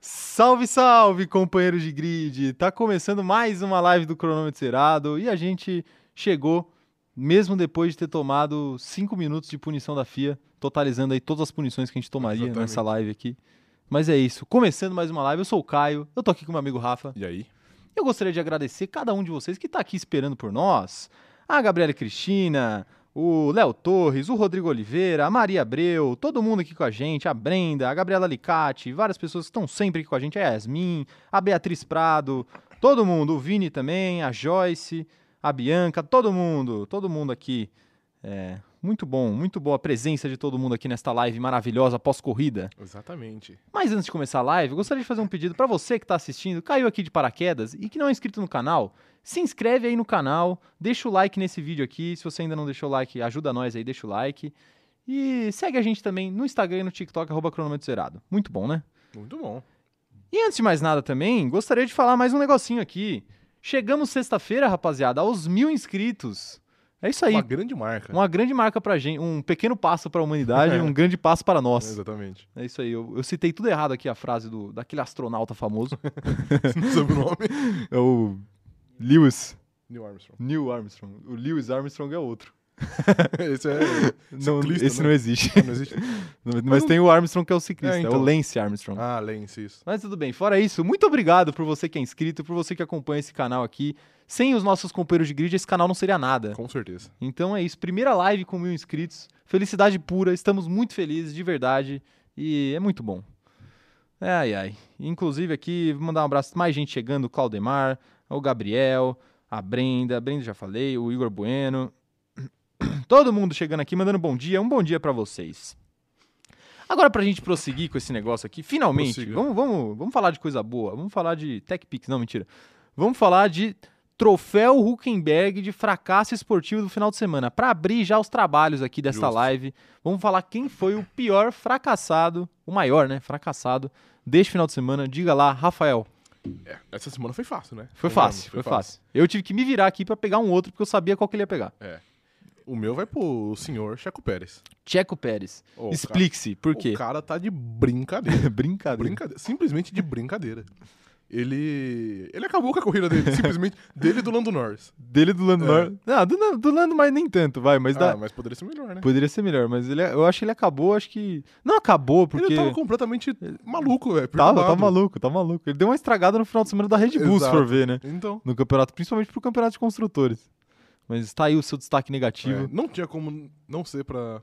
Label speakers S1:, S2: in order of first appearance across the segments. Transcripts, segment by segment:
S1: Salve, salve, companheiros de grid! Tá começando mais uma live do Cronômetro Zerado e a gente chegou, mesmo depois de ter tomado 5 minutos de punição da FIA, totalizando aí todas as punições que a gente tomaria
S2: Exatamente.
S1: nessa live aqui. Mas é isso, começando mais uma live, eu sou o Caio, eu tô aqui com meu amigo Rafa.
S2: E aí?
S1: Eu gostaria de agradecer cada um de vocês que está aqui esperando por nós. A Gabriela Cristina, o Léo Torres, o Rodrigo Oliveira, a Maria Abreu, todo mundo aqui com a gente, a Brenda, a Gabriela Alicate, várias pessoas que estão sempre aqui com a gente, a Yasmin, a Beatriz Prado, todo mundo, o Vini também, a Joyce, a Bianca, todo mundo, todo mundo aqui. É, muito bom, muito boa a presença de todo mundo aqui nesta live maravilhosa pós-corrida.
S2: Exatamente.
S1: Mas antes de começar a live, eu gostaria de fazer um pedido para você que está assistindo, caiu aqui de paraquedas e que não é inscrito no canal, se inscreve aí no canal, deixa o like nesse vídeo aqui, se você ainda não deixou o like, ajuda nós aí, deixa o like. E segue a gente também no Instagram e no TikTok, arroba cronômetro zerado. Muito bom, né?
S2: Muito bom.
S1: E antes de mais nada também, gostaria de falar mais um negocinho aqui. Chegamos sexta-feira, rapaziada, aos mil inscritos. É isso aí.
S2: Uma grande marca.
S1: Uma grande marca pra gente, um pequeno passo pra humanidade e um grande passo para nós.
S2: Exatamente.
S1: É isso aí, eu, eu citei tudo errado aqui a frase do, daquele astronauta famoso.
S2: Você não sabe o nome?
S1: é o Lewis.
S2: Neil Armstrong.
S1: Neil Armstrong. O Lewis Armstrong é outro.
S2: Esse é.
S1: Não,
S2: Ciclista,
S1: esse
S2: né?
S1: não existe.
S2: Não existe.
S1: Mas, tem o Armstrong que é o ciclista, é,
S2: É, então.
S1: o Lance Armstrong.
S2: Ah, Lance, isso.
S1: Mas tudo bem, fora isso, muito obrigado por você que é inscrito, por você que acompanha esse canal aqui. Sem os nossos companheiros de grid, esse canal não seria nada.
S2: Com certeza.
S1: Então é isso, primeira live com mil inscritos. Felicidade pura, estamos muito felizes, de verdade. E é muito bom. Ai, ai. Inclusive aqui, vou mandar um abraço, mais gente chegando, o Claudemar, o Gabriel, a Brenda, a Brenda já falei, o Igor Bueno. Todo mundo chegando aqui, mandando bom dia, um bom dia pra vocês. Agora pra gente prosseguir com esse negócio aqui, finalmente,
S2: Prossiga.
S1: vamos, vamos, vamos falar de coisa boa, vamos falar de Tech Pix, não, mentira. Vamos falar de Troféu Huckenberg de fracasso esportivo do final de semana. Para abrir já os trabalhos aqui desta
S2: Justo.
S1: live, vamos falar quem foi o pior fracassado, o maior, né, fracassado deste final de semana. Diga lá, Rafael.
S2: É, essa semana foi fácil, né?
S1: Foi
S2: Convenhamos,
S1: fácil, foi, fácil. Eu tive que me virar aqui para pegar um outro porque eu sabia qual que ele ia pegar.
S2: O meu vai pro senhor Checo Pérez.
S1: Checo Pérez.
S2: Ô, o
S1: Explique-se por
S2: cara-
S1: quê.
S2: O cara tá de brincadeira.
S1: Brincadeira.
S2: brincadeira. Simplesmente de brincadeira. Ele. Ele acabou com a corrida dele. Simplesmente dele e do Lando Norris.
S1: Dele do Lando.
S2: É.
S1: Norris. Não, do, Nan- do Lando mais nem tanto, vai, mas
S2: Ah,
S1: dá-
S2: mas poderia ser melhor, né?
S1: poderia ser melhor, mas ele, é, eu acho que ele acabou, acho que não acabou porque
S2: Ele tava completamente maluco, velho.
S1: Tava, tá
S2: perturbado.
S1: maluco, tá maluco. Ele deu uma estragada no final de semana da Red Bull, se
S2: Exato.
S1: for ver, né?
S2: Então.
S1: No campeonato, principalmente pro campeonato de construtores. Mas tá aí o seu destaque negativo,
S2: é, não tinha como não ser pra pra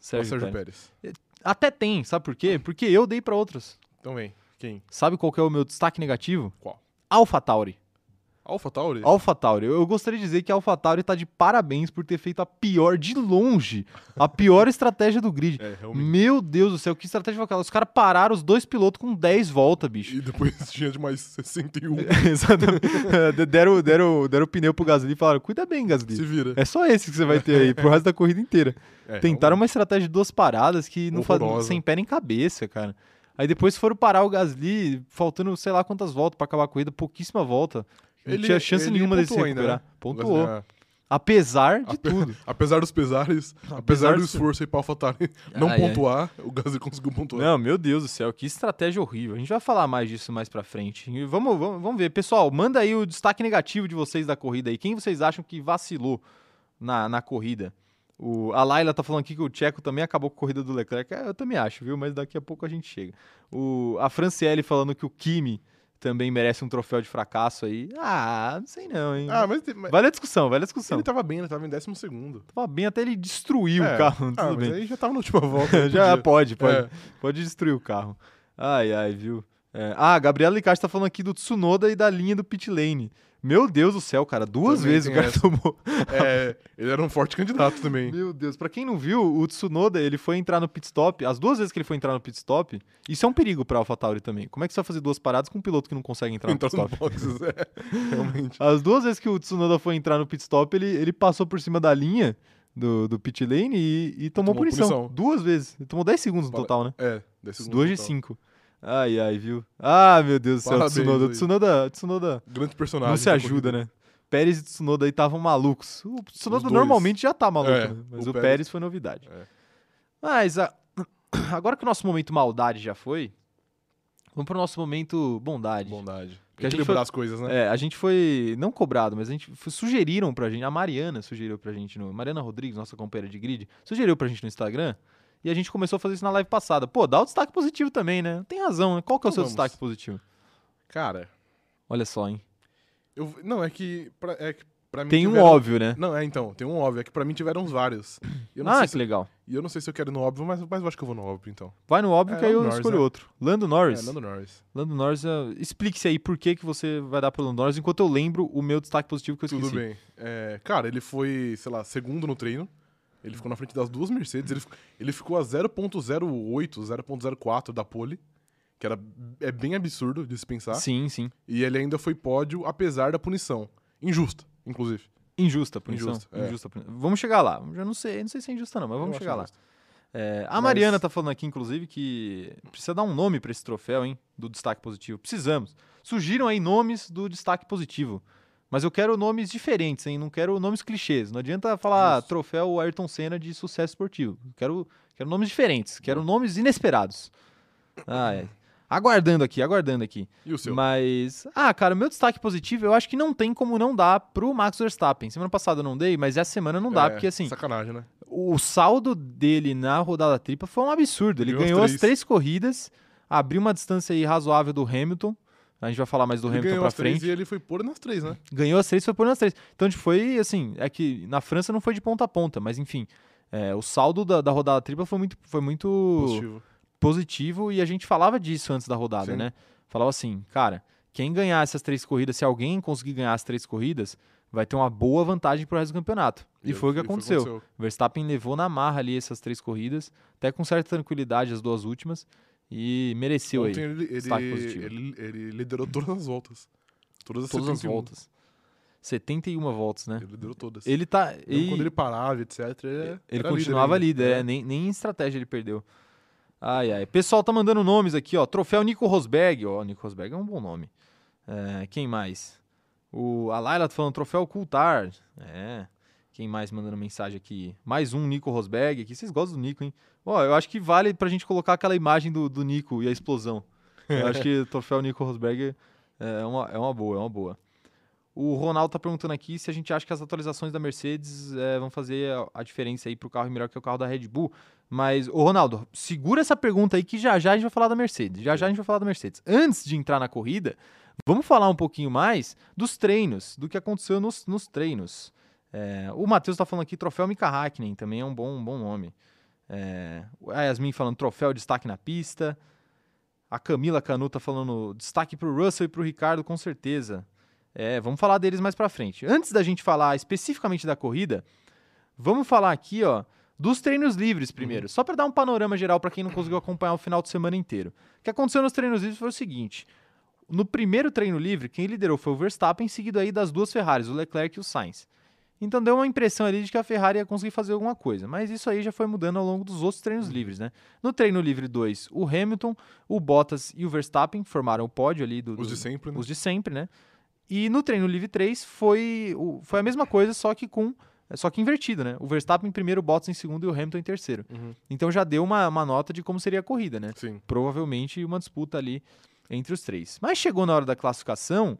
S1: Sérgio,
S2: Sérgio
S1: Pérez.
S2: Pérez.
S1: Até tem, sabe por quê? Porque eu dei pra outros.
S2: Então vem. Quem?
S1: Sabe qual que é o meu destaque negativo?
S2: Qual?
S1: Alpha Tauri.
S2: Alpha Tauri?
S1: Alpha Tauri. Eu eu gostaria de dizer que a Alpha Tauri tá de parabéns por ter feito a pior, de longe, a pior estratégia do grid.
S2: É, realmente.
S1: Meu Deus do céu, que estratégia foi aquela? Os caras pararam os dois pilotos com 10 voltas, bicho.
S2: E depois tinha de mais 61.
S1: É. Exatamente. Eh, deram, deram, deram o pneu pro Gasly e falaram: cuida bem,
S2: Se
S1: Gasly.
S2: vira.
S1: É só esse que você vai ter aí, pro resto da corrida inteira.
S2: É,
S1: Tentaram uma estratégia de duas paradas que não faz,
S2: Horrorosa.
S1: sem pé nem cabeça, cara. Aí depois foram parar o Gasly, faltando sei lá quantas voltas pra acabar a corrida, pouquíssima volta. Não
S2: Ele-
S1: tinha chance
S2: ele
S1: nenhuma de se
S2: pontuou ainda,
S1: recuperar.
S2: né? realmente.
S1: Pontuou.
S2: Mas, né,
S1: Apesar de
S2: ape-
S1: tudo.
S2: Apesar dos pesares, apesar,
S1: Apesar
S2: do
S1: dos-
S2: esforço aí pra Alpha Tauri não
S1: Ai, ai.
S2: pontuar, o Gasly conseguiu pontuar.
S1: Não, meu Deus do céu, que estratégia horrível. A gente vai falar mais disso mais pra frente. E vamos, vamos, vamos ver. Pessoal, manda aí o destaque negativo de vocês da corrida aí. Quem vocês acham que vacilou na, na corrida? O, a Laila tá falando aqui que o Tcheco também acabou com a corrida do Leclerc. É, eu também acho, viu? Mas daqui a pouco a gente chega. O, a Franciele falando que o Kimi também merece um troféu de fracasso aí. Ah, não sei não, hein?
S2: Ah, mas, mas
S1: vale a discussão, vale a discussão.
S2: ele tava bem, ele tava em 12 segundo.
S1: Tava bem até ele destruiu
S2: É.
S1: o carro, tudo
S2: Ah, mas
S1: bem.
S2: aí já tava na última volta.
S1: Já pode, pode.
S2: É.
S1: Pode destruir o carro. Ai, ai, viu? É, Ah, a Gabriela Licarte tá falando aqui do Tsunoda e da linha do pit lane. Meu Deus do céu, cara. Duas
S2: Também
S1: vezes o
S2: tem
S1: cara
S2: essa.
S1: tomou.
S2: É, ele era um forte candidato também.
S1: Meu Deus. Pra quem não viu, o Tsunoda, ele foi entrar no pit stop. As duas vezes que ele foi entrar no pit stop, isso é um perigo pra AlphaTauri também. Como é que você vai fazer duas paradas com um piloto que não consegue entrar no
S2: Entrou
S1: pit
S2: no
S1: stop?
S2: boxes, é. Realmente.
S1: As duas vezes que o Tsunoda foi entrar no pit stop, ele, ele passou por cima da linha do, do pit lane e, e tomou,
S2: Tomou
S1: punição.
S2: punição.
S1: Duas vezes. Ele tomou 10 segundos no
S2: Para-
S1: total, né?
S2: É, 10 segundos.
S1: Dois de
S2: total.
S1: 5. Ai, ai, viu? Ah, meu Deus do céu,
S2: Parabéns
S1: Tsunoda.
S2: aí.
S1: Tsunoda, Tsunoda
S2: Grande personagem.
S1: não se
S2: da
S1: ajuda, né? Pérez e Tsunoda aí estavam malucos. O Tsunoda
S2: dois.
S1: normalmente já tá maluco,
S2: É,
S1: né? Mas o,
S2: o
S1: Pérez...
S2: Pérez
S1: foi novidade.
S2: É.
S1: Mas a- agora que o nosso momento maldade já foi, Vamos pro nosso momento bondade.
S2: Bondade.
S1: Porque a
S2: Tem que
S1: gente
S2: lembrar
S1: foi-
S2: as coisas, né?
S1: É, a gente foi, não cobrado, mas a gente foi- sugeriram pra gente, a Mariana sugeriu pra gente no. Mariana Rodrigues, nossa companheira de grid, sugeriu pra gente no Instagram. E a gente começou a fazer isso na live passada. Pô, dá o destaque positivo também, né? Tem razão, né? Qual que é o seu
S2: Então vamos.
S1: destaque positivo?
S2: Cara,
S1: Olha só, hein?
S2: eu... Não, é que pra, é que pra mim
S1: Tem um
S2: tiveram-
S1: óbvio, né?
S2: Não, é então, tem um óbvio. É que pra mim tiveram uns vários. E eu não,
S1: ah,
S2: sei,
S1: que
S2: se,
S1: legal.
S2: e eu não sei se eu quero ir no óbvio, mas, mas eu acho que eu vou no óbvio, então.
S1: Vai no óbvio
S2: É,
S1: que aí eu
S2: Lando Norris,
S1: escolho
S2: né?
S1: outro. Lando Norris.
S2: É, Lando Norris.
S1: Lando Norris, eh, explique-se aí por que, que você vai dar pro Lando Norris, enquanto eu lembro o meu destaque positivo que eu esqueci.
S2: Tudo bem. É, cara, ele foi, sei lá, segundo no treino. Ele ficou na frente das duas Mercedes. Ele, fi- ele ficou a 0.08, 0.04 da pole. Que era, é bem absurdo de se pensar.
S1: Sim, sim.
S2: E ele ainda foi pódio, apesar da punição. Injusta, inclusive.
S1: Então Injusta a punição.
S2: Injusta, é.
S1: Injusta a punição. Vamos chegar lá. Eu não sei, não sei se é injusta não, mas vamos
S2: Eu acho
S1: chegar lá.
S2: injusta.
S1: É, a
S2: Mas-
S1: Mariana tá falando aqui, inclusive, que precisa dar um nome pra esse troféu, hein? Do destaque positivo. Precisamos. Surgiram aí nomes do destaque positivo. Mas eu quero nomes diferentes, hein? Não quero nomes clichês. Não adianta falar ah,
S2: Justo.
S1: troféu Ayrton Senna de sucesso esportivo. Quero, quero nomes diferentes. Quero nomes inesperados. Ah, é. Aguardando aqui, aguardando aqui.
S2: E o seu?
S1: Mas, ah, cara, meu destaque positivo eu acho que não tem como não dar pro Max Verstappen. Semana passada eu não dei, mas essa semana não dá,
S2: É,
S1: porque assim,
S2: Sacanagem, né?
S1: o saldo dele na rodada tripla foi um absurdo. Ele
S2: Ganhou as
S1: ganhou as
S2: três.
S1: três corridas, abriu uma distância aí razoável do Hamilton. A gente vai falar mais do
S2: ele
S1: Hamilton
S2: ganhou
S1: pra
S2: as três
S1: frente.
S2: e ele foi pôr nas três, né?
S1: Ganhou as três foi por nas três. Então, tipo, foi assim, é que na França não foi de ponta a ponta, mas enfim. é, o saldo da, da rodada tripla foi muito, foi muito
S2: Positivo.
S1: positivo e a gente falava disso antes da rodada,
S2: Sim.
S1: né? Falava assim, cara, quem ganhar essas três corridas, se alguém conseguir ganhar as três corridas, vai ter uma boa vantagem pro resto do campeonato. E, foi o que aconteceu. Verstappen levou na marra ali essas três corridas, até com certa tranquilidade as duas últimas, e mereceu
S2: Ontem
S1: aí
S2: ele,
S1: Destaque positivo.
S2: ele, ele, ele liderou todas as voltas. Todas as
S1: todas as
S2: 71.
S1: voltas. 71 voltas, né?
S2: Ele liderou todas.
S1: Ele tá.
S2: Mesmo
S1: e-
S2: um quando ele parava, etc.
S1: Ele,
S2: Ele, era
S1: continuava
S2: ainda.
S1: líder, é, nem, nem em estratégia ele perdeu. Ai, ai. Pessoal tá mandando nomes aqui, ó. Troféu Nico Rosberg. Ó, Nico Rosberg é um bom nome. É, quem mais? O, a Laila tá falando troféu Coulthard. É. Quem mais mandando mensagem aqui? Mais um Nico Rosberg aqui. Vocês gostam do Nico, hein? Ó, eu acho que vale pra gente colocar aquela imagem do, do Nico e a explosão. Eu acho que o troféu Nico Rosberg é uma, é uma boa, é uma boa. O Ronaldo tá perguntando aqui se a gente acha que as atualizações da Mercedes eh, vão fazer a- a diferença aí pro carro melhor que o carro da Red Bull. Mas, ô Ronaldo, segura essa pergunta aí que já já a gente vai falar da Mercedes. Já já a gente vai falar da Mercedes. Antes de entrar na corrida, vamos falar um pouquinho mais dos treinos, do que aconteceu nos, nos treinos. Eh, o Matheus tá falando aqui, troféu Mika Hakkinen, também é um bom, um bom nome. Eh, a Yasmin falando troféu destaque na pista. A Camila Canuta falando destaque pro Russell e pro Ricardo, com certeza. É, vamos falar deles mais pra frente. Antes da gente falar especificamente da corrida, vamos falar aqui, ó, dos treinos livres primeiro, só pra dar um panorama geral pra quem não conseguiu acompanhar o final de semana inteiro. O que aconteceu nos treinos livres foi o seguinte: no primeiro treino livre, quem liderou foi o Verstappen, seguido aí das duas Ferraris, o Leclerc e o Sainz. Então deu uma impressão ali de que a Ferrari ia conseguir fazer alguma coisa, mas isso aí já foi mudando ao longo dos outros treinos
S2: Uhum.
S1: livres, né? No treino livre 2, o Hamilton, o Bottas e o Verstappen formaram o pódio ali do,
S2: Os
S1: do-
S2: de sempre, né?
S1: os de sempre, né? E no treino livre 3 foi, o- foi a mesma coisa, só que com só que invertido, né? O Verstappen em primeiro, o Bottas em segundo e o Hamilton em terceiro.
S2: Uhum.
S1: Então já deu uma, uma nota de como seria a corrida, né?
S2: Sim.
S1: Provavelmente uma disputa ali entre os três. Mas chegou na hora da classificação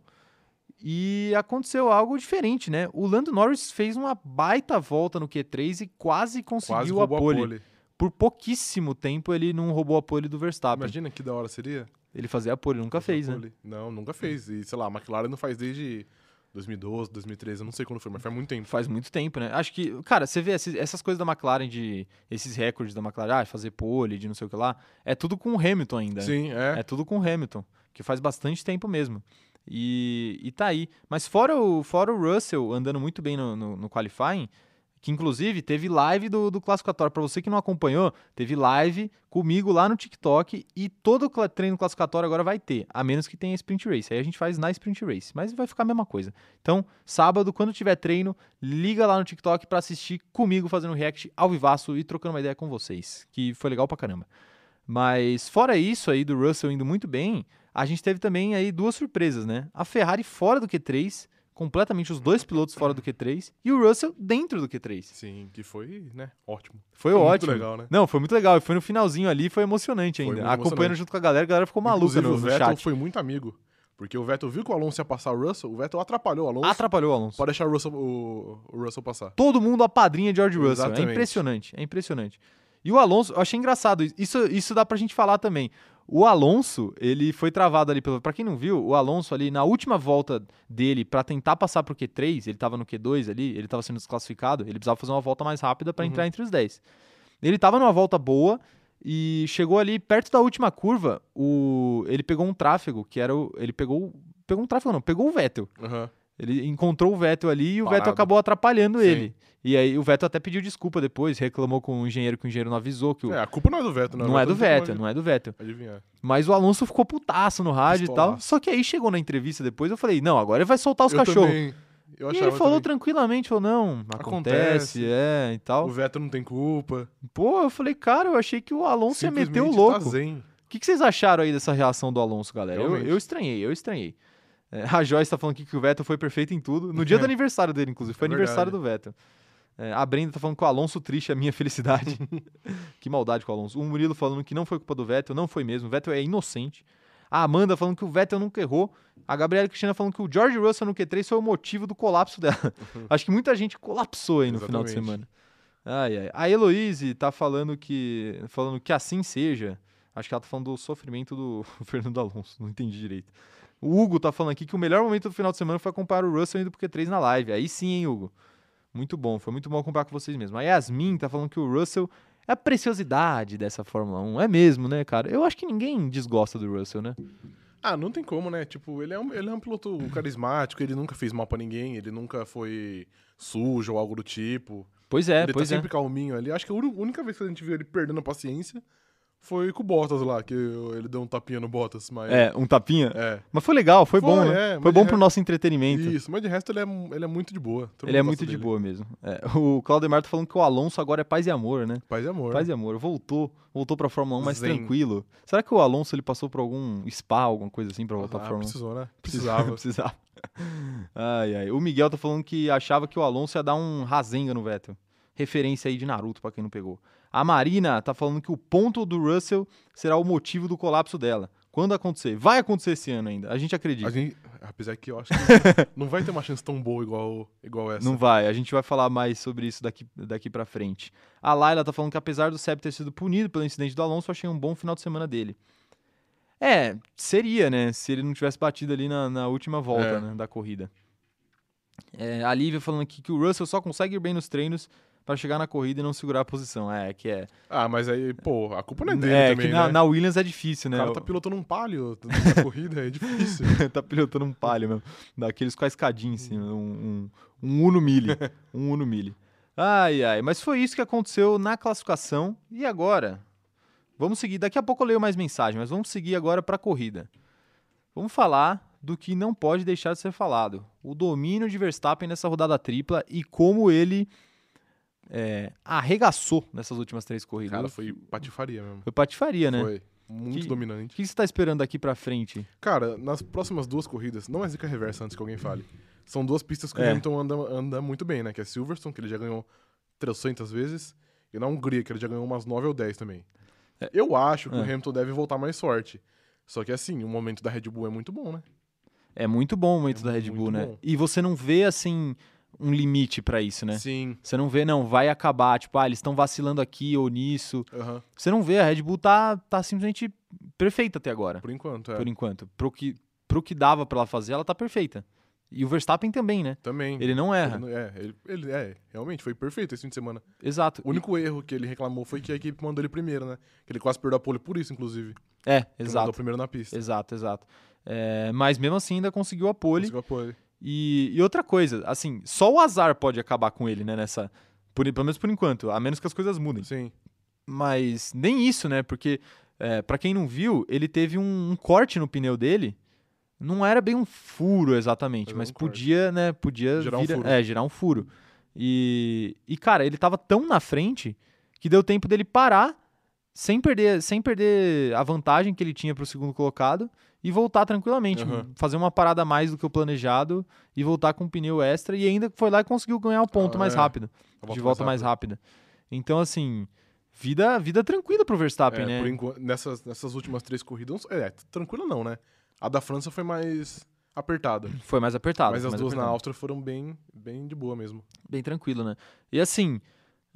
S1: e aconteceu algo diferente, né? O Lando Norris fez uma baita volta no Q3 e quase
S2: Quase
S1: conseguiu
S2: roubou
S1: a, pole. Por pouquíssimo tempo ele não roubou a pole do Verstappen.
S2: Imagina que da hora seria.
S1: Ele fazia a pole, nunca fez, né?
S2: Pole. Não, nunca fez. E, sei lá, a McLaren não faz desde 2012, 2013, eu não sei quando foi, mas faz muito tempo.
S1: Faz muito tempo, né? Acho que, cara, você vê esses- essas coisas da McLaren, de esses recordes da McLaren, ah, fazer pole, de não sei o que lá, é tudo com o Hamilton ainda. né?
S2: Sim, é.
S1: É tudo com o Hamilton, que faz bastante tempo mesmo. E, e tá aí. Mas fora o, fora o Russell andando muito bem no, no, no qualifying, que inclusive teve live do, do classificatório. Pra você que não acompanhou, teve live comigo lá no TikTok e todo cla- treino classificatório agora vai ter, a menos que tenha sprint race. Aí a gente faz na sprint race, mas vai ficar a mesma coisa. Então, sábado, quando tiver treino, liga lá no TikTok pra assistir comigo fazendo react ao vivaço e trocando uma ideia com vocês, que foi legal pra caramba. Mas fora isso aí do Russell indo muito bem, a gente teve também aí duas surpresas, né? A Ferrari fora do Q3 completamente os dois pilotos fora do Q3 e o Russell dentro do Q3.
S2: Sim, que foi, né? Ótimo.
S1: Foi,
S2: Foi muito
S1: ótimo.
S2: legal, né?
S1: Não, foi muito legal. E foi no finalzinho ali, foi emocionante
S2: Foi
S1: ainda.
S2: muito
S1: Acompanhando
S2: emocionante.
S1: junto com a galera, a galera ficou maluca
S2: Inclusive,
S1: Tá no,
S2: o
S1: no
S2: Vettel
S1: chat.
S2: foi muito amigo. Porque o Vettel viu que o Alonso ia passar o Russell, o Vettel atrapalhou o Alonso
S1: Atrapalhou o Alonso.
S2: para deixar o Russell, o, o Russell passar.
S1: Todo mundo a padrinha de George Russell. É
S2: Exatamente.
S1: impressionante, é impressionante. E o Alonso, eu achei engraçado. Isso, isso dá pra gente falar também. O Alonso, ele foi travado ali pelo. Pra quem não viu, o Alonso ali na última volta dele pra tentar passar pro Q3, ele tava no Q2 ali, ele tava sendo desclassificado, ele precisava fazer uma volta mais rápida pra
S2: Uhum.
S1: entrar entre os 10. Ele tava numa volta boa e chegou ali perto da última curva, o ele pegou um tráfego, que era o ele pegou pegou um tráfego não, pegou o Vettel.
S2: Aham.
S1: Ele encontrou o Vettel ali e o
S2: Parado.
S1: Vettel acabou atrapalhando
S2: Sim.
S1: ele. E aí o Vettel até pediu desculpa depois, reclamou com o engenheiro que o engenheiro não avisou que o...
S2: É, a culpa não é do Vettel, né? O
S1: não é do
S2: tem como
S1: Vettel, não é do Vettel.
S2: Adivinhar.
S1: Mas o Alonso ficou putaço no rádio e tal.
S2: Pistolaço.
S1: Só que aí chegou na entrevista depois, eu falei: "Não, agora ele vai soltar os
S2: eu
S1: cachorros".
S2: Também, eu
S1: E
S2: achava
S1: ele falou
S2: também.
S1: tranquilamente, falou: "Não, acontece,
S2: Acontece.
S1: é" e
S2: O
S1: tal.
S2: Vettel não tem culpa.
S1: Pô, eu falei: "Cara, eu achei que o Alonso ia meter o
S2: Simplesmente
S1: louco".
S2: Tá zen.
S1: O que, que vocês acharam aí dessa reação do Alonso, galera? Eu,
S2: Realmente.
S1: eu estranhei, eu estranhei. É, a Joyce tá falando aqui que o Vettel foi perfeito em tudo. No dia do
S2: É.
S1: aniversário dele, inclusive. Foi
S2: É
S1: aniversário do Vettel. É, a Brenda tá falando que o Alonso triste é a minha felicidade. que maldade com o Alonso. O Murilo falando que não foi culpa do Vettel, não foi mesmo. O Vettel é inocente. A Amanda falando que o Vettel nunca errou. A Gabriela Cristina falando que o George Russell no Q3 foi o motivo do colapso dela. Acho que muita gente colapsou aí no final de
S2: Exatamente.
S1: semana. Ai, ai. A Heloise tá falando que, falando que assim seja. Acho que ela tá falando do sofrimento do Fernando Alonso. Não entendi direito. O Hugo tá falando aqui que o melhor momento do final de semana foi acompanhar o Russell indo pro Q3 na live. Aí sim, hein, Hugo? Muito bom. Foi muito bom acompanhar com vocês mesmo. A Yasmin tá falando que o Russell é a preciosidade dessa Fórmula 1. É mesmo, né, cara? Eu acho que ninguém desgosta do Russell, né?
S2: Ah, não tem como, né? Tipo, ele é, um, ele é um piloto carismático, ele nunca fez mal pra ninguém, ele nunca foi sujo ou algo do tipo.
S1: Pois é,
S2: ele
S1: pois
S2: tá
S1: é.
S2: sempre calminho ali. Acho que a uni- única vez que a gente viu ele perdendo a paciência foi com o Bottas lá, que ele deu um tapinha no Bottas, mas.
S1: É, um tapinha.
S2: É.
S1: Mas foi legal, foi,
S2: Foi,
S1: bom, né?
S2: é,
S1: foi
S2: mas
S1: bom
S2: é-
S1: pro nosso entretenimento.
S2: Isso, mas de resto ele é, mu- ele é muito de boa. Todo
S1: Ele é
S2: mundo gosta
S1: muito de
S2: dele.
S1: boa mesmo. É, o Claudemar tá falando que o Alonso agora é paz e amor, né?
S2: Paz e amor.
S1: Paz e amor. Voltou. Voltou pra Fórmula 1 mais
S2: Zen.
S1: tranquilo. Será que o Alonso ele passou por algum spa, alguma coisa assim pra voltar pra
S2: ah,
S1: Fórmula 1?
S2: precisou, né? Precisava.
S1: Precisava. Ai, ai. O Miguel tá falando que achava que o Alonso ia dar um rasenga no Vettel. Referência aí de Naruto, pra quem não pegou. A Marina tá falando que o ponto do Russell será o motivo do colapso dela. Quando acontecer? Vai acontecer esse ano ainda. A gente acredita.
S2: A gente- apesar que eu acho que não vai ter uma chance tão boa igual, igual essa.
S1: Não vai, a gente vai falar mais sobre isso daqui, daqui pra frente. A Laila tá falando que apesar do Seb ter sido punido pelo incidente do Alonso, eu achei um bom final de semana dele. É, seria, né? Se ele não tivesse batido ali na, na última volta
S2: É.
S1: né, da corrida. É, a Lívia falando aqui que o Russell só consegue ir bem nos treinos pra chegar na corrida e não segurar a posição. É, que é.
S2: Ah, mas aí, pô, a culpa não é dele
S1: é,
S2: também,
S1: que na,
S2: né?
S1: na Williams é difícil,
S2: O
S1: né?
S2: cara tá pilotando um palio na corrida, é difícil.
S1: tá pilotando
S2: Hum.
S1: um palio mesmo. Daqueles com a escadinha em cima. Um, um, um Uno Mille. Um Uno Mille. Ai, ai. Mas foi isso que aconteceu na classificação. E agora? Vamos seguir. Daqui a pouco eu leio mais mensagem, mas vamos seguir agora pra corrida. Vamos falar do que não pode deixar de ser falado. O domínio de Verstappen nessa rodada tripla e como ele é, arregaçou nessas últimas três corridas.
S2: Cara, foi patifaria mesmo.
S1: Foi patifaria, né?
S2: Foi muito
S1: Que- O
S2: dominante.
S1: que você está esperando daqui pra frente?
S2: Cara, nas próximas duas corridas, não é zica reversa antes que alguém fale. São duas pistas que
S1: É.
S2: o Hamilton anda, anda muito bem, né? Que é Silverstone, que ele já ganhou 300 vezes, e na Hungria, que ele já ganhou umas 9 ou 10 também. Eu acho que
S1: É.
S2: o Hamilton deve voltar mais forte. Só que assim, o momento da Red Bull é muito bom, né?
S1: É muito bom o momento
S2: É
S1: da Red Bull,
S2: muito
S1: né?
S2: bom.
S1: E você não vê, assim, um limite pra isso, né?
S2: Sim.
S1: Você não vê, não, vai acabar, tipo, ah, eles estão vacilando aqui ou nisso.
S2: Aham.
S1: Você não vê, a Red Bull tá, tá simplesmente perfeita até agora,
S2: Por enquanto, é.
S1: por enquanto. Pro que, pro que dava pra ela fazer, ela tá perfeita. E o Verstappen também, né?
S2: Também.
S1: Ele não erra.
S2: Ele não- é, ele, ele- é, realmente, foi perfeito esse fim de semana.
S1: Exato.
S2: O único erro que ele reclamou foi que a equipe mandou ele primeiro, né? Que ele quase perdeu a pole por isso, inclusive. que
S1: É,
S2: Mandou
S1: exato.
S2: primeiro na pista.
S1: Exato, exato. É, mas mesmo assim ainda conseguiu a pole.
S2: Conseguiu a pole.
S1: E, e outra coisa, assim, só o azar pode acabar com ele, né? Nessa. por- pelo menos por enquanto, a menos que as coisas mudem.
S2: Sim.
S1: Mas nem isso, né? Porque, é, para quem não viu, ele teve um, um corte no pneu dele. Não era bem um furo exatamente,
S2: Mas era
S1: mas
S2: um corte.
S1: podia, né? Podia
S2: Gerar um
S1: vir a-
S2: furo.
S1: É, gerar um furo. E, e, cara, ele tava tão na frente que deu tempo dele parar, sem perder, sem perder a vantagem que ele tinha para o segundo colocado e voltar tranquilamente,
S2: Aham.
S1: fazer uma parada a mais do que o planejado e voltar com um pneu extra e ainda foi lá e conseguiu ganhar o ponto
S2: Ah,
S1: mais
S2: é.
S1: rápido,
S2: A volta
S1: de volta mais rápida. Então assim, vida vida tranquila pro Verstappen,
S2: É,
S1: né?
S2: por enquanto, nessas, nessas últimas três corridas, é, tranquila não, né? A da França foi mais apertada.
S1: Foi mais apertado.
S2: mas
S1: foi Tá,
S2: as
S1: mais
S2: duas na
S1: apertado.
S2: Áustria foram bem, bem de boa mesmo.
S1: bem tranquilo, né? E assim,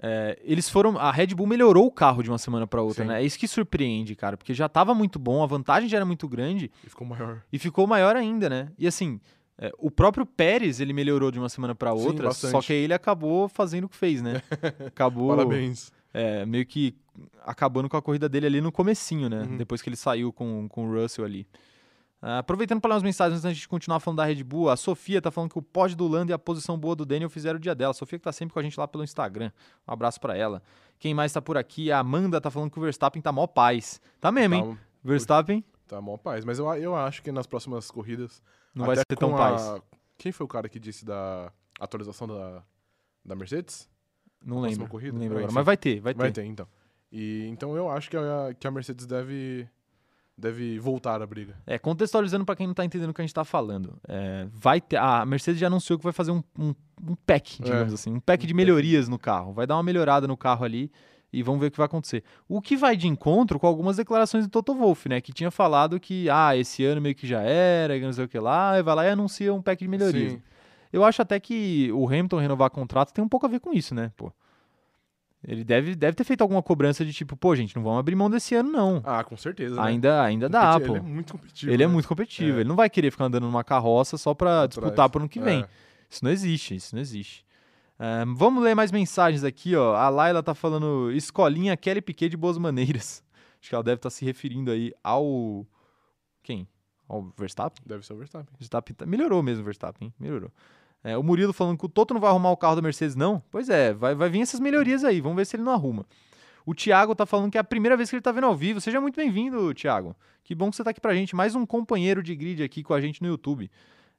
S1: é, eles foram. A Red Bull melhorou o carro de uma semana para outra,
S2: Sim.
S1: né? É isso que surpreende, cara, porque já tava muito bom, a vantagem já era muito grande
S2: E ficou maior.
S1: e ficou maior ainda, né? E assim, é, o próprio Pérez ele melhorou de uma semana para
S2: Sim,
S1: outra,
S2: bastante.
S1: só que aí ele acabou fazendo o que fez, né? Acabou
S2: Parabéns.
S1: é, meio que acabando com a corrida dele ali no comecinho, né?
S2: Uhum.
S1: Depois que ele saiu com, com o Russell ali. Ah, aproveitando para ler umas mensagens antes da gente continuar falando da Red Bull, a Sofia tá falando que o pod do Lando e a posição boa do Daniel fizeram o dia dela. A Sofia que tá sempre com a gente lá pelo Instagram. Um abraço para ela. Quem mais tá por aqui? A Amanda tá falando que o Verstappen tá mó paz. Tá mesmo, hein?
S2: Tá,
S1: Verstappen
S2: tá mó paz. Mas eu, a- eu acho que nas próximas corridas.
S1: não
S2: até
S1: vai ser tão
S2: com a-
S1: paz.
S2: Quem foi o cara que disse da atualização da, da Mercedes?
S1: Não
S2: próxima
S1: lembro.
S2: corrida?
S1: Não lembro
S2: Ah,
S1: agora.
S2: enfim.
S1: Mas vai ter, vai ter.
S2: Vai ter, então. E, então eu acho que a, que a Mercedes deve, deve voltar à briga.
S1: É, contextualizando para quem não tá entendendo o que a gente tá falando. é, vai ter, a Mercedes já anunciou que vai fazer um, um, um pack, digamos assim, um pack de
S2: pack.
S1: melhorias no carro. Vai dar uma melhorada no carro ali e vamos ver o que vai acontecer. O que vai de encontro com algumas declarações do Toto Wolff, né? Que tinha falado que, ah, esse ano meio que já era, que não sei o que lá, e vai lá e anuncia um pack de melhorias.
S2: Sim.
S1: Eu acho até que o Hamilton renovar contrato tem um pouco a ver com isso, né, pô? Ele deve, deve ter feito alguma cobrança de tipo, pô, gente, não vamos abrir mão desse ano, não.
S2: Ah, com certeza. né?
S1: Ainda, ainda dá,
S2: Competi-
S1: pô.
S2: Ele é muito competitivo.
S1: Ele é
S2: né?
S1: muito competitivo,
S2: É.
S1: ele não vai querer ficar andando numa carroça só pra
S2: Atrás.
S1: disputar pro ano que vem.
S2: É.
S1: Isso não existe, isso não existe. Ah, vamos ler mais mensagens aqui, ó. A Laila tá falando escolinha Kelly Piquet de boas maneiras. Acho que ela deve estar se referindo aí ao quem? Ao Verstappen?
S2: Deve ser o Verstappen.
S1: Verstappen tá- melhorou mesmo o Verstappen, hein? melhorou. É, o Murilo falando que o Toto não vai arrumar o carro da Mercedes não? Pois é, vai, vai vir essas melhorias aí, vamos ver se ele não arruma. O Thiago tá falando que é a primeira vez que ele tá vendo ao vivo. Seja muito bem-vindo, Thiago. Que bom que você tá aqui pra gente. Mais um companheiro de grid aqui com a gente no YouTube.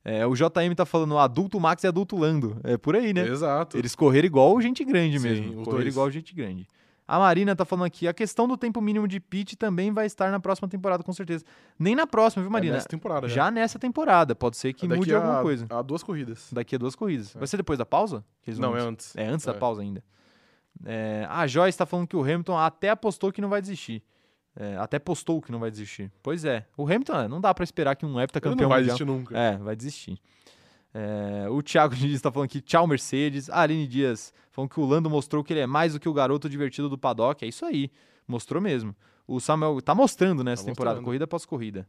S1: É, o JM tá falando adulto Max e adulto Lando. É por aí, né?
S2: Exato.
S1: Eles correram igual gente grande
S2: Sim,
S1: mesmo.
S2: os
S1: Correram
S2: dois.
S1: igual gente grande. A Marina tá falando aqui, a questão do tempo mínimo de pit também vai estar na próxima temporada, com certeza. Nem na próxima, viu,
S2: É
S1: Marina?
S2: nessa temporada já.
S1: Já nessa temporada. Pode ser que
S2: Daqui
S1: mude
S2: a-
S1: alguma coisa.
S2: Há duas corridas.
S1: Daqui a duas corridas.
S2: É.
S1: Vai ser depois da pausa? que eles vão
S2: Não, é
S1: anunciar?
S2: antes.
S1: É antes da
S2: É.
S1: pausa ainda. É, a Joyce tá falando que o Hamilton até apostou que não vai desistir. É, até postou que não vai desistir. Pois é. O Hamilton, é, não dá pra esperar que um
S2: Ele
S1: heptacampeão
S2: não vai
S1: mundial...
S2: existir nunca.
S1: É, vai desistir. É, o Thiago Diniz tá falando que tchau Mercedes. A Aline Dias falando que o Lando mostrou que ele é mais do que o garoto divertido do paddock. É isso aí. Mostrou mesmo. O Samuel tá mostrando nessa
S2: Tá
S1: temporada,
S2: mostrando.
S1: corrida após corrida.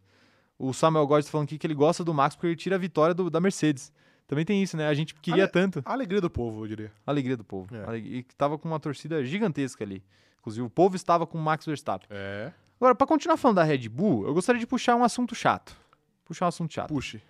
S1: O Samuel Góes tá falando aqui que ele gosta do Max porque ele tira a vitória do- da Mercedes. Também tem isso, né? A gente queria
S2: Ale-
S1: tanto.
S2: A alegria do povo, eu diria.
S1: Alegria do povo.
S2: É.
S1: Ale- E que tava com uma torcida gigantesca ali. Inclusive, o povo estava com o Max Verstappen.
S2: É.
S1: Agora, pra continuar falando da Red Bull, eu gostaria de puxar um assunto chato. Puxar um assunto chato.
S2: Puxe.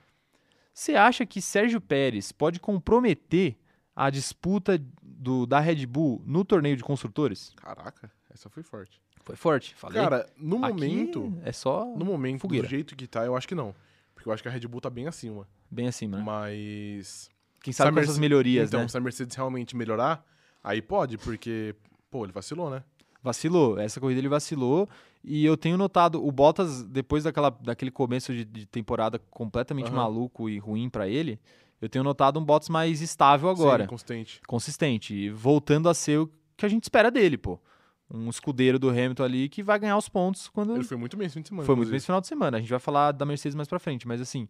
S1: Você acha que Sérgio Pérez pode comprometer a disputa do, da Red Bull no torneio de construtores?
S2: Caraca, essa foi forte.
S1: Foi forte, falei.
S2: Cara, no
S1: Aqui
S2: momento.
S1: É só
S2: No momento,
S1: fogueira.
S2: do jeito que tá, eu acho que não. Porque eu acho que a Red Bull tá bem acima.
S1: bem acima, né?
S2: Mas.
S1: Quem sabe com
S2: Merce-
S1: essas melhorias,
S2: então,
S1: né?
S2: se a Mercedes realmente melhorar, aí pode, porque. Pô, ele vacilou, né?
S1: Vacilou. Essa corrida ele vacilou. E eu tenho notado, o Bottas, depois daquela, daquele começo de, de temporada completamente
S2: Aham.
S1: maluco e ruim pra ele, eu tenho notado um Bottas mais estável agora.
S2: Sim, consistente.
S1: consistente. E voltando a ser o que a gente espera dele, pô. Um escudeiro do Hamilton ali que vai ganhar os pontos quando.
S2: Ele foi muito bem esse fim de semana.
S1: Foi muito bem esse
S2: inclusive.
S1: final de semana. A gente vai falar da Mercedes mais pra frente, mas assim,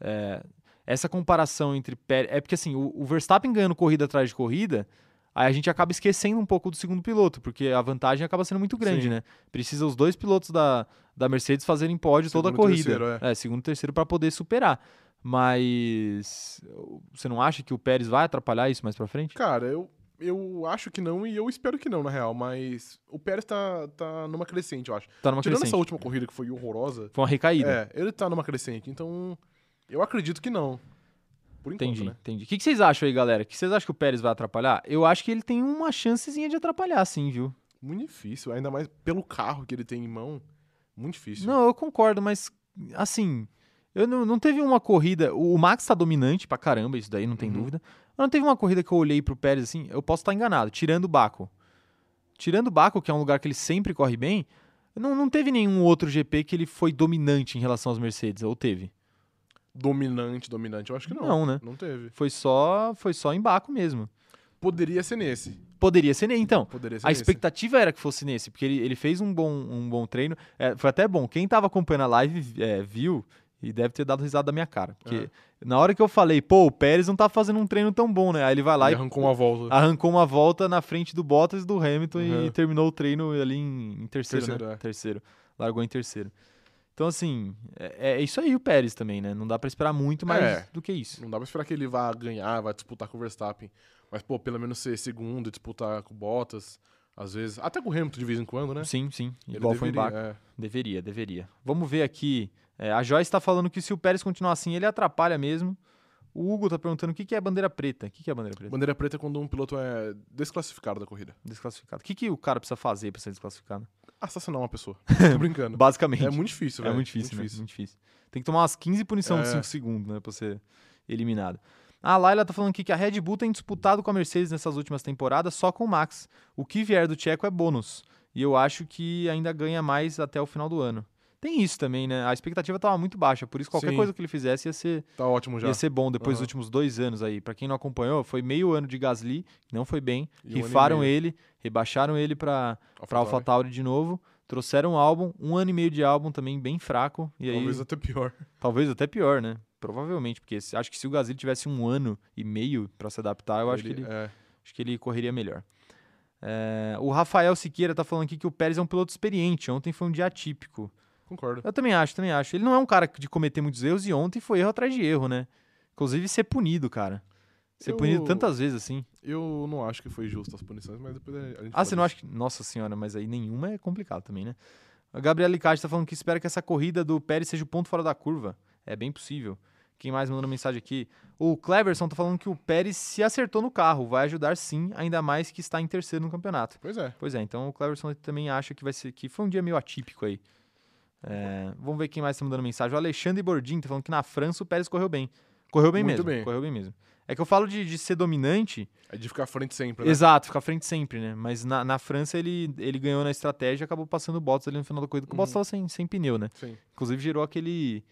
S1: é, essa comparação entre Pérez. É porque assim, o, o Verstappen ganhando corrida atrás de corrida, aí a gente acaba esquecendo um pouco do segundo piloto, porque a vantagem acaba sendo muito grande,
S2: Sim.
S1: né? Precisa os dois pilotos da, da Mercedes fazerem pódio toda a
S2: Segundo e
S1: corrida.
S2: terceiro,
S1: é. segundo e terceiro pra poder superar. Mas o- você não acha que o Pérez vai atrapalhar isso mais pra frente?
S2: Cara, eu, eu acho que não e eu espero que não, na real. Mas o Pérez tá, tá numa crescente, eu acho.
S1: Tá numa
S2: Tirando
S1: crescente. né?
S2: essa última corrida que foi horrorosa.
S1: Foi uma recaída.
S2: É, ele tá numa crescente, então. Eu acredito que não. Por enquanto,
S1: Entendi,
S2: né?
S1: entendi. O que, que vocês acham aí, galera? O que vocês acham que o Pérez vai atrapalhar? Eu acho que ele tem uma chancezinha de atrapalhar, sim, viu?
S2: Muito difícil, ainda mais pelo carro que ele tem em mão. Muito difícil.
S1: Não, eu concordo, mas assim, eu não, não teve uma corrida. O o Max tá dominante pra caramba, isso daí não tem
S2: Uhum.
S1: tá dúvida. Mas não teve uma corrida que eu olhei pro Pérez assim, eu posso estar enganado, tirando o Baco. tirando o Baco, que é um lugar que ele sempre corre bem, não, não teve nenhum outro GP que ele foi dominante em relação às Mercedes, ou teve?
S2: Dominante, dominante, eu acho que não.
S1: Não, né?
S2: Não teve.
S1: Foi só, foi só em Baco mesmo.
S2: Poderia ser nesse.
S1: Poderia ser, né? então.
S2: Poderia ser
S1: A
S2: nesse.
S1: expectativa era que fosse nesse, porque ele, ele fez um bom, um bom treino. É, foi até bom. Quem tava acompanhando a live é, viu e deve ter dado risada da minha cara. Porque
S2: É.
S1: na hora que eu falei, pô, o Pérez não tá fazendo um treino tão bom, né? Aí ele vai lá
S2: Ele
S1: e
S2: arrancou uma volta.
S1: arrancou uma volta na frente do Bottas e do Hamilton
S2: Uhum.
S1: e terminou o treino ali em, em terceiro,
S2: Terceiro,
S1: né?
S2: é.
S1: Terceiro. Largou em terceiro. Então, assim, é, é isso aí o Pérez também, né? Não dá pra esperar muito mais
S2: É.
S1: do que isso.
S2: Não dá pra esperar que ele vá ganhar, vai disputar com o Verstappen. Mas, pô, pelo menos ser segundo, disputar com o Bottas, às vezes. Até com o Hamilton de vez em quando, né?
S1: Sim, sim.
S2: Ele
S1: Igual foi em
S2: deveria,
S1: Baku.
S2: é.
S1: Deveria, deveria. Vamos ver aqui. É, a Joyce tá falando que se o Pérez continuar assim, ele atrapalha mesmo. O Hugo tá perguntando o que, que é bandeira preta. O que, que é bandeira preta?
S2: Bandeira preta é quando um piloto é desclassificado da corrida.
S1: Desclassificado. O que, que o cara precisa fazer pra ser desclassificado?
S2: Assassinar uma pessoa. Tô brincando.
S1: Basicamente.
S2: É muito
S1: É
S2: difícil, velho.
S1: muito difícil, né? Muito difícil. Tem que tomar umas 15 punição de
S2: É.
S1: 5 segundos, né? Pra ser eliminado. A Laila tá falando aqui que a Red Bull tem disputado com a Mercedes nessas últimas temporadas só com o Max. O que vier do Tcheco é bônus. E eu acho que ainda ganha mais até o final do ano. Tem isso também, né? A expectativa tava muito baixa, por isso qualquer
S2: Sim.
S1: coisa que ele fizesse ia ser,
S2: Tá ótimo já.
S1: ia ser bom depois dos
S2: Aham.
S1: últimos dois anos aí. Pra quem não acompanhou, foi meio ano de Gasly, não foi bem.
S2: E um ano e
S1: rifaram
S2: meio.
S1: ele, rebaixaram ele pra, pra
S2: AlphaTauri.
S1: AlphaTauri de novo. Trouxeram um álbum, um ano e meio de álbum também bem fraco. E aí,
S2: Talvez
S1: talvez, até
S2: até pior.
S1: pior, né? Provavelmente, porque se- acho que se o Gasly tivesse um ano e meio pra se adaptar, eu acho que, ele,
S2: É,
S1: acho que ele correria melhor. É, o Rafael Siqueira tá falando aqui que o Pérez é um piloto experiente. Ontem foi um dia atípico.
S2: concordo.
S1: Eu também acho, também acho. Ele não é um cara de cometer muitos erros e ontem foi erro atrás de erro, né? Inclusive ser punido, cara. Ser
S2: Eu-
S1: punido tantas vezes assim.
S2: Eu não acho que foi justo as punições, mas depois a gente.
S1: Ah, você não
S2: acha
S1: acha que. Nossa senhora, mas aí nenhuma é complicado também, né? A Gabriela Licati tá falando que espera que essa corrida do Pérez seja o ponto fora da curva. É bem possível. Quem mais mandando mensagem aqui? O Cleverson tá falando que o Pérez se acertou no carro. Vai ajudar sim, ainda mais que está em terceiro no campeonato.
S2: Pois é.
S1: Pois é, então o Cleverson também acha que vai ser que foi um dia meio atípico aí. É, vamos ver quem mais tá mandando mensagem. O Alexandre Bordim tá falando que na França o Pérez correu bem. Correu bem mesmo.
S2: Muito bem.
S1: Correu bem mesmo. É que eu falo de, de ser dominante,
S2: É de ficar à frente sempre, né?
S1: Exato, fica à frente sempre, né? Mas na, na França ele, ele ganhou na estratégia e acabou passando o Bottas ali no final da corrida, que o Bottas
S2: Uhum.
S1: tava sem, sem pneu, né?
S2: Sim.
S1: Inclusive gerou aquele.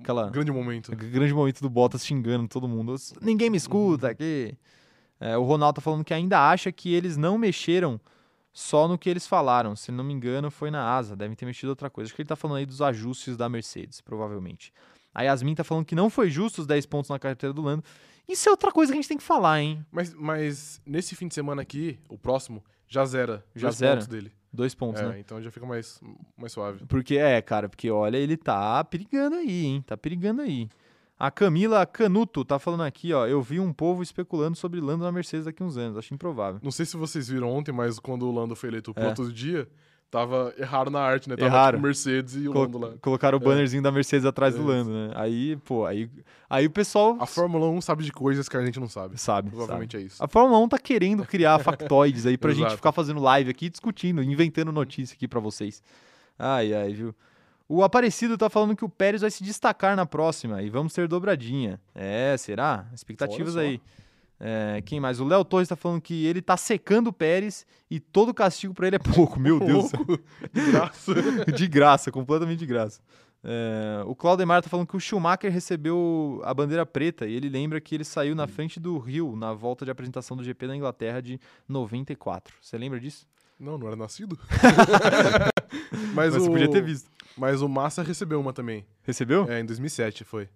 S1: Aquela,
S2: Grande momento.
S1: aquele grande momento do Bottas xingando todo mundo. "Os- Ninguém me
S2: Uhum.
S1: escuta aqui. É, o Ronaldo tá falando que ainda acha que eles não mexeram só no que eles falaram. Se não me engano, foi na asa. Devem ter mexido em outra coisa. Acho que ele tá falando aí dos ajustes da Mercedes, provavelmente. A Yasmin tá falando que não foi justo os 10 pontos na carteira do Lando. Isso é outra coisa que a gente tem que falar, hein?
S2: Mas, mas nesse fim de semana aqui, o próximo, já zera.
S1: Já
S2: dois
S1: zera?
S2: pontos dele.
S1: Dois pontos,
S2: é,
S1: né?
S2: então já fica mais, mais suave.
S1: Porque é, cara, porque olha, ele tá perigando aí, hein? Tá perigando aí. A Camila Canuto tá falando aqui, ó. Eu vi um povo especulando sobre Lando na Mercedes daqui uns anos. Acho improvável.
S2: Não sei se vocês viram ontem, mas quando o Lando foi eleito o
S1: É.
S2: piloto do dia, tava erraram na arte, né? Tava
S1: Erraram.
S2: tipo Mercedes e o
S1: Colo-
S2: Lando lá.
S1: Colocaram o bannerzinho da Mercedes atrás do
S2: É.
S1: Lando, né? Aí, pô, aí, aí o pessoal
S2: A Fórmula 1 sabe de coisas que a gente não
S1: sabe.
S2: sabe.
S1: sabe.
S2: Provavelmente é isso.
S1: A Fórmula 1 tá querendo criar factoides aí pra gente
S2: Exato.
S1: ficar fazendo live aqui, discutindo, inventando notícia aqui pra vocês. Ai, ai, viu? O Aparecido tá falando que o Pérez vai se destacar na próxima e vamos ter dobradinha. É, será? Expectativas
S2: Olha só.
S1: aí. É, quem mais? O Léo Torres tá falando que ele tá secando o Pérez e todo castigo pra ele é pouco. Meu Deus. do céu.
S2: Louco. De graça.
S1: de graça, completamente de graça. É, o Claudemar tá falando que o Schumacher recebeu a bandeira preta e ele lembra que ele saiu na frente do Rio na volta de apresentação do GP da Inglaterra de 94. Você lembra disso?
S2: Não, não era nascido. mas
S1: Mas
S2: o,
S1: você podia ter visto.
S2: Mas o Massa recebeu uma também.
S1: Recebeu? O
S2: É, em 2007 foi.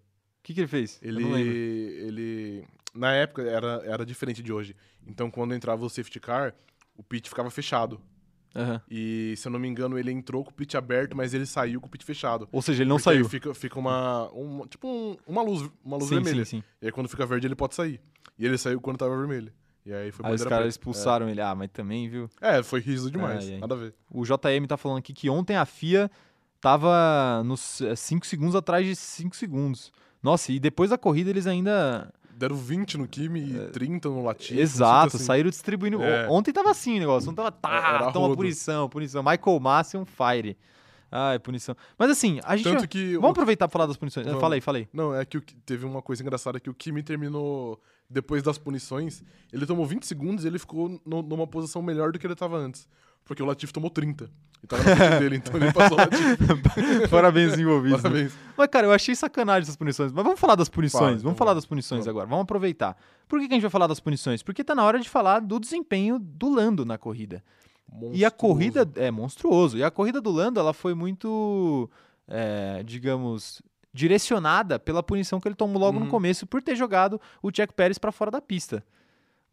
S1: que, que ele fez? Eu
S2: Ele,
S1: não lembro.
S2: ele, na época era, era diferente de hoje. Então, quando entrava o safety car, o pit ficava fechado.
S1: Aham.
S2: E, se eu não me engano, ele entrou com o pit aberto, mas ele saiu com o pit fechado.
S1: Ou seja, ele não
S2: Porque
S1: saiu.
S2: aí Fica, fica uma, uma- tipo um- uma luz, uma luz
S1: sim,
S2: vermelha.
S1: sim, sim.
S2: E aí, quando fica verde, ele pode sair. E ele saiu quando tava vermelho. E aí foi
S1: Aí os
S2: bandeira
S1: caras
S2: preta.
S1: expulsaram ele. Ah, mas também, viu?
S2: É, É, foi riso demais.
S1: Ai, ai.
S2: Nada a ver.
S1: O JM tá falando aqui que ontem a FIA tava nos 5 segundos atrás de 5 segundos. Nossa, e depois da corrida eles ainda
S2: Deram 20 no Kimi e 30 no Latifi.
S1: É, Exato,
S2: saiu.
S1: saíram distribuindo. O-
S2: Tipo, É.
S1: Ontem tava assim o negócio, não tava, tá,
S2: Era
S1: toma
S2: rodo.
S1: punição, punição. Michael Massa e um fire. Ai, punição. Mas assim, a gente.
S2: Tanto que.
S1: Vamos
S2: o...
S1: aproveitar pra falar das punições.
S2: Vamos.
S1: Fala aí, fala aí.
S2: Não, é que o... Ki- teve uma coisa engraçada que o Kimi terminou depois das punições. Ele tomou 20 segundos e ele ficou no- numa posição melhor do que ele tava antes. Porque o Latif tomou 30. E tava na frente dele, então ele passou o Latif.
S1: Parabéns envolvidos. né?
S2: Parabéns.
S1: Mas, cara, eu achei sacanagem essas punições. Mas vamos falar das punições.
S2: Fala,
S1: vamos
S2: então
S1: falar
S2: vamos.
S1: das punições
S2: Vamos.
S1: agora. Vamos aproveitar. Por que, que a gente vai falar das punições? Porque tá na hora de falar do desempenho do Lando na corrida. E a
S2: Monstruoso.
S1: corrida é monstruoso. E a corrida do Lando, ela foi muito, é, digamos, direcionada pela punição que ele tomou logo no
S2: Uhum.
S1: começo por ter jogado o Jack Pérez para fora da pista.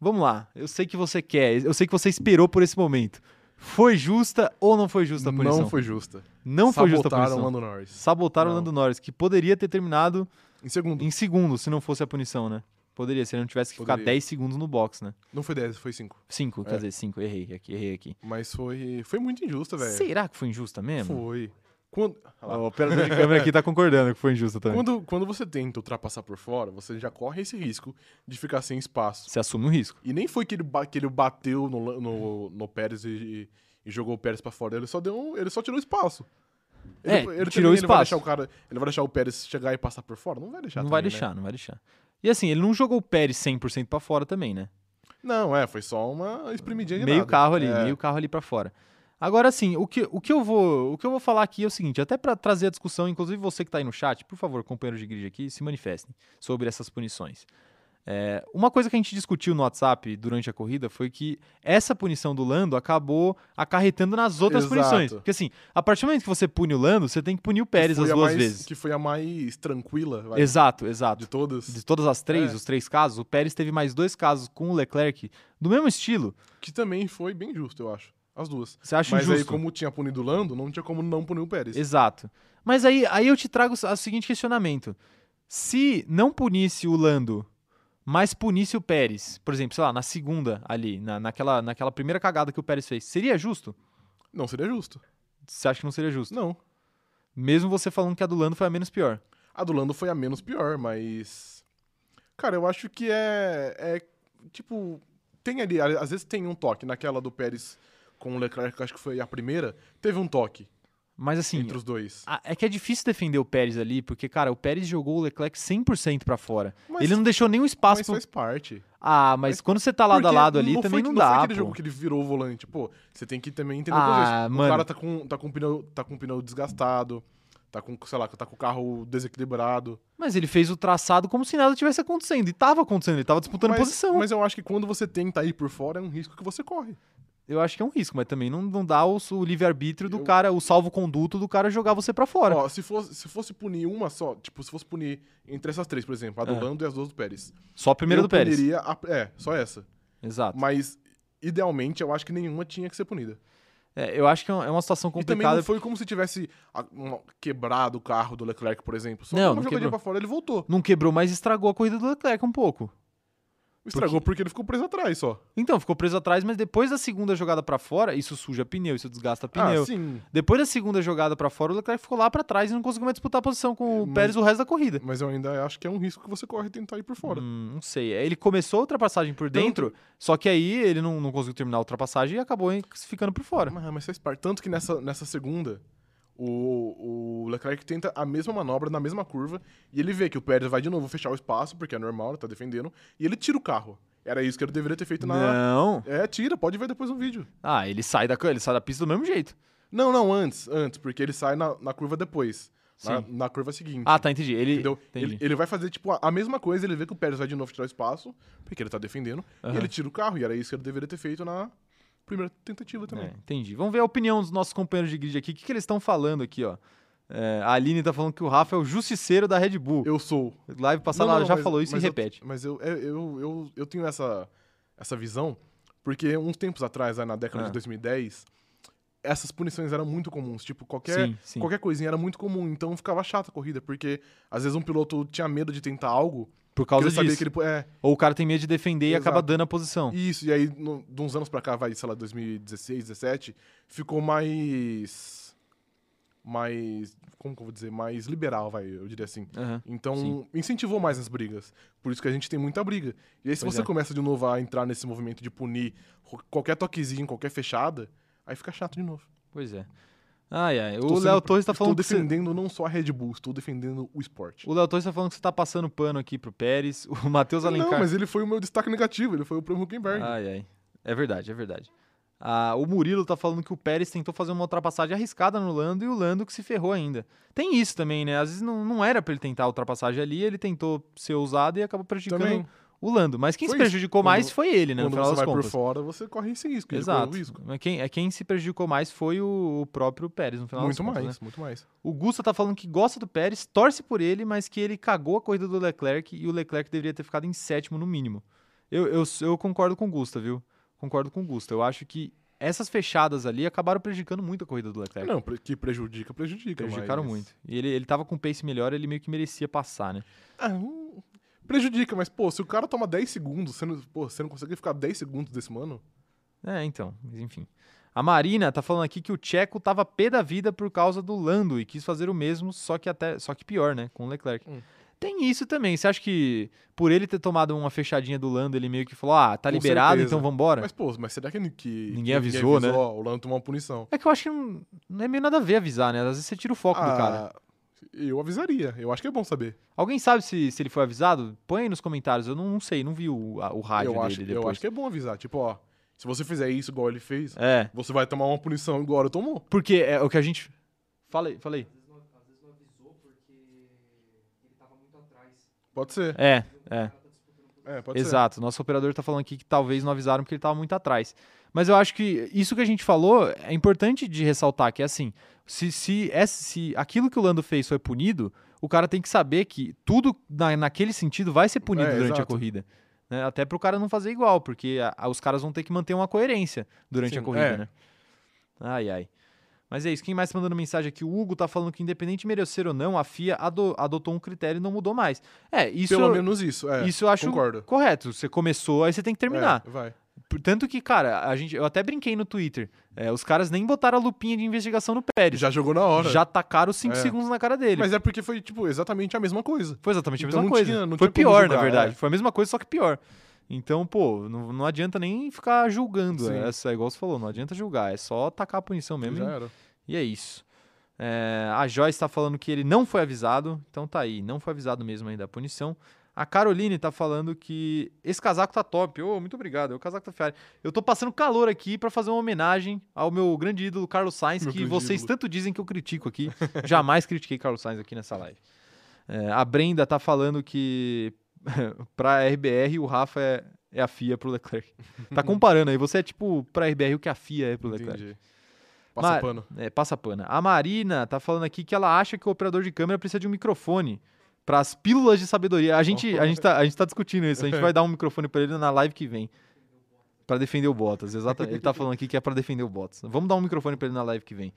S1: Vamos lá. Eu sei que você quer. Eu sei que você esperou por esse momento. Foi justa ou não foi justa a punição?
S2: Não foi justa.
S1: Não foi justa a
S2: Sabotaram
S1: punição.
S2: o Lando Norris.
S1: Sabotaram o
S2: Não.
S1: Lando Norris, que poderia ter terminado
S2: Em segundo.
S1: em segundo se não fosse a punição, né? Poderia, se ele não tivesse que ficar
S2: Poderia.
S1: 10 segundos no box, né?
S2: Não foi 10, foi 5.
S1: 5, quer
S2: É.
S1: dizer, 5, errei aqui, errei aqui.
S2: Mas foi, foi muito injusta, velho.
S1: Será que foi injusta mesmo?
S2: Foi. Quando,
S1: Ó, O operador de câmera aqui tá concordando que foi injusta também.
S2: quando, quando você tenta ultrapassar por fora, você já corre esse risco de ficar sem espaço.
S1: Você assume o risco.
S2: E nem foi que ele, ba- que ele bateu no, Lan- no, no Pérez e, e jogou o Pérez pra fora. Ele só deu um- ele só tirou espaço.
S1: É, tirou
S2: também- Ele vai
S1: espaço.
S2: deixar o cara, ele vai deixar o Pérez chegar e passar por fora? Não vai deixar.
S1: não vai
S2: também, né?
S1: deixar, não vai deixar. E assim, ele não jogou o Pérez 100% pra fora também, né?
S2: Não, é, foi só uma espremidinha de
S1: meio
S2: nada.
S1: carro ali,
S2: É,
S1: meio carro ali pra fora. Agora assim, o que, o que eu vou, o que eu vou falar aqui é o seguinte, até pra trazer a discussão, inclusive você que tá aí no chat, por favor, companheiros de grid aqui, se manifestem sobre essas punições. É, uma coisa que a gente discutiu no WhatsApp durante a corrida foi que essa punição do Lando acabou acarretando nas outras
S2: Exato.
S1: punições. Porque assim, a partir do momento que você pune o Lando, você tem que punir o Pérez
S2: foi
S1: as
S2: a
S1: duas
S2: mais-
S1: vezes.
S2: Que foi a mais tranquila vai,
S1: Exato, exato.
S2: de todas.
S1: De todas as três,
S2: É.
S1: os três casos, o Pérez teve mais dois casos com o Leclerc do mesmo estilo.
S2: Que também foi bem justo, eu acho. As duas.
S1: Você acha
S2: Mas
S1: injusto?
S2: aí, como tinha punido o Lando, não tinha como não punir o Pérez.
S1: Exato. Mas aí, aí eu te trago o seguinte questionamento. Se não punisse o Lando, mas punisse o Pérez, por exemplo, sei lá, na segunda ali, na, naquela, naquela primeira cagada que o Pérez fez, seria justo?
S2: Não seria justo.
S1: Você acha que não seria justo?
S2: Não.
S1: Mesmo você falando que a do Lando foi a menos pior.
S2: A do Lando foi a menos pior, mas. Cara, eu acho que é. É. Tipo. Tem ali. a- Às vezes tem um toque. Naquela do Pérez com o Leclerc, que eu acho que foi a primeira, teve um toque
S1: Mas assim,
S2: entre os dois.
S1: a- é que é difícil defender o Pérez ali, porque, cara, o Pérez jogou o Leclerc 100% pra fora.
S2: Mas,
S1: ele não deixou nenhum espaço
S2: mas
S1: pro...
S2: faz parte.
S1: Ah, mas,
S2: mas-
S1: quando você tá lado a
S2: Porque
S1: lado ali,
S2: não
S1: também
S2: foi,
S1: não
S2: Não
S1: dá,
S2: foi aquele
S1: pô.
S2: jogo que ele virou o volante. Pô, você tem que também entender
S1: Ah,
S2: o contexto.
S1: mano.
S2: O cara tá com, tá, com o pneu, tá com o pneu desgastado, tá com, sei lá, tá com o carro desequilibrado.
S1: Mas ele fez o traçado como se nada tivesse acontecendo. E tava acontecendo, ele tava disputando
S2: mas,
S1: posição.
S2: Mas eu acho que quando você tenta ir por fora, é um risco que você corre.
S1: Eu acho que é um risco, mas também não, não dá o, su- o livre-arbítrio do
S2: Eu-
S1: cara, o salvo-conduto do cara jogar você pra fora.
S2: Ó, se fosse, se fosse punir uma só, tipo, se fosse punir entre essas três, por exemplo, a do
S1: Ah.
S2: Lando e as duas do Pérez.
S1: Só a primeira
S2: eu
S1: do Pérez.
S2: puniria a- é, só essa.
S1: Exato.
S2: Mas, idealmente, eu acho que nenhuma tinha que ser punida.
S1: É, eu acho que é um- é uma situação
S2: E também não
S1: complicada.
S2: foi como se tivesse ah, um- quebrado o carro do Leclerc, por exemplo. Só
S1: Não,
S2: deu
S1: não
S2: uma jogadinha
S1: quebrou.
S2: pra fora ele voltou.
S1: Não quebrou, mas estragou a corrida do Leclerc um pouco.
S2: Estragou porque... ele ficou preso atrás só.
S1: Então, ficou preso atrás, mas depois da segunda jogada pra fora, isso suja pneu, isso desgasta pneu.
S2: Ah, sim.
S1: depois da segunda jogada pra fora, o Leclerc ficou lá pra trás e não conseguiu mais disputar a posição com o
S2: Mas-
S1: Pérez o resto da corrida.
S2: Mas eu ainda acho que é um risco que você corre tentar ir por fora.
S1: Hum, não sei. Ele começou a ultrapassagem por
S2: Tanto-
S1: dentro, só que aí ele não, não conseguiu terminar a ultrapassagem e acabou hein, ficando por fora.
S2: Mas, mas faz parte. Tanto que nessa, nessa segunda, o, o Leclerc tenta a mesma manobra na mesma curva e ele vê que o Pérez vai de novo fechar o espaço, porque é normal, ele tá defendendo, e ele tira o carro. Era isso que ele deveria ter feito na.
S1: Não.
S2: É, tira, pode ver depois no vídeo.
S1: Ah, ele sai da, ele sai da pista do mesmo jeito.
S2: Não, não, antes, antes, porque ele sai na, na curva depois. Na,
S1: Sim.
S2: na curva seguinte.
S1: Ah, tá, entendi. Ele,
S2: Entendeu?
S1: entendi.
S2: Ele, ele vai fazer, tipo, a, a mesma coisa, ele vê que o Pérez vai de novo tirar o espaço, porque ele tá defendendo,
S1: Aham.
S2: e ele tira o carro, e era isso que ele deveria ter feito na primeira tentativa também.
S1: É, entendi. Vamos ver a opinião dos nossos companheiros de grid aqui. O que, que eles estão falando aqui, ó? É, a Aline tá falando que o Rafa é o justiceiro da Red Bull.
S2: Eu sou
S1: Live passada
S2: Não,
S1: ela
S2: não,
S1: já
S2: mas-
S1: falou isso e
S2: mas eu-
S1: repete.
S2: mas eu, eu, eu, eu, eu tenho essa, essa visão, porque uns tempos atrás, lá na década
S1: Ah.
S2: de 2010, essas punições eram muito comuns. Tipo, qualquer,
S1: sim, sim.
S2: qualquer coisinha era muito comum, então ficava chata a corrida, porque às vezes um piloto tinha medo de tentar algo,
S1: Por
S2: porque
S1: causa
S2: ele sabia
S1: disso.
S2: que ele. po- É,
S1: Ou o cara tem medo de defender e acaba
S2: Exato.
S1: dando a posição.
S2: isso, e aí, no- de uns anos pra cá, vai, sei lá, 2016, 17, ficou mais. Mais. Como que eu vou dizer? Mais liberal, vai, eu diria assim.
S1: Aham.
S2: Então,
S1: Sim.
S2: incentivou mais as brigas. Por isso que a gente tem muita briga. E aí, se
S1: Pois
S2: você
S1: é.
S2: começa de novo a entrar nesse movimento de punir qualquer toquezinho, qualquer fechada, aí fica chato de novo.
S1: Pois é. Ai, ai.
S2: Estou
S1: O
S2: sendo-
S1: Léo Torres tá
S2: estou
S1: falando que você...
S2: defendendo não só a Red Bull, estou defendendo o esporte.
S1: O Léo Torres tá falando que você tá passando pano aqui pro Pérez. O Matheus Alencar.
S2: Não, mas ele foi o meu destaque negativo, ele foi o prêmio Huckenberg.
S1: Ai, ai. É verdade, é verdade. Ah, o Murilo tá falando que o Pérez tentou fazer uma ultrapassagem arriscada no Lando e o Lando que se ferrou ainda. Tem isso também, né? Às vezes não, não era pra ele tentar a ultrapassagem ali, ele tentou ser ousado e acabou prejudicando
S2: Também,
S1: o Lando. Mas quem
S2: Foi
S1: se
S2: isso.
S1: prejudicou
S2: Quando-
S1: mais foi ele, né? então No
S2: quando
S1: final
S2: você
S1: das
S2: vai
S1: contas.
S2: por fora, você corre esse risco. ele correu
S1: Exato.
S2: o risco.
S1: Mas quem, é quem se prejudicou mais foi o, o próprio Pérez no final das
S2: Muito
S1: contas,
S2: mais,
S1: né?
S2: muito mais.
S1: O Gusta tá falando que gosta do Pérez, torce por ele, mas que ele cagou a corrida do Leclerc e o Leclerc deveria ter ficado em sétimo no mínimo. Eu, eu, eu concordo com o Gusta, viu? Concordo com o Gusta. Eu acho que essas fechadas ali acabaram prejudicando muito a corrida do Leclerc.
S2: Não, pre- que prejudica, prejudica.
S1: É. Prejudicaram
S2: mas-
S1: muito. E ele, ele tava com um pace melhor, ele meio que merecia passar, né?
S2: Ah, hum, prejudica, mas, pô, se o cara toma 10 segundos, você não, pô, você não consegue ficar 10 segundos desse mano?
S1: É, então, mas enfim. A Marina tá falando aqui que o Tcheco tava pé da vida por causa do Lando e quis fazer o mesmo, só que até, só que pior, né, com o Leclerc.
S2: Hum.
S1: Tem isso também. Você acha que por ele ter tomado uma fechadinha do Lando, ele meio que falou: "Ah, tá
S2: Com
S1: liberado,
S2: certeza.
S1: então vambora"?
S2: Mas, pô, mas será que, que- que
S1: Ninguém avisou, né?
S2: ó, o Lando tomou uma punição.
S1: É que eu acho que não, não é meio nada a ver avisar, né? Às vezes você tira o foco do cara.
S2: Ah, Eu avisaria, eu acho que é bom saber.
S1: Alguém sabe se, se ele foi avisado? Põe aí nos comentários. Eu não, não sei, não vi o, a- o rádio
S2: eu,
S1: dele
S2: acho,
S1: depois.
S2: eu acho que é bom avisar. Tipo, ó, se você fizer isso igual ele fez,
S1: É,
S2: você vai tomar uma punição igual ele tomou.
S1: porque é o que a gente. Fala aí, fala aí.
S2: Pode ser.
S1: É, é.
S2: É, pode ser.
S1: Exato. Nosso operador tá falando aqui que talvez não avisaram porque ele tava muito atrás. Mas eu acho que isso que a gente falou é importante de ressaltar, que é assim, se, se, é- se aquilo que o Lando fez foi punido, o cara tem que saber que tudo na- naquele sentido vai ser punido
S2: É,
S1: durante a
S2: exato.
S1: corrida. né? Até pro cara não fazer igual, porque a- a- os caras vão ter que manter uma coerência durante
S2: Sim,
S1: a corrida,
S2: é.
S1: né? Ai, ai. Mas é isso. Quem mais tá mandando mensagem aqui? O Hugo tá falando que, independente de merecer ou não, a FIA ado- adotou um critério e não mudou mais. É, isso,
S2: Pelo menos isso, é.
S1: isso eu acho
S2: concordo.
S1: correto. Você começou, aí você tem que terminar.
S2: É, vai.
S1: Por- Tanto que, cara, a gente, eu até brinquei no Twitter. é, os caras nem botaram a lupinha de investigação no Pérez.
S2: Já jogou na hora.
S1: Já tacaram 5
S2: É.
S1: segundos na cara dele.
S2: Mas é porque foi, tipo, exatamente a mesma coisa.
S1: Foi exatamente a
S2: Então
S1: mesma
S2: não
S1: coisa.
S2: tinha- não
S1: Foi
S2: tinha como
S1: pior, na
S2: julgar,
S1: verdade.
S2: é.
S1: Foi a mesma coisa, só que pior. Então, pô, não, não adianta nem ficar julgando.
S2: Sim.
S1: É, é igual você falou, não adianta julgar. É só tacar a punição mesmo.
S2: Já
S1: e-
S2: era.
S1: E é isso. É, a Joyce está falando que ele não foi avisado, então tá aí, não foi avisado mesmo ainda a punição. A Caroline tá falando que esse casaco tá top. Ô, muito obrigado. É o casaco da Ferrari. Eu tô passando calor aqui para fazer uma homenagem ao meu grande ídolo Carlos Sainz,
S2: Meu
S1: que
S2: grande
S1: vocês
S2: ídolo.
S1: tanto dizem que eu critico aqui. Jamais critiquei Carlos Sainz aqui nessa live. É, a Brenda tá falando que pra RBR o Rafa é, é a FIA pro Leclerc. Tá comparando aí, você é tipo pra RBR o que a FIA é pro Leclerc.
S2: Entendi. Passa
S1: Mas-
S2: pano.
S1: É, passa a pana. A Marina tá falando aqui que ela acha que o operador de câmera precisa de um microfone para as pílulas de sabedoria. A gente, a, gente tá, a gente tá discutindo isso. A gente vai dar um microfone para ele na live que vem. Para defender o Bottas, exatamente. Ele tá falando aqui que é para defender o Bottas. Vamos dar um microfone para ele na live que vem.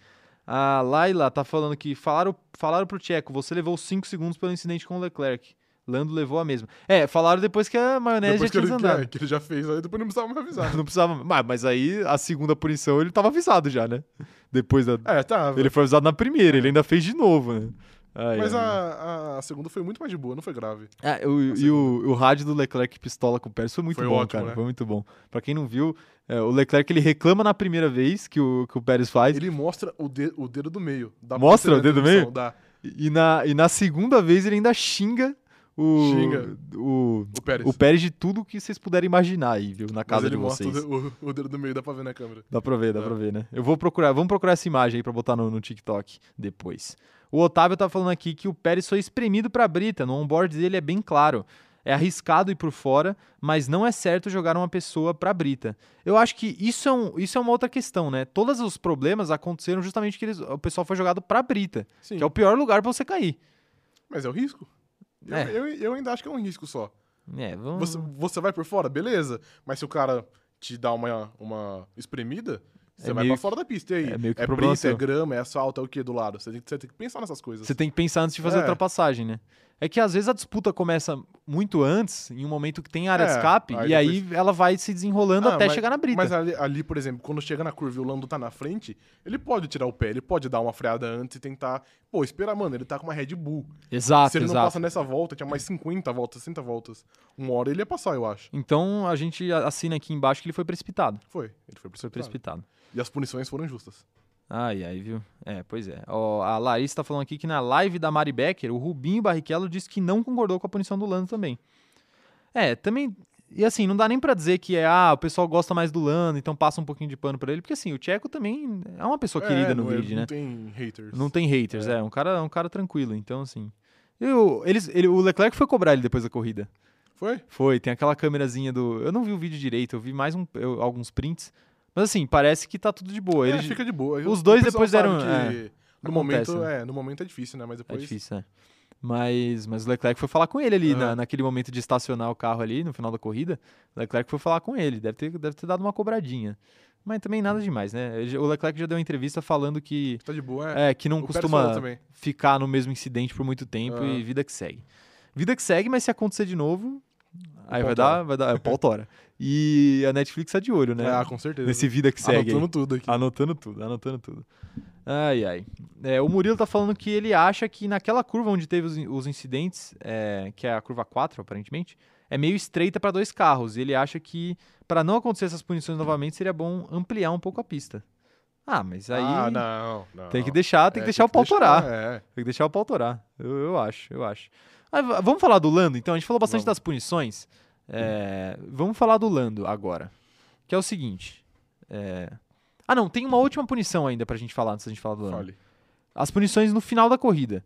S1: A Laila tá falando que falaram, falaram pro Tcheco, você levou 5 segundos pelo incidente com o Leclerc. Lando levou a mesma. É, falaram depois que a maionese
S2: Depois que
S1: né, já
S2: ele,
S1: tinha
S2: que,
S1: andado.
S2: é, que ele já fez, aí depois não precisava me avisar.
S1: Não precisava. Mas, mas aí a segunda punição ele tava avisado já, né? Depois da,
S2: É, tá.
S1: ele foi avisado na primeira, ele ainda fez de novo, né? Ai,
S2: Mas
S1: ai.
S2: a, a segunda foi muito mais de boa, não foi grave.
S1: Ah, o- e o, o rádio do Leclerc pistola com o Pérez foi muito
S2: Foi
S1: bom,
S2: ótimo,
S1: cara.
S2: né?
S1: Foi muito bom. Pra quem não viu, é, o Leclerc ele reclama na primeira vez que o, que o Pérez faz.
S2: Ele mostra o, de- o dedo do meio. Dá
S1: É
S2: pra
S1: Mostra
S2: perceber
S1: o dedo do
S2: a
S1: meio?
S2: tensão, Dá.
S1: E, na, e na segunda vez ele ainda xinga o.
S2: Xinga.
S1: O,
S2: O Pérez.
S1: o Pérez de tudo que vocês puderem imaginar aí, viu? Na
S2: Mas
S1: casa
S2: ele
S1: de
S2: mostra
S1: vocês.
S2: o, de- o- o dedo do meio, dá pra ver na câmera.
S1: Dá pra ver, dá
S2: É.
S1: pra ver, né? Eu vou procurar, vamos procurar essa imagem aí pra botar no, no TikTok depois. O Otávio tá falando aqui que o Pérez foi espremido pra Brita, no onboard dele é bem claro. É arriscado ir por fora, mas não é certo jogar uma pessoa pra Brita. Eu acho que isso é, um, isso é uma outra questão, né? Todos os problemas aconteceram justamente que eles, o pessoal foi jogado pra Brita,
S2: Sim.
S1: que é o pior lugar pra você cair.
S2: Mas é o risco. Eu,
S1: É.
S2: eu, eu ainda acho que é um risco só.
S1: É, vamos...
S2: Você, você vai por fora, beleza. Mas se o cara te dá uma, uma espremida, você vai
S1: É meio
S2: pra fora da pista. E aí?
S1: é meio que
S2: é
S1: problema
S2: brita, é
S1: seu.
S2: grama, é asfalto, é o que do lado? Você tem, que- você tem que pensar nessas coisas.
S1: Você tá tem que pensar antes de fazer a
S2: É.
S1: ultrapassagem, né? É que às vezes a disputa começa muito antes, em um momento que tem área de
S2: É,
S1: escape,
S2: aí
S1: e aí ela vai se desenrolando
S2: Ah,
S1: até
S2: mas-
S1: chegar na brita.
S2: Mas ali, ali, por exemplo, quando chega na curva e o Lando tá na frente, ele pode tirar o pé, ele pode dar uma freada antes e tentar. Pô, espera, mano, ele tá com uma Red Bull.
S1: Exato,
S2: Se ele não
S1: exato.
S2: passa nessa volta, tinha mais 50 voltas, 60 voltas. Uma hora ele ia passar, eu acho.
S1: Então a gente a- assina aqui embaixo que ele foi precipitado.
S2: Foi. Ele
S1: Foi
S2: foi precipitado.
S1: precipitado.
S2: E as punições foram injustas.
S1: Ai, ai, viu? É, pois é. Ó, a Larissa tá falando aqui que na live da Mari Becker, o Rubinho Barrichello disse que não concordou com a punição do Lando também. É, também. E assim, não dá nem pra dizer que é, ah, o pessoal gosta mais do Lando, então passa um pouquinho de pano pra ele, porque assim, o Tcheco também é uma pessoa querida
S2: É,
S1: no
S2: não é-
S1: grid, né?
S2: Não tem haters.
S1: Não tem haters, é, um cara, um cara tranquilo, então assim. E o, eles, ele, o Leclerc foi cobrar ele depois da corrida.
S2: Foi?
S1: Foi, tem aquela câmerazinha do. Eu não vi o vídeo direito, eu vi mais um, eu- alguns prints. Mas assim, parece que tá tudo de boa.
S2: É,
S1: Ele,
S2: fica de boa.
S1: os
S2: O
S1: dois
S2: pessoal
S1: depois deram- é,
S2: sabe que no
S1: acontece,
S2: momento, é, no momento é difícil, né? Mas
S1: É
S2: depois
S1: difícil, né? Mas, mas o Leclerc foi falar com ele ali, na-
S2: Aham.
S1: naquele momento de estacionar o carro ali, no final da corrida. O Leclerc foi falar com ele, deve ter, deve ter dado uma cobradinha. Mas também nada
S2: Uhum.
S1: demais, né? Ele já- O Leclerc já deu uma entrevista falando que,
S2: tá de boa. É.
S1: é, que não
S2: O Pérez falou
S1: costuma
S2: também.
S1: ficar no mesmo incidente por muito tempo
S2: Aham.
S1: e vida que segue. Vida que segue, mas se acontecer de novo, aí
S2: pau
S1: vai dar, vai dar. É o pau tora. E a Netflix tá de olho, né?
S2: Ah, com certeza.
S1: Nesse vida que segue. aí.
S2: Anotando tudo aqui.
S1: Anotando tudo, anotando tudo. Ai, ai. É, o Murilo tá falando que ele acha que naquela curva onde teve os, in- os incidentes, é, que é a curva 4, aparentemente, é meio estreita para dois carros. E ele acha que, para não acontecer essas punições novamente, seria bom ampliar um pouco a pista. Ah, mas aí
S2: Ah, não, não.
S1: tem que deixar, tem
S2: É,
S1: que deixar o pau torar.
S2: É.
S1: Tem que deixar o pau torar. Eu, eu acho, eu acho. Ah, v- vamos falar do Lando, então. A gente falou bastante
S2: Vamos. Hum.
S1: das punições. É, vamos falar do Lando agora. Que é o seguinte. é, Ah, não, tem uma última punição ainda pra gente falar antes da gente falar do Lando.
S2: Fale.
S1: As punições no final da corrida.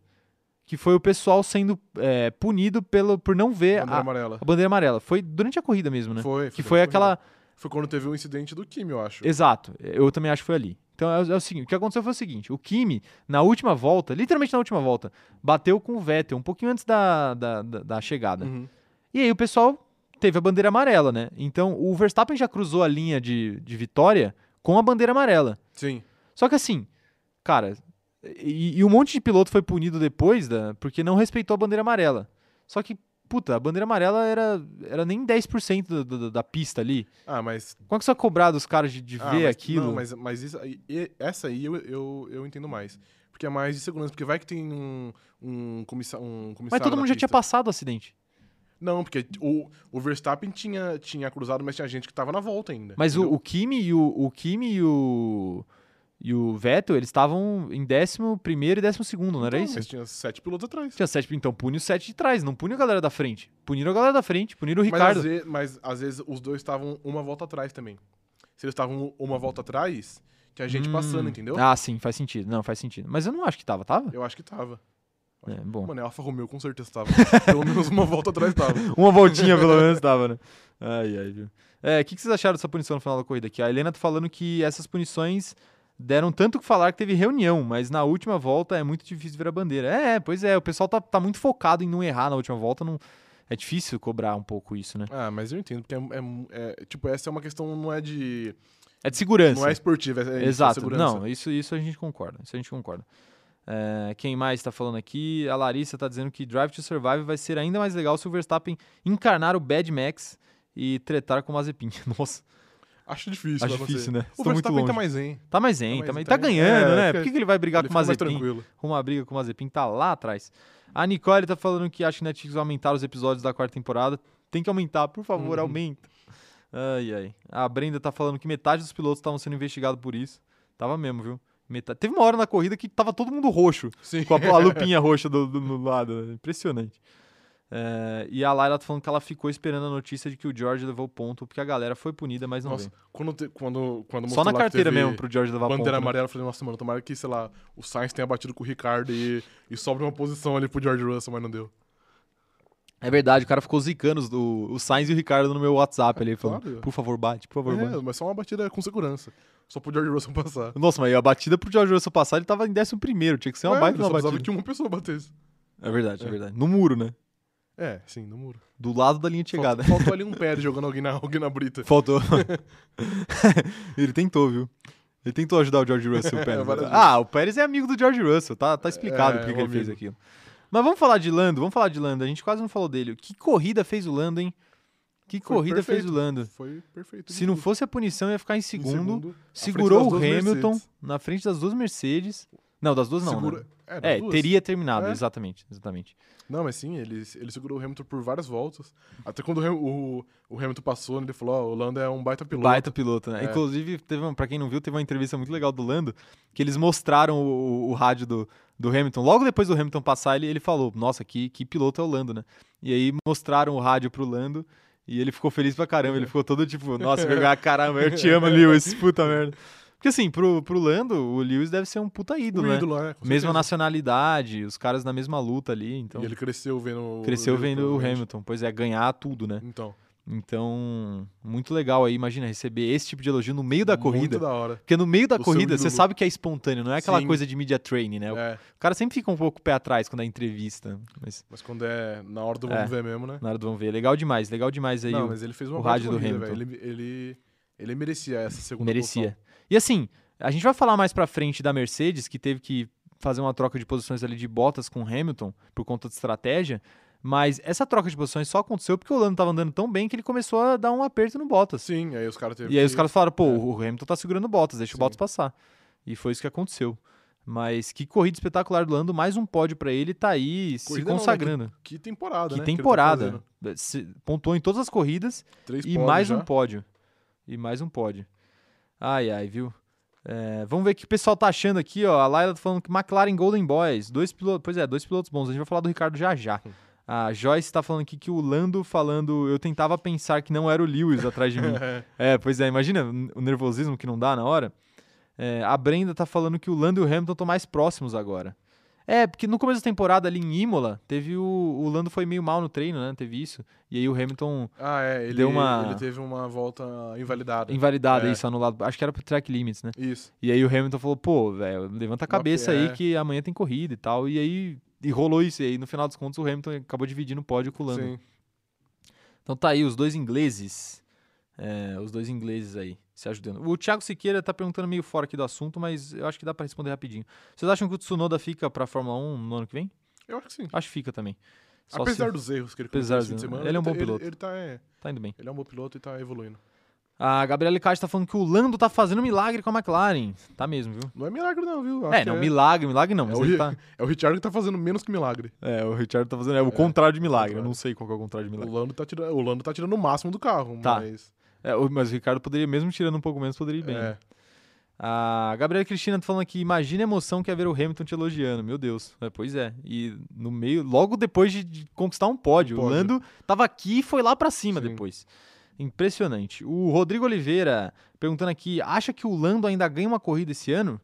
S1: Que foi o pessoal sendo é, punido pelo, por não ver
S2: Bandeira
S1: a,
S2: amarela.
S1: a bandeira amarela. Foi durante a corrida mesmo, né?
S2: Foi.
S1: que foi
S2: foi
S1: aquela.
S2: Foi quando teve o incidente do Kimi, eu acho.
S1: Exato, eu também acho que foi ali. Então é, o- é o seguinte, o que aconteceu foi o seguinte, o Kimi, na última volta, literalmente na última volta, bateu com o Vettel, um pouquinho antes da, da, da- da chegada.
S2: Uhum.
S1: E aí o pessoal teve a bandeira amarela, né? Então o Verstappen já cruzou a linha de, de vitória com a bandeira amarela.
S2: Sim.
S1: Só que assim, cara, e, e um monte de piloto foi punido depois da, porque não respeitou a bandeira amarela. Só que, puta, a bandeira amarela era, era nem 10% do- do- da pista ali.
S2: Ah, mas.
S1: Como é que você vai cobrar dos caras de, de
S2: ah,
S1: ver
S2: mas-
S1: aquilo?
S2: Não, mas, mas isso, aí- e- essa aí eu, eu, eu entendo mais. Porque é mais de segurança. Porque vai que tem um, um, comissa, um
S1: Mas
S2: comissário.
S1: todo
S2: na
S1: mundo já tinha
S2: pista.
S1: passado o acidente.
S2: Não, porque o, o Verstappen tinha, tinha cruzado, mas tinha gente que tava na volta ainda.
S1: Mas o,
S2: É, entendeu?
S1: o Kimi e o, o Kimi e o e o Vettel, eles estavam em 11 primeiro e 12 segundo, não era
S2: Então,
S1: isso?
S2: Mas tinha sete pilotos atrás.
S1: Tinha sete, então pune os sete de trás, não pune a galera da frente. Puniram a galera da frente, puniram o
S2: Mas
S1: Ricardo.
S2: às, ve- mas, às vezes os dois estavam uma volta atrás também. Se eles estavam uma volta atrás, tinha gente
S1: Hum.
S2: passando, entendeu?
S1: Ah, sim, faz sentido. Não, faz sentido. Mas eu não acho que tava, tava?
S2: Eu acho que tava.
S1: É, bom.
S2: Mano, é Alfa Romeo com certeza tava. Pelo menos uma volta atrás tava.
S1: Uma voltinha, pelo menos, tava, né? Ai, ai, viu? É, o que, que vocês acharam dessa punição no final da corrida aqui? A Helena tá falando que essas punições deram tanto o que falar que teve reunião, mas na última volta é muito difícil ver a bandeira. É, pois é, o pessoal tá, tá muito focado em não errar na última volta, não... é difícil cobrar um pouco isso, né?
S2: Ah, mas eu entendo, porque é, é- é- Tipo, essa é uma questão, não é de.
S1: É de segurança.
S2: Não é esportiva, é- é de
S1: Exato,
S2: segurança.
S1: não, isso, isso a gente concorda, isso a gente concorda. É, quem mais tá falando aqui? A Larissa tá dizendo que Drive to Survive vai ser ainda mais legal se o Verstappen encarnar o Bad Max e tretar com o Mazepin. Nossa,
S2: Acho difícil,
S1: acho
S2: vai acontecer.
S1: difícil, né?
S2: O
S1: Estão muito
S2: Verstappen tá
S1: longe.
S2: mais em.
S1: Tá mais em, tá,
S2: Tá
S1: mais,
S2: mais
S1: tá
S2: em, tá em.
S1: ganhando,
S2: É,
S1: né?
S2: fica-
S1: Por que, que ele vai brigar
S2: Ele
S1: com o
S2: fica mais
S1: Mazepin?
S2: tranquilo.
S1: Uma briga com o Mazepin tá lá atrás. A Nicole tá falando que acha que Netflix vai aumentar os episódios da quarta temporada. Tem que aumentar, por favor,
S2: Uhum.
S1: aumenta. Ai, ai. A Brenda tá falando que metade dos pilotos estavam sendo investigados por isso. Tava mesmo, viu? Metade. Teve uma hora na corrida que tava todo mundo roxo,
S2: Sim.
S1: com a, a lupinha roxa do, do- no lado. né? Impressionante. É, e a Laila tá falando que ela ficou esperando a notícia de que o George levou ponto, porque a galera foi punida, mas não
S2: Nossa,
S1: veio.
S2: quando, te- quando, quando
S1: Só
S2: mostrou
S1: na
S2: lá que
S1: carteira
S2: teve
S1: mesmo pro George levar ponto.
S2: Bandeira
S1: né?
S2: amarela, eu falei, nossa, mano, tomara que, sei lá, o Sainz tenha batido com o Ricardo e, e sobra uma posição ali pro George Russell, mas não deu.
S1: É verdade, o cara ficou zicando os- o, o Sainz e o Ricardo no meu WhatsApp ali, falando,
S2: claro.
S1: por favor, bate, por favor, bate.
S2: É, mas só uma batida com segurança. Só pro George Russell passar.
S1: Nossa, mas a batida pro George Russell passar, ele tava em 11, tinha que ser uma
S2: é,
S1: baita de
S2: só
S1: uma
S2: precisava
S1: batida.
S2: que uma pessoa batesse.
S1: É verdade, é.
S2: É.
S1: verdade. No muro, né?
S2: É, sim, no muro.
S1: Do lado da linha de chegada.
S2: Faltou, faltou ali um pé jogando alguém na, alguém na brita.
S1: Faltou. ele tentou, viu? Ele tentou ajudar o George Russell, o Pérez.
S2: várias vezes.
S1: ah, o Pérez é amigo do George Russell, tá, tá explicado
S2: É,
S1: porque
S2: um
S1: que ele fez
S2: amigo.
S1: aquilo. Mas vamos falar de Lando, vamos falar de Lando. A gente quase não falou dele. Que corrida fez o Lando, hein? Que
S2: Foi
S1: corrida fez o
S2: perfeito.
S1: Lando?
S2: Foi perfeito.
S1: Se não fosse a punição, ia ficar em
S2: Em
S1: segundo.
S2: à frente
S1: Segurou
S2: das
S1: o
S2: duas
S1: Hamilton
S2: Mercedes.
S1: na frente das duas Mercedes. Não, das duas não.
S2: Segura-
S1: né?
S2: É, das
S1: É,
S2: duas.
S1: teria terminado,
S2: É.
S1: exatamente, exatamente.
S2: Não, mas sim, ele, ele segurou o Hamilton por várias voltas. Até quando o, Ham- o, o Hamilton passou, ele falou: Ó, o Lando é um baita piloto.
S1: Baita piloto, né?
S2: É.
S1: Inclusive, teve uma, pra quem não viu, teve uma entrevista muito legal do Lando, que eles mostraram o, o- o rádio do, do Hamilton. Logo depois do Hamilton passar, ele, ele falou, nossa, que, que piloto é o Lando, né? E aí mostraram o rádio pro Lando e ele ficou feliz pra caramba. Ele ficou todo tipo, nossa, eu- ah, caramba, eu te amo, Lewis, puta merda. Porque assim, pro, pro Lando, o Lewis deve ser um puta
S2: O
S1: ídolo, né?
S2: ídolo, é, com
S1: Mesma
S2: certeza.
S1: nacionalidade, os caras na mesma luta ali, então...
S2: E ele cresceu vendo. o-
S1: Cresceu vendo o
S2: provavelmente.
S1: Hamilton, pois é, ganhar tudo, né?
S2: Então.
S1: Então, muito legal aí, imagina receber esse tipo de elogio no meio da corrida.
S2: Muito da hora.
S1: Porque no meio da
S2: Do seu
S1: corrida, você
S2: ídolo.
S1: sabe que é espontâneo, não é aquela
S2: Sim.
S1: coisa de media training, né? O
S2: É,
S1: cara sempre fica um pouco pé atrás quando é entrevista. Mas
S2: mas quando é na hora do
S1: É.
S2: vamos ver mesmo, né?
S1: na hora do vamos ver. Legal demais, legal demais aí.
S2: Não,
S1: o-
S2: mas ele fez uma
S1: o
S2: baita
S1: rádio do
S2: corrida,
S1: Hamilton.
S2: velho. Ele, ele, ele merecia essa segunda
S1: merecia. E assim, a gente vai falar mais pra frente da Mercedes, que teve que fazer uma troca de posições ali de botas com o Hamilton por conta de estratégia. Mas essa troca de posições só aconteceu porque o Lando tava andando tão bem que ele começou a dar um aperto no Bottas.
S2: Sim, aí os caras teve
S1: E aí os
S2: que- É.
S1: caras falaram, pô, o Hamilton tá segurando o Bottas, deixa o
S2: Sim.
S1: Bottas passar. E foi isso que aconteceu. Mas que corrida espetacular do Lando, mais um pódio pra ele, tá aí
S2: Corrida
S1: se
S2: não, né?
S1: consagrando.
S2: Que temporada,
S1: que
S2: né? Que ele
S1: temporada.
S2: tá
S1: Se- pontuou em todas as corridas
S2: fazendo. Três
S1: e
S2: pódios
S1: mais
S2: já.
S1: um pódio. E mais um pódio. Ai, ai, viu? É, vamos ver o que o pessoal tá achando aqui, ó. A Laila tá falando que McLaren Golden Boys, dois pilotos, pois é, dois pilotos bons. A gente vai falar do Ricardo já já. A Joyce tá falando aqui que o Lando falando, eu tentava pensar que não era o Lewis atrás de mim. É, pois é, imagina o nervosismo que não dá na hora. É, a Brenda tá falando que o Lando e o Hamilton estão mais próximos agora. É, porque no começo da temporada ali em Imola, teve o, o Lando foi meio mal no treino, né? Teve isso. E aí o Hamilton
S2: Ah, é. Ele,
S1: Deu uma-
S2: ele teve uma volta invalidada.
S1: invalidado
S2: É.
S1: isso, anulado. Acho que era pro track limits, né?
S2: Isso.
S1: E aí o Hamilton falou, pô, velho, levanta a
S2: Uma
S1: cabeça
S2: pena,
S1: aí
S2: é.
S1: que amanhã tem corrida e tal. E aí e rolou isso. E aí no final dos contos o Hamilton acabou dividindo o pódio com o Lando.
S2: Sim.
S1: Então tá aí os dois ingleses. É, os dois ingleses aí se ajudando. O Thiago Siqueira tá perguntando meio fora aqui do assunto, mas eu acho que dá pra responder rapidinho. Vocês acham que o Tsunoda fica pra Fórmula 1 no ano que vem?
S2: Eu acho que sim.
S1: Acho que fica também. Só
S2: Apesar
S1: se-
S2: dos erros que ele
S1: Apesar
S2: cometeu esse fim
S1: dos-
S2: de semana.
S1: ele é um
S2: tá-
S1: bom piloto.
S2: Ele, tá, é,
S1: Tá indo bem.
S2: ele é um bom piloto e tá evoluindo.
S1: A Gabriela Caixa tá falando que o Lando tá fazendo milagre com a McLaren. Tá mesmo, viu?
S2: Não é milagre, não, viu? Acho
S1: É,
S2: que
S1: não, milagre, milagre não.
S2: É
S1: Mas
S2: o
S1: ele
S2: Ri-
S1: tá...
S2: É o Richard que tá fazendo menos que milagre.
S1: é, o Richard tá fazendo. É o contrário de milagre. Eu
S2: contrário.
S1: não sei qual que é o contrário de
S2: O
S1: milagre.
S2: Lando tá tirando, o Lando tá tirando o máximo do carro,
S1: Tá.
S2: mas.
S1: É, o- mas o Ricardo poderia, mesmo tirando um pouco menos, poderia ir bem. né?
S2: é,
S1: A Gabriela Cristina tá falando aqui, imagina a emoção que é ver o Hamilton te elogiando, meu Deus. É, pois é, e no meio, logo depois de, de conquistar um pódio,
S2: Um
S1: o
S2: pódio.
S1: Lando tava aqui e foi lá pra cima
S2: Sim.
S1: depois. Impressionante. O Rodrigo Oliveira perguntando aqui, acha que o Lando ainda ganha uma corrida esse ano?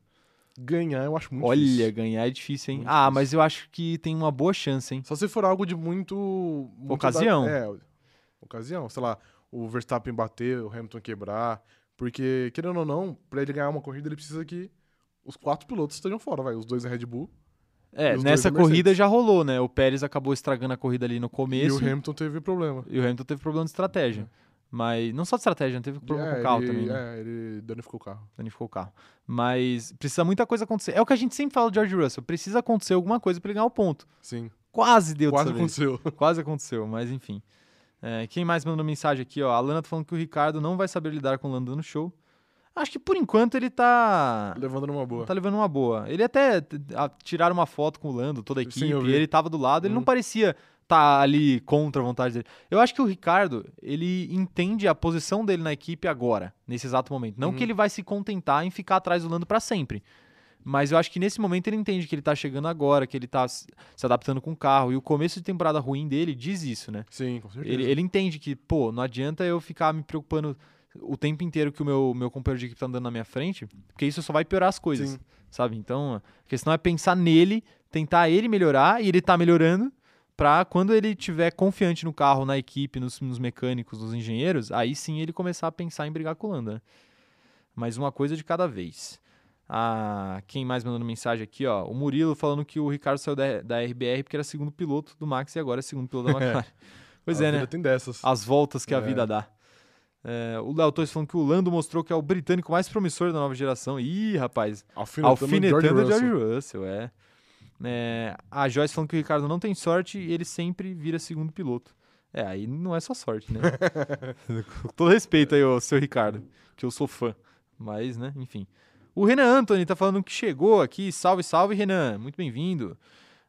S2: ganhar eu acho muito
S1: Olha,
S2: difícil.
S1: ganhar é difícil, hein?
S2: Muito
S1: ah,
S2: difícil.
S1: mas eu acho que tem uma boa chance, hein?
S2: Só se for algo de muito. muito da-
S1: Ocasião.
S2: é, ocasião. Sei lá, o Verstappen bater, o Hamilton quebrar. Porque, querendo ou não, pra ele ganhar uma corrida, ele precisa que os quatro pilotos estejam fora, vai. Os dois da Red Bull
S1: É,
S2: Os dois
S1: nessa
S2: da
S1: corrida
S2: Mercedes.
S1: já rolou, né? O Pérez acabou estragando a corrida ali no
S2: e o
S1: começo
S2: Hamilton teve problema.
S1: e o Hamilton teve problema de estratégia. Mas não só de estratégia, né? teve problema
S2: É,
S1: com o carro
S2: ele,
S1: também. Né?
S2: É, ele danificou o carro.
S1: danificou o carro. Mas precisa muita coisa acontecer. É o que a gente sempre fala do George Russell. Precisa acontecer alguma coisa pra ele ganhar o ponto.
S2: Sim.
S1: Quase deu
S2: Quase
S1: dessa vez.
S2: aconteceu.
S1: Quase aconteceu, mas enfim. É, quem mais mandou mensagem aqui, ó? A Lana tá falando que o Ricardo não vai saber lidar com o Lando no show. Acho que por enquanto ele tá.
S2: Levando numa boa.
S1: Tá levando uma boa. Ele até t- a- tiraram uma foto com o Lando, toda a
S2: Sim,
S1: equipe,
S2: eu vi.
S1: ele tava do lado, ele não
S2: Hum.
S1: parecia tá ali contra a vontade dele. Eu acho que o Ricardo, ele entende a posição dele na equipe agora, nesse exato momento. Não que
S2: Uhum.
S1: ele vai se contentar em ficar atrás do Lando pra sempre. Mas eu acho que nesse momento ele entende que ele tá chegando agora, que ele tá s- se adaptando com o carro. E o começo de temporada ruim dele diz isso, né?
S2: Sim, com certeza.
S1: Ele, ele entende que, pô, não adianta eu ficar me preocupando o tempo inteiro que o meu, meu companheiro de equipe tá andando na minha frente, porque isso só vai piorar as coisas,
S2: Sim.
S1: sabe? Então, a questão é pensar nele, tentar ele melhorar, e ele tá melhorando, pra quando ele tiver confiante no carro, na equipe, nos, nos mecânicos, nos engenheiros, aí sim ele começar a pensar em brigar com o Landa. né? Mas uma coisa de cada vez. Ah, quem mais mandando mensagem aqui, ó? O Murilo falando que o Ricardo saiu da, da RBR porque era segundo piloto do Max e agora é segundo piloto da McLaren. pois
S2: A
S1: é, né?
S2: vida Tem dessas.
S1: as voltas que a
S2: É.
S1: vida dá. É, o Léo Torres falando que o Lando mostrou que é o britânico mais promissor da nova geração. Ih, rapaz,
S2: Alfinetando,
S1: alfinetando o
S2: George
S1: George
S2: Russell.
S1: Russell, é. É, A Joyce falando que o Ricardo não tem sorte e ele sempre vira segundo piloto. É, aí não é só sorte, né? Com todo respeito aí ao seu Ricardo, que eu sou fã. Mas, né, enfim. O Renan Anthony tá falando que chegou aqui. Salve, salve, Renan. Muito bem-vindo.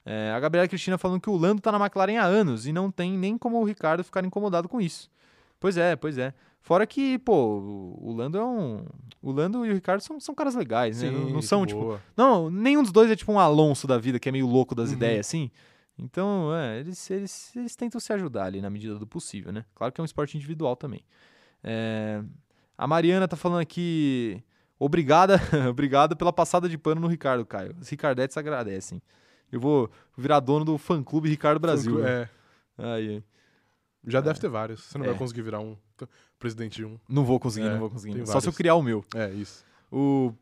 S1: É, a Gabriela Cristina falando que o Lando tá na McLaren há anos e não tem nem como o Ricardo ficar incomodado com isso. Pois é, pois é. Fora que, pô, o o Lando é um. O Lando e o Ricardo são, são caras legais, né? não, não são, tipo. Não, nenhum dos dois é tipo um Alonso da vida, que é meio louco das
S2: Uhum.
S1: ideias, assim. Então, é, eles, eles, eles tentam se ajudar ali na medida do possível, né? Claro que é um esporte individual também. É, a Mariana tá falando aqui. Obrigada, obrigado pela passada de pano no Ricardo, Caio. Os Ricardetes agradecem. Eu vou virar dono do fã clube Ricardo Brasil. né?
S2: É,
S1: Aí,
S2: já deve ter vários. Você não
S1: É.
S2: vai conseguir virar um t- presidente de um.
S1: não vou conseguir,
S2: É,
S1: não vou conseguir.
S2: tem
S1: Só se eu
S2: vários.
S1: criar o meu.
S2: É, isso.
S1: O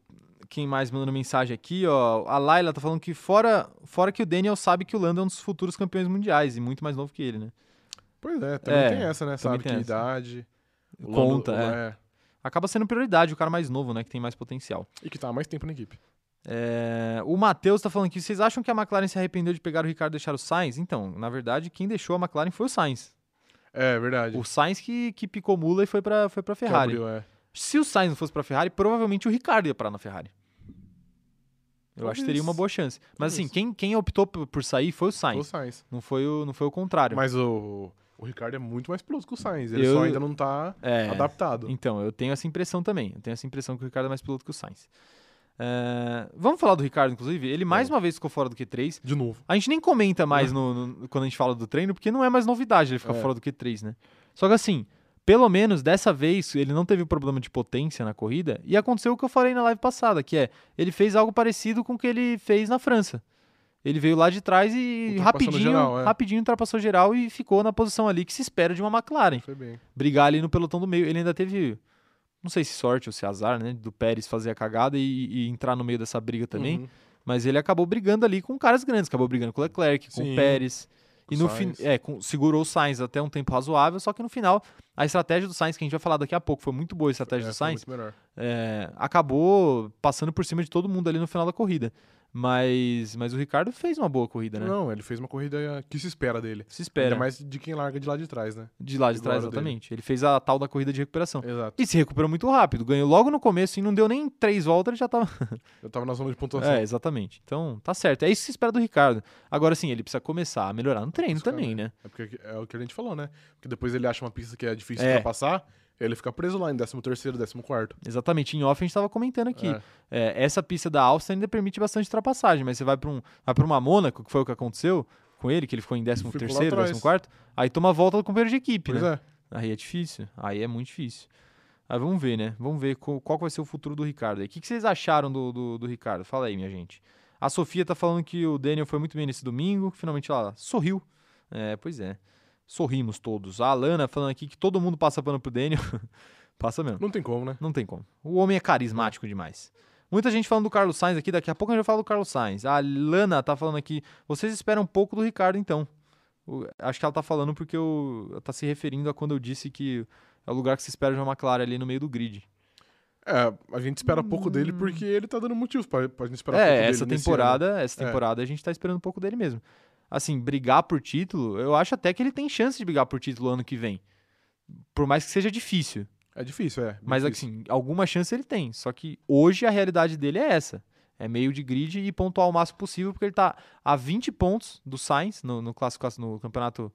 S1: quem mais mandando mensagem aqui, ó, a Laila tá falando que fora, fora que o Daniel sabe que o Lando é um dos futuros campeões mundiais e muito mais novo que ele, né?
S2: Pois é, também
S1: É,
S2: tem essa, né? Sabe
S1: tem essa.
S2: que idade. o Lando-
S1: Conta,
S2: o-
S1: é. Acaba sendo prioridade o cara mais novo, né, que tem mais potencial.
S2: E que tá há mais tempo na equipe.
S1: É, o Matheus tá falando que vocês acham que a McLaren se arrependeu de pegar o Ricardo e deixar o Sainz? Então, na verdade, quem deixou a McLaren foi o Sainz.
S2: É, verdade.
S1: O Sainz que, que picou mula e foi pra, foi pra
S2: Que
S1: Ferrari.
S2: abriu, é.
S1: Se o Sainz não fosse pra Ferrari, provavelmente o Ricardo ia parar na Ferrari. Eu acho que teria
S2: Talvez.
S1: uma boa chance. Mas assim,
S2: Talvez.
S1: quem, quem optou por por sair foi o Sainz.
S2: O Sainz.
S1: Não foi o, não foi o contrário.
S2: Mas o, o Ricardo é muito mais piloto que o Sainz. Ele
S1: Eu-
S2: só ainda não tá
S1: É,
S2: adaptado.
S1: Então, eu tenho essa impressão também. Eu tenho essa impressão que o Ricardo é mais piloto que o Sainz. É, vamos falar do Ricardo, inclusive. Ele mais uma vez ficou fora do Q3.
S2: De novo.
S1: A gente nem comenta mais no, no- quando a gente fala do treino, porque não é mais novidade ele ficar
S2: Né? É.
S1: fora do Q3, né? Só que assim, pelo menos dessa vez ele não teve problema de potência na corrida e aconteceu o que eu falei na live passada, que é ele fez algo parecido com o que ele fez na França. Ele veio lá de trás e
S2: Ultrapassou no
S1: rapidinho,
S2: geral, é.
S1: rapidinho ultrapassou geral e ficou na posição ali que se espera de uma McLaren
S2: Foi bem.
S1: brigar ali no pelotão do meio. Ele ainda teve, não sei se sorte ou se azar, né? Do Pérez fazer a cagada e, e entrar no meio dessa briga também.
S2: Uhum.
S1: Mas ele acabou brigando ali com caras grandes. Acabou brigando com o Leclerc, com o
S2: Sim,
S1: Pérez. E
S2: com
S1: no
S2: o
S1: fim,
S2: Sainz.
S1: é, com- segurou o Sainz até um tempo razoável, só que no final, a estratégia do Sainz, que a gente vai falar daqui a pouco, foi muito boa a estratégia
S2: É,
S1: do
S2: foi
S1: Sainz,
S2: muito melhor.
S1: é, acabou passando por cima de todo mundo ali no final da corrida. Mas, mas o Ricardo fez uma boa corrida, né?
S2: Não, ele fez uma corrida que se espera dele.
S1: Se
S2: Ainda
S1: espera.
S2: mais de quem larga de lá de trás, né?
S1: De lá de
S2: igual
S1: trás,
S2: a dele.
S1: exatamente. Ele fez a tal da corrida de recuperação.
S2: Exato.
S1: E se recuperou muito rápido. Ganhou logo no começo e não deu nem três voltas, ele já tava.
S2: Eu tava na zona de pontuação.
S1: É, exatamente. Então, tá certo. É isso que se espera do Ricardo. Agora sim, ele precisa começar a melhorar no treino
S2: buscar,
S1: também, né?
S2: É porque é o que a gente falou, né? Porque depois ele acha uma pista que é difícil
S1: É.
S2: pra passar, ele fica preso lá em 13 terceiro, 14 quarto.
S1: né? Exatamente. Em off a gente tava comentando aqui.
S2: É.
S1: É, essa pista da Áustria ainda permite bastante ultrapassagem, mas você vai pra, um, vai pra uma Mônaco, que foi o que aconteceu com ele, que ele ficou em 13
S2: Ficou lá
S1: terceiro,
S2: atrás.
S1: 14 quarto, aí toma a volta do companheiro de equipe,
S2: Pois
S1: né?
S2: é.
S1: Aí é difícil. Aí é muito difícil. Aí vamos ver, né? Vamos ver qual, qual que vai ser o futuro do Ricardo. aí. O que, que vocês acharam do, do, do Ricardo? Fala aí, minha gente. A Sofia tá falando que o Daniel foi muito bem nesse domingo, que finalmente ela sorriu. É, pois é. Sorrimos todos. A Alana falando aqui que todo mundo passa pano pro Daniel. passa mesmo.
S2: Não tem como, né?
S1: Não tem como. O homem é carismático demais. Muita gente falando do Carlos Sainz aqui, daqui a pouco a gente vai falar do Carlos Sainz. A Lana tá falando aqui, vocês esperam um pouco do Ricardo então. O- acho que ela tá falando porque eu, ela tá se referindo a quando eu disse que é o lugar que se espera de uma McLaren ali no meio do grid.
S2: É, a gente espera pouco dele porque ele tá dando motivos pra, pra gente esperar pouco
S1: Hum. É,
S2: dele
S1: essa
S2: nesse ano.
S1: temporada, essa
S2: É.
S1: temporada a gente tá esperando um pouco dele mesmo. Assim, brigar por título, eu acho até que ele tem chance de brigar por título ano que vem. Por mais que seja difícil.
S2: É difícil, é. bem
S1: Mas
S2: difícil.
S1: assim, alguma chance ele tem. Só que hoje a realidade dele é essa. É meio de grid e pontuar o máximo possível, porque ele tá a 20 pontos do Sainz no, no, classifica- no campeonato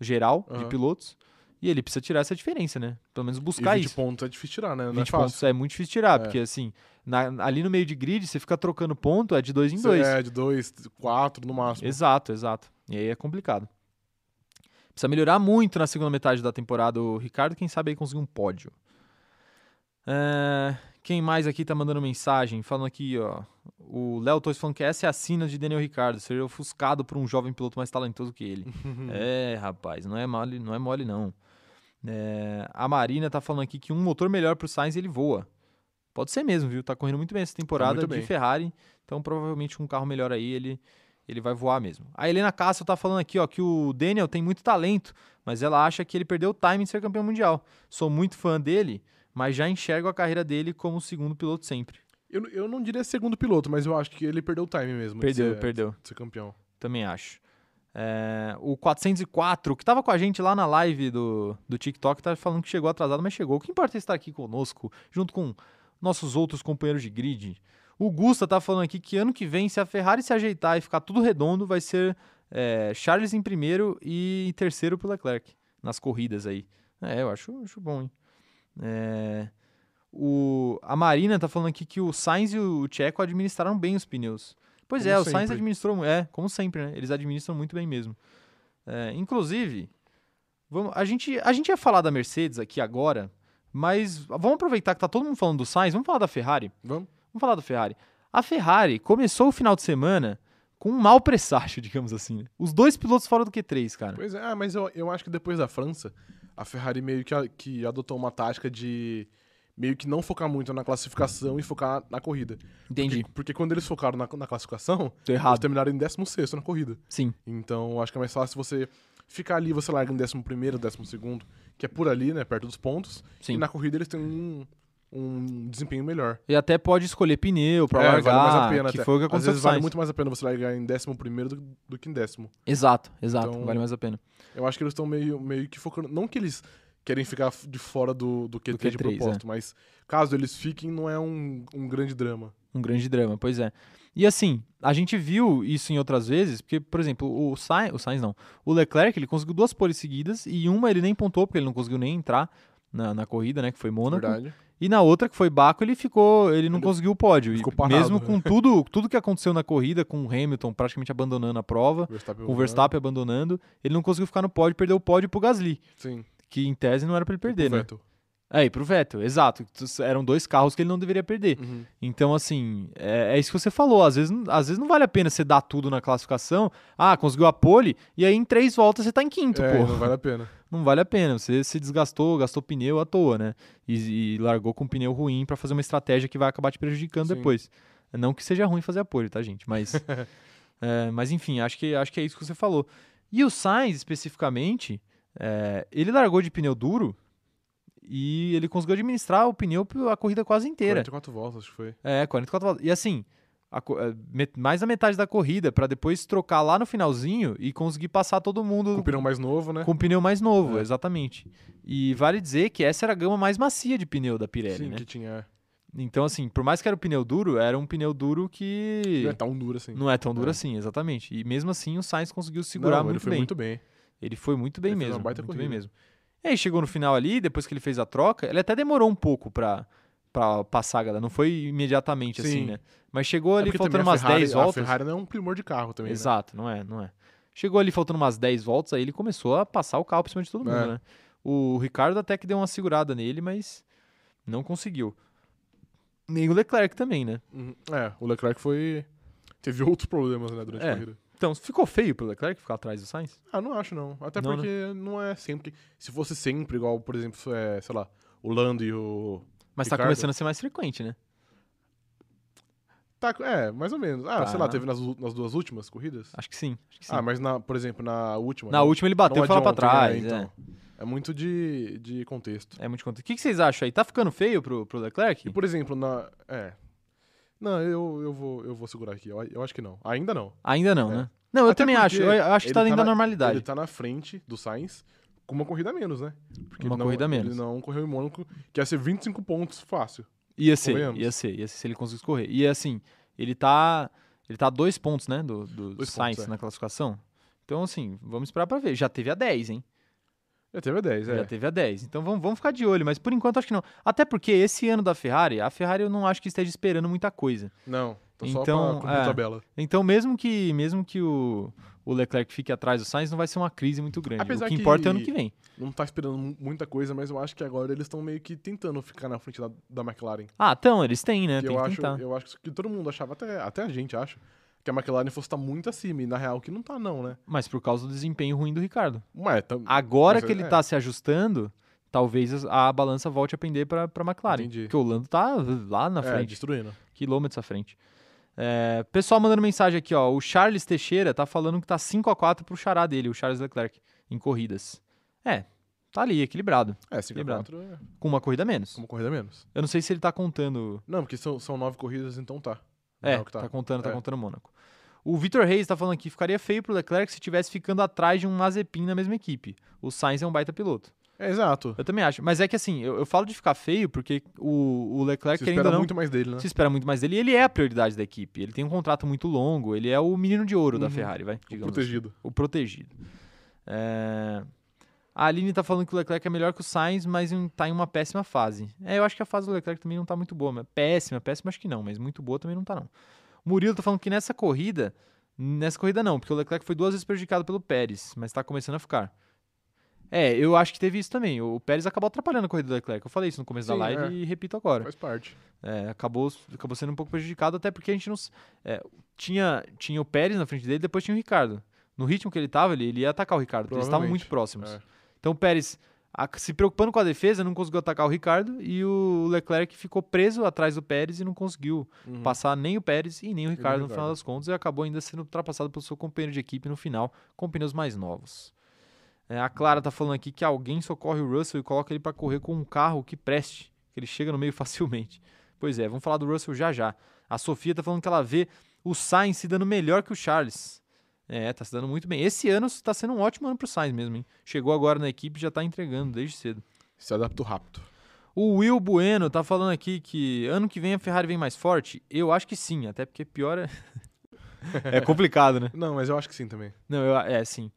S1: geral de
S2: Aham.
S1: pilotos. E ele precisa tirar essa diferença, né? Pelo menos buscar
S2: e 20
S1: isso.
S2: pontos é difícil tirar, né? Não
S1: 20
S2: é fácil.
S1: pontos é muito difícil tirar,
S2: É.
S1: porque assim, na- ali no meio de grid, você fica trocando ponto, é de dois em
S2: Cê-
S1: dois.
S2: É, de dois, quatro no máximo.
S1: Exato, exato. E aí é complicado. Precisa melhorar muito na segunda metade da temporada o Ricardo, quem sabe aí conseguir um pódio. É, Quem mais aqui tá mandando mensagem? Falando aqui, ó. O Léo Torres falando que essa é a sina de Daniel Ricardo, ser ofuscado por um jovem piloto mais talentoso que ele. é, rapaz, não é mole, não. É mole, não. É, A Marina tá falando aqui que um motor melhor pro Sainz ele voa. Pode ser mesmo, viu? Tá correndo muito bem essa temporada
S2: muito
S1: de
S2: bem.
S1: Ferrari. Então, provavelmente, com um carro melhor aí, ele ele vai voar mesmo. A Helena Castro tá falando aqui, ó, que o Daniel tem muito talento, mas ela acha que ele perdeu o time de ser campeão mundial. Sou muito fã dele, mas já enxergo a carreira dele como o segundo piloto sempre.
S2: Eu, eu não diria segundo piloto, mas eu acho que ele perdeu o time mesmo.
S1: Perdeu,
S2: de ser,
S1: perdeu.
S2: de ser campeão.
S1: Também acho. É, o 404, que tava com a gente lá na live do, do TikTok, tá falando que chegou atrasado, mas chegou. O que importa é estar aqui conosco, junto com nossos outros companheiros de grid. O Gusta tá falando aqui que ano que vem, se a Ferrari se ajeitar e ficar tudo redondo, vai ser é, Charles em primeiro e em terceiro pro Leclerc nas corridas aí. É, eu acho, acho bom, hein? É, o, a Marina tá falando aqui que o Sainz e o Checo administraram bem os pneus. Pois
S2: Como
S1: é, o
S2: sempre.
S1: Sainz administrou. mu- É, como sempre, né? Eles administram muito bem mesmo. É, inclusive, vamos, a, gente, a gente ia falar da Mercedes aqui agora, mas vamos aproveitar que tá todo mundo falando do Sainz, vamos falar da Ferrari.
S2: Vamos?
S1: Vamos falar da Ferrari. A Ferrari começou o final de semana com um mau presságio, digamos assim. né? Os dois pilotos fora do Q3, cara.
S2: Pois é, ah, mas eu, eu acho que depois da França, a Ferrari meio que, a- que adotou uma tática de meio que não focar muito na classificação e focar na corrida.
S1: Entendi.
S2: Porque, porque quando eles focaram na, na classificação,
S1: Tô
S2: eles
S1: errado.
S2: terminaram em 16 na corrida.
S1: Sim.
S2: Então, eu acho que é mais fácil você ficar ali, você larga em 11º, 12º, que é por ali, né, perto dos pontos.
S1: Sim.
S2: E na corrida eles têm um, um desempenho melhor.
S1: E até pode escolher pneu pra
S2: É,
S1: largar,
S2: vale mais a pena
S1: que
S2: até.
S1: foi o que
S2: Às
S1: aconteceu
S2: vezes
S1: com o
S2: vale
S1: Sainz.
S2: muito mais a pena você largar em 11º do, do que em décimo.
S1: Exato, exato.
S2: Então-
S1: Vale mais a pena.
S2: Eu acho que eles estão meio, meio que focando... Não que eles querem ficar f- de fora do, do Q3,
S1: Q3,
S2: de propósito, mas caso eles fiquem, não é um, um grande drama.
S1: Um grande drama, pois é. E assim, a gente viu isso em outras vezes, porque, por exemplo, o Sainz, o Sainz não, o Leclerc, ele conseguiu duas poles seguidas e uma ele nem pontou, porque ele não conseguiu nem entrar na, na corrida, né, que foi Mônaco.
S2: Verdade.
S1: E na outra, que foi Baco, ele ficou. Ele não
S2: Ele
S1: conseguiu o pódio. E
S2: ficou parado,
S1: mesmo
S2: né?
S1: com tudo, tudo que aconteceu na corrida, com o Hamilton praticamente abandonando a prova,
S2: Verstappen é um
S1: com o Verstappen abandonando, ele não conseguiu ficar no pódio, perdeu o pódio pro Gasly,
S2: Sim.
S1: que em tese não era pra ele perder,
S2: o
S1: né?
S2: Vettel.
S1: É, e pro Vettel, exato. Eram dois carros que ele não deveria perder.
S2: Uhum.
S1: Então, assim, é, é isso que você falou. Às vezes, às vezes não vale a pena você dar tudo na classificação. Ah, conseguiu a pole, e aí em três voltas você tá em quinto,
S2: É,
S1: pô.
S2: não vale a pena.
S1: Não vale a pena. Você se desgastou, gastou pneu à toa, né? E, e largou com um pneu ruim pra fazer uma estratégia que vai acabar te prejudicando
S2: Sim.
S1: depois. Não que seja ruim fazer a pole, tá, gente? Mas, é, mas enfim, acho que, acho que é isso que você falou. E o Sainz, especificamente, é, ele largou de pneu duro e ele conseguiu administrar o pneu a corrida quase inteira.
S2: 44 voltas, acho que foi.
S1: É, 44 voltas. E assim, a co- é, met- mais da metade da corrida pra depois trocar lá no finalzinho e conseguir passar todo mundo
S2: Com o pneu mais novo, né?
S1: com o pneu mais novo,
S2: É.
S1: exatamente. E vale dizer que essa era a gama mais macia de pneu da Pirelli,
S2: Sim,
S1: né?
S2: que tinha.
S1: Então, assim, por mais que era um pneu duro, era um pneu duro que
S2: Não é tão duro assim.
S1: não é tão duro
S2: É.
S1: assim, exatamente. E mesmo assim o Sainz conseguiu segurar
S2: Não,
S1: muito
S2: ele foi
S1: bem.
S2: muito bem.
S1: Ele foi muito bem
S2: Ele fez
S1: mesmo,
S2: uma baita
S1: muito bem
S2: corrida.
S1: mesmo. E aí chegou no final ali, depois que ele fez a troca, ele até demorou um pouco pra, pra passar, galera. Não foi imediatamente assim,
S2: Sim.
S1: né? Mas chegou
S2: É
S1: ali
S2: porque
S1: faltando
S2: também a
S1: umas
S2: Ferrari-
S1: 10 voltas.
S2: A Ferrari não é um primor de carro também, né?
S1: Exato, não é, não é. Chegou ali faltando umas 10 voltas, aí ele começou a passar o carro por cima de todo mundo,
S2: É.
S1: né? O Ricardo até que deu uma segurada nele, mas não conseguiu. Nem o Leclerc também, né?
S2: Uhum. É, o Leclerc foi... Teve outros problemas, né, durante
S1: É.
S2: a corrida.
S1: Então, ficou feio pro Leclerc ficar atrás do Sainz?
S2: Ah, não acho, não. Até
S1: Não, né?
S2: porque não é sempre... Se fosse sempre igual, por exemplo, é, sei lá, o Lando e o...
S1: Mas tá
S2: Ricardo?
S1: começando a ser mais frequente, né?
S2: Tá, é, mais ou menos. Ah,
S1: Tá.
S2: sei lá, teve nas, u- nas duas últimas corridas?
S1: Acho que sim. Acho que sim.
S2: Ah, mas, na, por exemplo, na última...
S1: Na
S2: não-
S1: última ele
S2: não
S1: bateu
S2: a
S1: e foi lá
S2: de
S1: pra
S2: ontem, né?
S1: trás. é.
S2: Então, é. muito de, de contexto.
S1: É. muito conta. O que, que vocês acham aí? Tá ficando feio pro, pro
S2: E,
S1: Leclerc?
S2: por exemplo, na... É... Não, eu, eu, vou, eu vou segurar aqui. Eu, eu acho que não. Ainda não.
S1: Ainda não,
S2: É.
S1: né? Não, eu
S2: Até
S1: também acho.
S2: porque
S1: Eu eu acho que
S2: ele
S1: tá
S2: tá
S1: dentro da
S2: na-
S1: normalidade.
S2: Ele tá na frente do Sainz com uma corrida a menos, né? Porque
S1: Uma
S2: ele não,
S1: corrida a menos.
S2: Ele não correu em Mônaco, que ia ser 25 pontos fácil.
S1: Ia ser,
S2: Convenhamos.
S1: ia ser, ia ser assim, se ele conseguisse correr. E assim, ele tá. Ele tá a dois pontos, né? Do, do
S2: Dois
S1: Sainz
S2: pontos, é.
S1: na classificação. Então, assim, vamos esperar pra ver. Já teve a 10, hein?
S2: Já teve a 10,
S1: Já
S2: é.
S1: teve a 10. Então vamos, vamos ficar de olho, mas por enquanto acho que não. Até porque esse ano da Ferrari, a Ferrari eu não acho que esteja esperando muita coisa.
S2: Não, tô só
S1: Então,
S2: pra cumprir
S1: é.
S2: tabela.
S1: Então, mesmo que mesmo que o, o Leclerc fique atrás do Sainz, não vai ser uma crise muito grande.
S2: Apesar
S1: o que
S2: que-
S1: importa é ano que vem.
S2: Não tá esperando mu- muita coisa, mas eu acho que agora eles estão meio que tentando ficar na frente da, da McLaren.
S1: Ah, então, eles têm, né?
S2: Que
S1: Tem
S2: eu,
S1: que
S2: acho,
S1: tentar.
S2: eu acho que todo mundo achava, até, até a gente acha, que a McLaren fosse estar muito acima. E na real que não tá, não, né?
S1: Mas por causa do desempenho ruim do Ricardo.
S2: Mas tá.
S1: Agora
S2: Mas
S1: que
S2: é-
S1: ele
S2: é.
S1: tá se ajustando, talvez as- a balança volte a pender pra, pra McLaren.
S2: Entendi.
S1: Porque o Lando tá lá na
S2: é,
S1: frente,
S2: destruindo.
S1: quilômetros à frente. É, pessoal mandando mensagem aqui, ó. O Charles Teixeira tá falando que tá 5x4 pro xará dele, o Charles Leclerc, em corridas. É, tá ali, equilibrado.
S2: É, 5
S1: Equilibrado.
S2: 4 é
S1: Com uma corrida a menos.
S2: uma corrida a menos.
S1: Eu não sei se ele tá contando.
S2: Não, porque são, são nove corridas, então tá.
S1: É,
S2: o que
S1: tá. contando, tá
S2: É.
S1: contando Mônaco. O Vitor Reis tá falando aqui, ficaria feio pro Leclerc se tivesse ficando atrás de um Mazepin na mesma equipe. O Sainz é um baita piloto.
S2: É, exato.
S1: Eu também acho. Mas é que assim, eu, eu falo de ficar feio porque o, o Leclerc
S2: Se
S1: querendo
S2: espera
S1: ou É não.
S2: muito mais dele, né?
S1: Se espera muito mais dele. E ele é a prioridade da equipe. Ele tem um contrato muito longo. Ele é o menino de ouro da
S2: Uhum.
S1: Ferrari, vai. digamos assim.
S2: Protegido.
S1: O protegido. É, A Aline tá falando que o Leclerc é melhor que o Sainz, mas em- tá em uma péssima fase. É, eu acho que a fase do Leclerc também não tá muito boa. Mas péssima, péssima acho que não, mas muito boa também não tá, não. O Murilo tá falando que nessa corrida. Nessa corrida não, porque o Leclerc foi duas vezes prejudicado pelo Pérez, mas tá começando a ficar. É, eu acho que teve isso também. O Pérez acabou atrapalhando a corrida do Leclerc. Eu falei isso no começo da
S2: Sim,
S1: live
S2: é.
S1: e repito agora.
S2: Faz parte.
S1: É, acabou, acabou sendo um pouco prejudicado, até porque a gente não. s- é, tinha, tinha o Pérez na frente dele, depois tinha o Ricardo. No ritmo que ele tava, ele, ele ia atacar o Ricardo, porque eles estavam muito próximos.
S2: É.
S1: Então o Pérez, a- se preocupando com a defesa, não conseguiu atacar o Ricardo, e o Leclerc ficou preso atrás do Pérez e não conseguiu
S2: Uhum.
S1: passar nem o Pérez e nem o Ricardo no
S2: Ricardo.
S1: final das contas, e acabou ainda sendo ultrapassado pelo seu companheiro de equipe no final, com pneus mais novos. É, a Clara tá falando aqui que alguém socorre o Russell e coloca ele para correr com um carro que preste, que ele chega no meio facilmente. Pois é, vamos falar do Russell já já. A Sofia tá falando que ela vê o Sainz se dando melhor que o Charles. É, tá se dando muito bem. Esse ano tá sendo um ótimo ano pro Sainz mesmo, hein? Chegou agora na equipe e já tá entregando desde cedo.
S2: Se adapta rápido.
S1: O Will Bueno tá falando aqui que ano que vem a Ferrari vem mais forte? Eu acho que sim, até porque pior é. é complicado, né?
S2: Não, mas eu acho que sim também.
S1: Não, eu- é sim.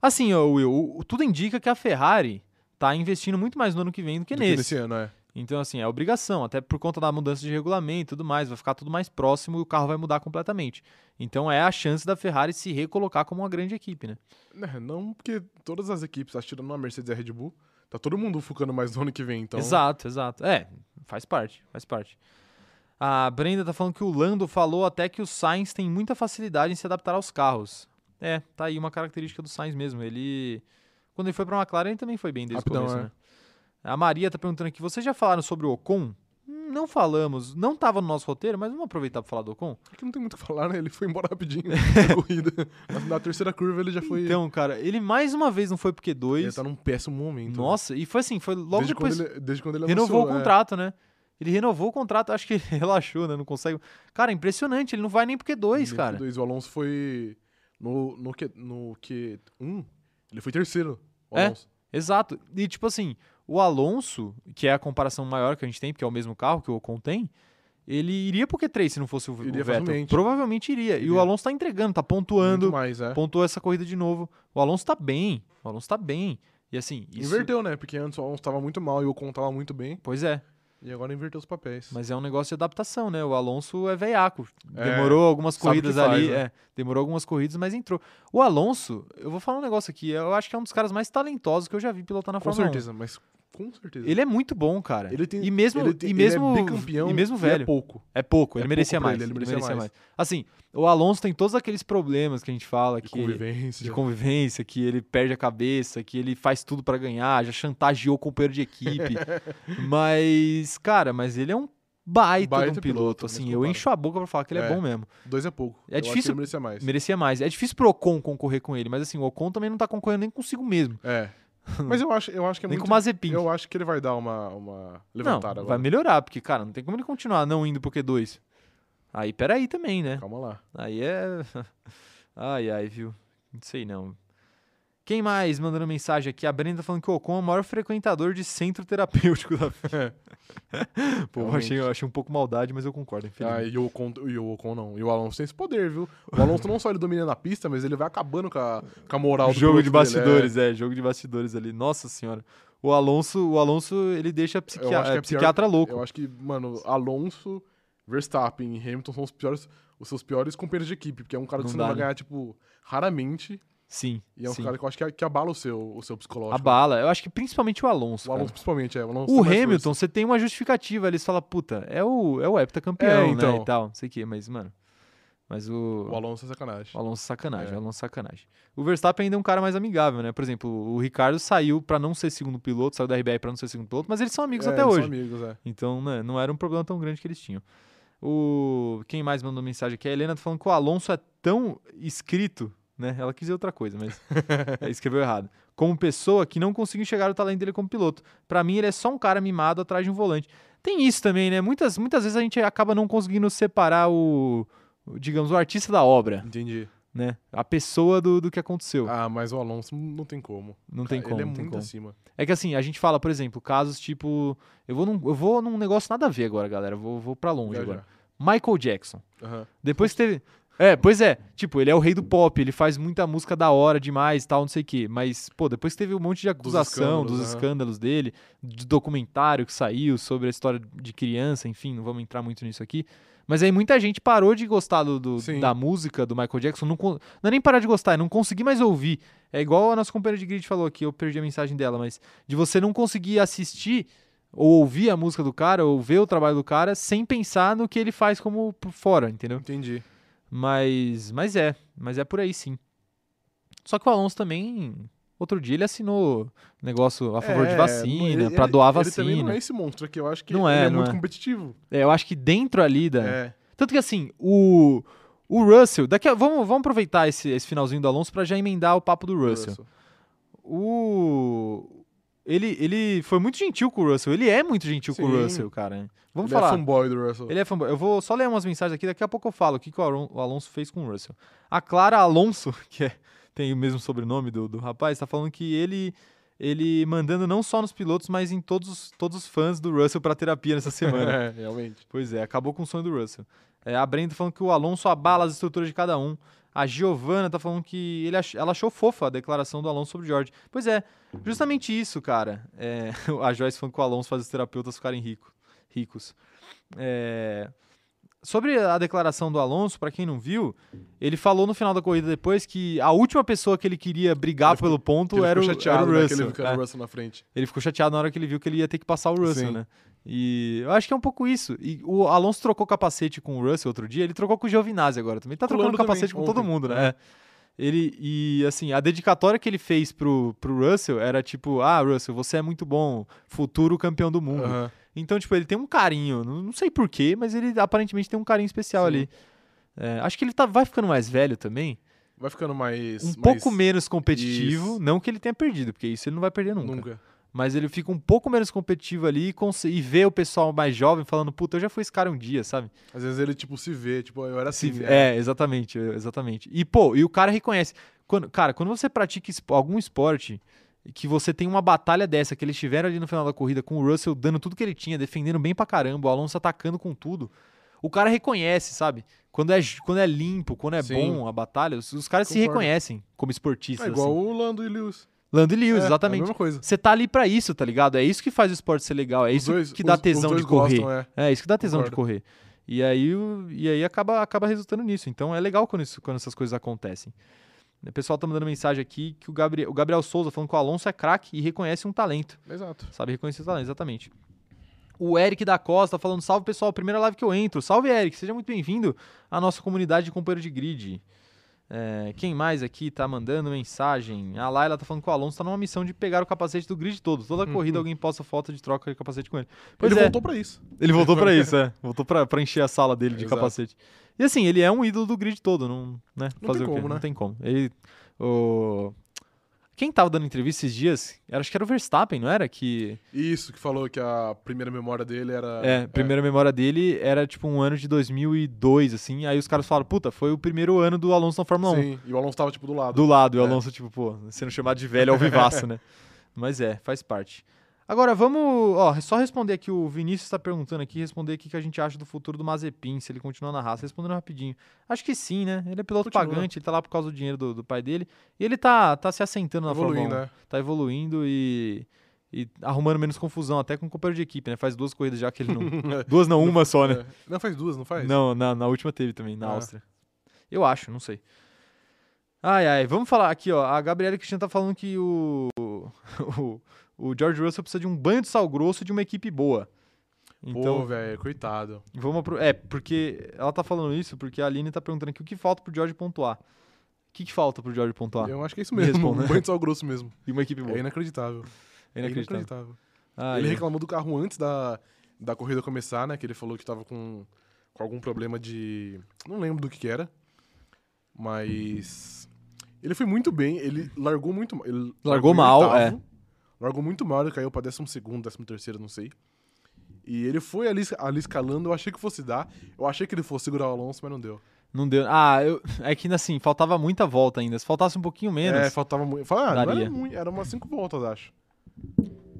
S1: Assim, ô, Will, o- o- tudo indica que a Ferrari tá investindo muito mais no ano que vem do que
S2: Do
S1: nesse.
S2: nesse ano, é.
S1: Então, assim, é obrigação, até por conta da mudança de regulamento e tudo mais, vai ficar tudo mais próximo e o carro vai mudar completamente. Então é a chance da Ferrari se recolocar como uma grande equipe, né?
S2: Né, Não porque todas as equipes, acho que tirando a Mercedes e a Red Bull, tá todo mundo focando mais no ano que vem, então.
S1: Exato, exato. É, faz parte, faz parte. A Brenda tá falando que o Lando falou até que o Sainz tem muita facilidade em se adaptar aos carros. É, tá aí uma característica do Sainz mesmo. Ele. Quando ele foi pra McLaren, ele também foi bem desde
S2: Rapidão,
S1: o começo,
S2: é.
S1: né? A Maria tá perguntando aqui: vocês já falaram sobre o Ocon? Hum, Não falamos, não tava no nosso roteiro, mas vamos aproveitar pra falar do Ocon.
S2: É que não tem muito o que falar, né? Ele foi embora rapidinho na corrida. Na, na terceira curva ele já foi.
S1: Então, cara, ele mais uma vez não foi pro
S2: ele
S1: Q2.
S2: tá num péssimo momento. né?
S1: Nossa, e foi assim, foi logo
S2: desde
S1: depois.
S2: Quando ele, desde quando ele
S1: Renovou o
S2: anunciou, é.
S1: contrato, né? Ele renovou o contrato, acho que ele relaxou, né? Não consegue. Cara, impressionante, ele não vai nem pro Q2,
S2: Nem
S1: cara.
S2: pro dois. O Alonso foi no, no, Q, no Q1, ele foi terceiro. O
S1: É?
S2: Alonso.
S1: Exato. E tipo assim, o Alonso, que é a comparação maior que a gente tem, porque é o mesmo carro que o Ocon tem, ele iria pro Q3 se não fosse o, o
S2: Iria
S1: Vettel.
S2: facilmente.
S1: Provavelmente iria. E o
S2: Iria.
S1: Alonso tá entregando, tá
S2: Muito
S1: pontuando,
S2: mais, é.
S1: pontuou essa corrida de novo. O Alonso tá bem. O Alonso tá bem. E assim, isso...
S2: Inverteu, né? Porque antes o Alonso tava muito mal e o Ocon tava muito bem.
S1: Pois é.
S2: E agora inverteu os papéis.
S1: Mas é um negócio de adaptação, né? O Alonso é veiaco.
S2: É,
S1: Demorou algumas
S2: sabe o que
S1: corridas
S2: faz,
S1: ali.
S2: né?
S1: é, demorou algumas corridas, mas entrou. O Alonso, eu vou falar um negócio aqui. Eu acho que é um dos caras mais talentosos que eu já vi pilotar na
S2: com
S1: Fórmula
S2: certeza, mas com certeza.
S1: 1. Ele é muito bom, cara.
S2: Ele tem-
S1: e mesmo,
S2: ele tem-
S1: e mesmo,
S2: ele é bicampeão
S1: e mesmo
S2: e
S1: velho.
S2: é pouco.
S1: é pouco,
S2: é
S1: ele
S2: pouco
S1: merecia
S2: pra
S1: mais.
S2: ele, ele
S1: ele
S2: merecia
S1: merecia
S2: mais.
S1: mais. Assim, o Alonso tem todos aqueles problemas que a gente fala
S2: De
S1: É que
S2: convivência.
S1: de convivência, que ele perde a cabeça, que ele faz tudo pra ganhar, já chantageou o companheiro de equipe. mas, cara, mas ele é um baita,
S2: Baita
S1: de um piloto.
S2: piloto, nem
S1: assim,
S2: se
S1: eu
S2: compara.
S1: encho a boca pra falar que ele é,
S2: É.
S1: bom mesmo.
S2: Dois é pouco.
S1: É
S2: Eu acho que
S1: difícil-
S2: ele merecia mais.
S1: Merecia mais. É difícil pro Ocon concorrer com ele, mas assim, o Ocon também não tá concorrendo nem consigo mesmo.
S2: É. Mas eu acho, eu acho que é
S1: nem
S2: muito.
S1: com o Mazepin.
S2: Eu acho que ele vai dar uma, uma
S1: Não,
S2: levantada
S1: vai
S2: agora.
S1: melhorar, porque, cara, não tem como ele continuar não indo pro Q2. Aí, peraí também, né?
S2: Calma lá.
S1: Aí é. Ai, ai, viu? Não sei não. Quem mais mandando mensagem aqui? A Brenda falando que o Ocon é o maior frequentador de centro terapêutico da vida. Pô, eu achei, eu achei um pouco maldade, mas eu concordo,
S2: Ah,
S1: infelizmente.
S2: e o Ocon, e o Ocon não. E o Alonso tem esse poder, viu? O Alonso não só ele domina na pista, mas ele vai acabando com a, com a moral do
S1: jogo
S2: piloto
S1: de
S2: dele,
S1: bastidores, é. jogo de bastidores ali. Nossa senhora. O Alonso, o Alonso ele deixa psiquia-
S2: acho que é pior-
S1: psiquiatra
S2: é.
S1: louco.
S2: Eu acho que, mano, Alonso, Verstappen e Hamilton são os piores, os seus piores companheiros de equipe, porque é um cara que
S1: Não
S2: você não
S1: dá,
S2: vai
S1: né?
S2: ganhar, tipo, raramente.
S1: Sim.
S2: E é um
S1: sim.
S2: cara que eu acho que, que abala o seu, o seu psicológico.
S1: A bala. Eu acho que principalmente o Alonso.
S2: O Alonso,
S1: cara.
S2: principalmente, é. O, Alonso
S1: O
S2: tem mais
S1: Hamilton, você tem uma justificativa. Eles falam, puta, é o, é o heptacampeão,
S2: É,
S1: né?
S2: então.
S1: E tal, não sei o quê, mas, mano. Mas o.
S2: força. O Alonso é sacanagem.
S1: O Alonso é sacanagem,
S2: É.
S1: o Alonso é sacanagem. O Verstappen ainda é um cara mais amigável, né? Por exemplo, o Ricardo saiu pra não ser segundo piloto, saiu da RBR pra não ser segundo piloto, mas eles são amigos
S2: É,
S1: até
S2: eles
S1: hoje.
S2: São amigos, é.
S1: Então, né, não era um problema tão grande que eles tinham. O quem mais mandou mensagem aqui? A Helena tá falando que o Alonso é tão escrito, né? Ela quis dizer outra coisa, mas é, escreveu errado. Como pessoa que não conseguiu enxergar o talento dele como piloto. Pra mim, ele é só um cara mimado atrás de um volante. Tem isso também, né? Muitas, muitas vezes a gente acaba não conseguindo separar o, o, digamos, o artista da obra.
S2: Entendi.
S1: né? A pessoa do, do que aconteceu.
S2: Ah, mas o Alonso não tem como.
S1: não tem
S2: Cara,
S1: como,
S2: Ele é
S1: não tem
S2: muito
S1: como.
S2: acima.
S1: É que assim, a gente fala, por exemplo, casos tipo. Eu vou num, eu vou num negócio nada a ver agora, galera. eu Vou, vou pra longe
S2: Já,
S1: agora.
S2: já.
S1: Michael Jackson.
S2: Aham.
S1: Depois que teve. É, pois é. Tipo, ele é o rei do pop, ele faz muita música da hora demais e tal, não sei o quê. Mas, pô, depois que teve um monte de acusação
S2: escândalos,
S1: dos
S2: aham.
S1: escândalos dele, de documentário que saiu sobre a história de criança, enfim, não vamos entrar muito nisso aqui. Mas aí muita gente parou de gostar do, do-
S2: Sim.
S1: da música do Michael Jackson. Não, con- não é nem parar de gostar, é não consegui mais ouvir. É igual a nossa companheira de grid falou aqui, eu perdi a mensagem dela, mas de você não conseguir assistir ou ouvir a música do cara, ou ver o trabalho do cara, sem pensar no que ele faz como por fora, entendeu?
S2: Entendi.
S1: Mas, mas é, mas é por aí sim. Só que o Alonso também, outro dia ele assinou negócio a favor de
S2: É,
S1: vacina,
S2: ele-
S1: pra doar
S2: ele- Ele também
S1: vacina.
S2: não é esse monstro aqui, eu acho que
S1: Não
S2: ele
S1: é,
S2: é,
S1: não
S2: muito
S1: é.
S2: competitivo.
S1: É, eu acho que dentro ali da,
S2: É.
S1: tanto que assim, o, o Russell. Daqui a, vamos, vamos aproveitar esse, esse finalzinho do Alonso para já emendar o papo do Russell. O. Ele, ele foi muito gentil com o Russell. Ele é muito gentil com o
S2: Sim.
S1: Russell, cara. Vamos
S2: ele
S1: falar.
S2: é fanboy do Russell.
S1: Ele é fanboy. Eu vou só ler umas mensagens aqui, daqui a pouco eu falo o que, que o Alon- o Alonso fez com o Russell. A Clara Alonso, que é- tem o mesmo sobrenome do, do rapaz, tá falando que ele ele mandando não só nos pilotos, mas em todos, os- todos os fãs do Russell pra terapia nessa semana.
S2: é, realmente.
S1: Pois é, acabou com o sonho do Russell. É, a Brenda falando que o Alonso abala as estruturas de cada um. A Giovanna tá falando que ele ach- ela achou fofa a declaração do Alonso sobre o George. Pois é, justamente isso, cara. É, a Joyce falando que o Alonso faz os terapeutas ficarem rico, ricos. É, sobre a declaração do Alonso, pra quem não viu, ele falou no final da corrida depois que a última pessoa que ele queria brigar
S2: Ele ficou-
S1: pelo ponto
S2: Ele
S1: era o,
S2: ficou chateado
S1: era o
S2: daquele
S1: Russell.
S2: cara
S1: é.
S2: do Russell na frente.
S1: Ele ficou chateado na hora que ele viu que ele ia ter que passar o Russell,
S2: Sim.
S1: né? E eu acho que é um pouco isso. E o Alonso trocou capacete com o Russell outro dia, ele trocou com o Giovinazzi agora também. Tá
S2: Com o
S1: trocando
S2: Lando também,
S1: capacete com todo
S2: ontem.
S1: mundo, né? É. Ele, e assim, a dedicatória que ele fez pro, pro Russell era tipo: Ah, Russell, você é muito bom, futuro campeão do mundo.
S2: Aham.
S1: Então, tipo, ele tem um carinho, não não sei porquê, mas ele aparentemente tem um carinho especial
S2: Sim.
S1: ali. É, acho que ele tá, vai ficando mais velho também,
S2: Vai ficando mais.
S1: um
S2: mais-
S1: pouco menos competitivo.
S2: Isso.
S1: Não que ele tenha perdido, porque isso ele não vai perder nunca
S2: Nunca.
S1: mas ele fica um pouco menos competitivo ali e, cons- e vê o pessoal mais jovem falando, puta, eu já fui esse cara um dia, sabe?
S2: Às vezes ele, tipo, se vê, tipo, eu era assim.
S1: Se-
S2: né?
S1: é, exatamente, é, exatamente. E, pô, e o cara reconhece. Quando, cara, quando você pratica espo- algum esporte que você tem uma batalha dessa, que eles tiveram ali no final da corrida com o Russell dando tudo que ele tinha, defendendo bem pra caramba, o Alonso atacando com tudo, o cara reconhece, sabe? Quando é, ju- quando é limpo, quando é
S2: Sim.
S1: bom a batalha, os, os caras se
S2: Concordo.
S1: reconhecem como esportistas.
S2: É igual
S1: assim.
S2: o Lando e Lewis.
S1: Lando e Lewis,
S2: É, É
S1: exatamente.
S2: a mesma coisa.
S1: Você tá ali pra isso, tá ligado? É isso que faz o esporte ser legal, é
S2: Os
S1: isso
S2: dois-
S1: que dá
S2: os- os
S1: tesão
S2: dois
S1: de correr.
S2: gostam, é.
S1: é. isso que dá tesão de
S2: Concordo.
S1: correr. E aí, o- e aí acaba, acaba resultando nisso. Então é legal quando, isso- quando essas coisas acontecem. O pessoal tá mandando mensagem aqui que o Gabriel, o Gabriel Souza falando que o Alonso é craque e reconhece um talento.
S2: Exato.
S1: Sabe reconhecer o talento, exatamente. O Eric da Costa tá falando: salve pessoal, primeira live que eu entro. Salve, Eric, seja muito bem-vindo à nossa comunidade de companheiro de grid. É, quem mais aqui tá mandando mensagem? A Laila tá falando que o Alonso tá numa missão de pegar o capacete do grid todo. Toda
S2: Uhum.
S1: corrida alguém posta foto de troca de capacete com ele. Pois
S2: ele
S1: é,
S2: voltou pra isso.
S1: ele voltou pra isso, é. Voltou pra, pra encher a sala dele de
S2: Exato.
S1: capacete. E assim, ele é um ídolo do grid todo, não, né?
S2: Não
S1: Fazer
S2: tem
S1: o quê?
S2: como,
S1: Não
S2: né?
S1: tem como. Ele. o- Quem tava dando entrevista esses dias, era- acho que era o Verstappen, não era? Que
S2: Isso, que falou que a primeira memória dele era.
S1: é, primeira memória dele era tipo um ano de 2002, assim. Aí os caras falaram, puta, foi o primeiro ano do Alonso na Fórmula 1.
S2: é, Sim, e o Alonso tava, tipo, do lado.
S1: Do lado, e o
S2: É.
S1: Alonso, tipo, pô, sendo chamado de velho ao vivaço, né? Mas é, faz parte. Agora, vamos. Ó, só responder aqui. O Vinícius está perguntando aqui, responder aqui o que a gente acha do futuro do Mazepin, se ele continuar na raça. Respondendo rapidinho. Acho que sim, né? Ele é piloto
S2: Continua.
S1: pagante, ele tá lá por causa do dinheiro do, do pai dele. E ele tá, tá se assentando na
S2: Evoluindo,
S1: Fórmula 1
S2: né?
S1: tá evoluindo e, e arrumando menos confusão, até com o companheiro de equipe, né? Faz duas corridas já que ele não. duas não, uma só, né?
S2: É. Não, faz duas, não faz?
S1: Não, na, na última teve também, na
S2: Ah.
S1: Áustria. Eu acho, não sei. Ai, ai, vamos falar aqui, ó. A Gabriela Cristina tá falando que o, o, o George Russell precisa de um banho de sal grosso e de uma equipe boa.
S2: Pô,
S1: Então,
S2: velho, coitado.
S1: vamos apro- É, porque ela tá falando isso porque a Aline tá perguntando aqui o que falta pro George pontuar. O que, que falta pro George pontuar?
S2: Eu acho que é isso
S1: Me
S2: mesmo.
S1: responda.
S2: Um banho de sal grosso mesmo.
S1: E uma equipe boa.
S2: É inacreditável.
S1: né? É inacreditável. Ai,
S2: Ele
S1: ai.
S2: reclamou do carro antes da, da corrida começar, né? Que ele falou que tava com, com algum problema de. Não lembro do que, que era. Mas. Ele foi muito bem, ele largou muito mal. Ele
S1: Largou
S2: em
S1: mal, é.
S2: oitavo, Largou muito mal, ele caiu pra 12, 13, não sei. E ele foi ali, ali escalando, eu achei que fosse dar. Eu achei que ele fosse segurar o Alonso, mas não deu.
S1: Não deu. Ah, eu- é que assim, faltava muita volta ainda. Se faltasse um pouquinho menos.
S2: É, faltava muito. Fala, Ah, não
S1: Daria.
S2: era muito, era umas cinco voltas, acho.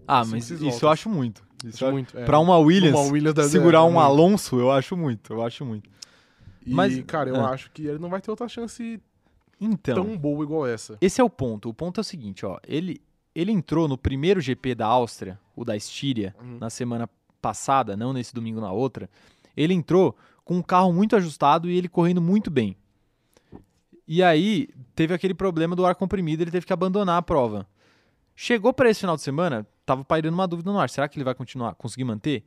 S1: ah,
S2: cinco,
S1: mas
S2: seis
S1: isso eu
S2: voltas.
S1: acho muito. Isso
S2: Acho
S1: eu acho-
S2: muito. é.
S1: Pra uma Williams,
S2: Uma Williams deve-
S1: segurar
S2: é,
S1: um
S2: muito.
S1: Alonso, eu acho muito. Eu acho muito.
S2: E,
S1: mas-
S2: cara, eu
S1: ah.
S2: acho que ele não vai ter outra chance
S1: Então.
S2: tão boa igual essa.
S1: Esse é o ponto. O ponto é o seguinte, ó. Ele, ele entrou no primeiro GP da Áustria, o da Estíria,
S2: Uhum.
S1: na semana passada, não nesse domingo, na outra. Ele entrou com um carro muito ajustado e ele correndo muito bem. E aí teve aquele problema do ar comprimido, ele teve que abandonar a prova. Chegou para esse final de semana, tava pairando uma dúvida no ar. Será que ele vai continuar, conseguir manter?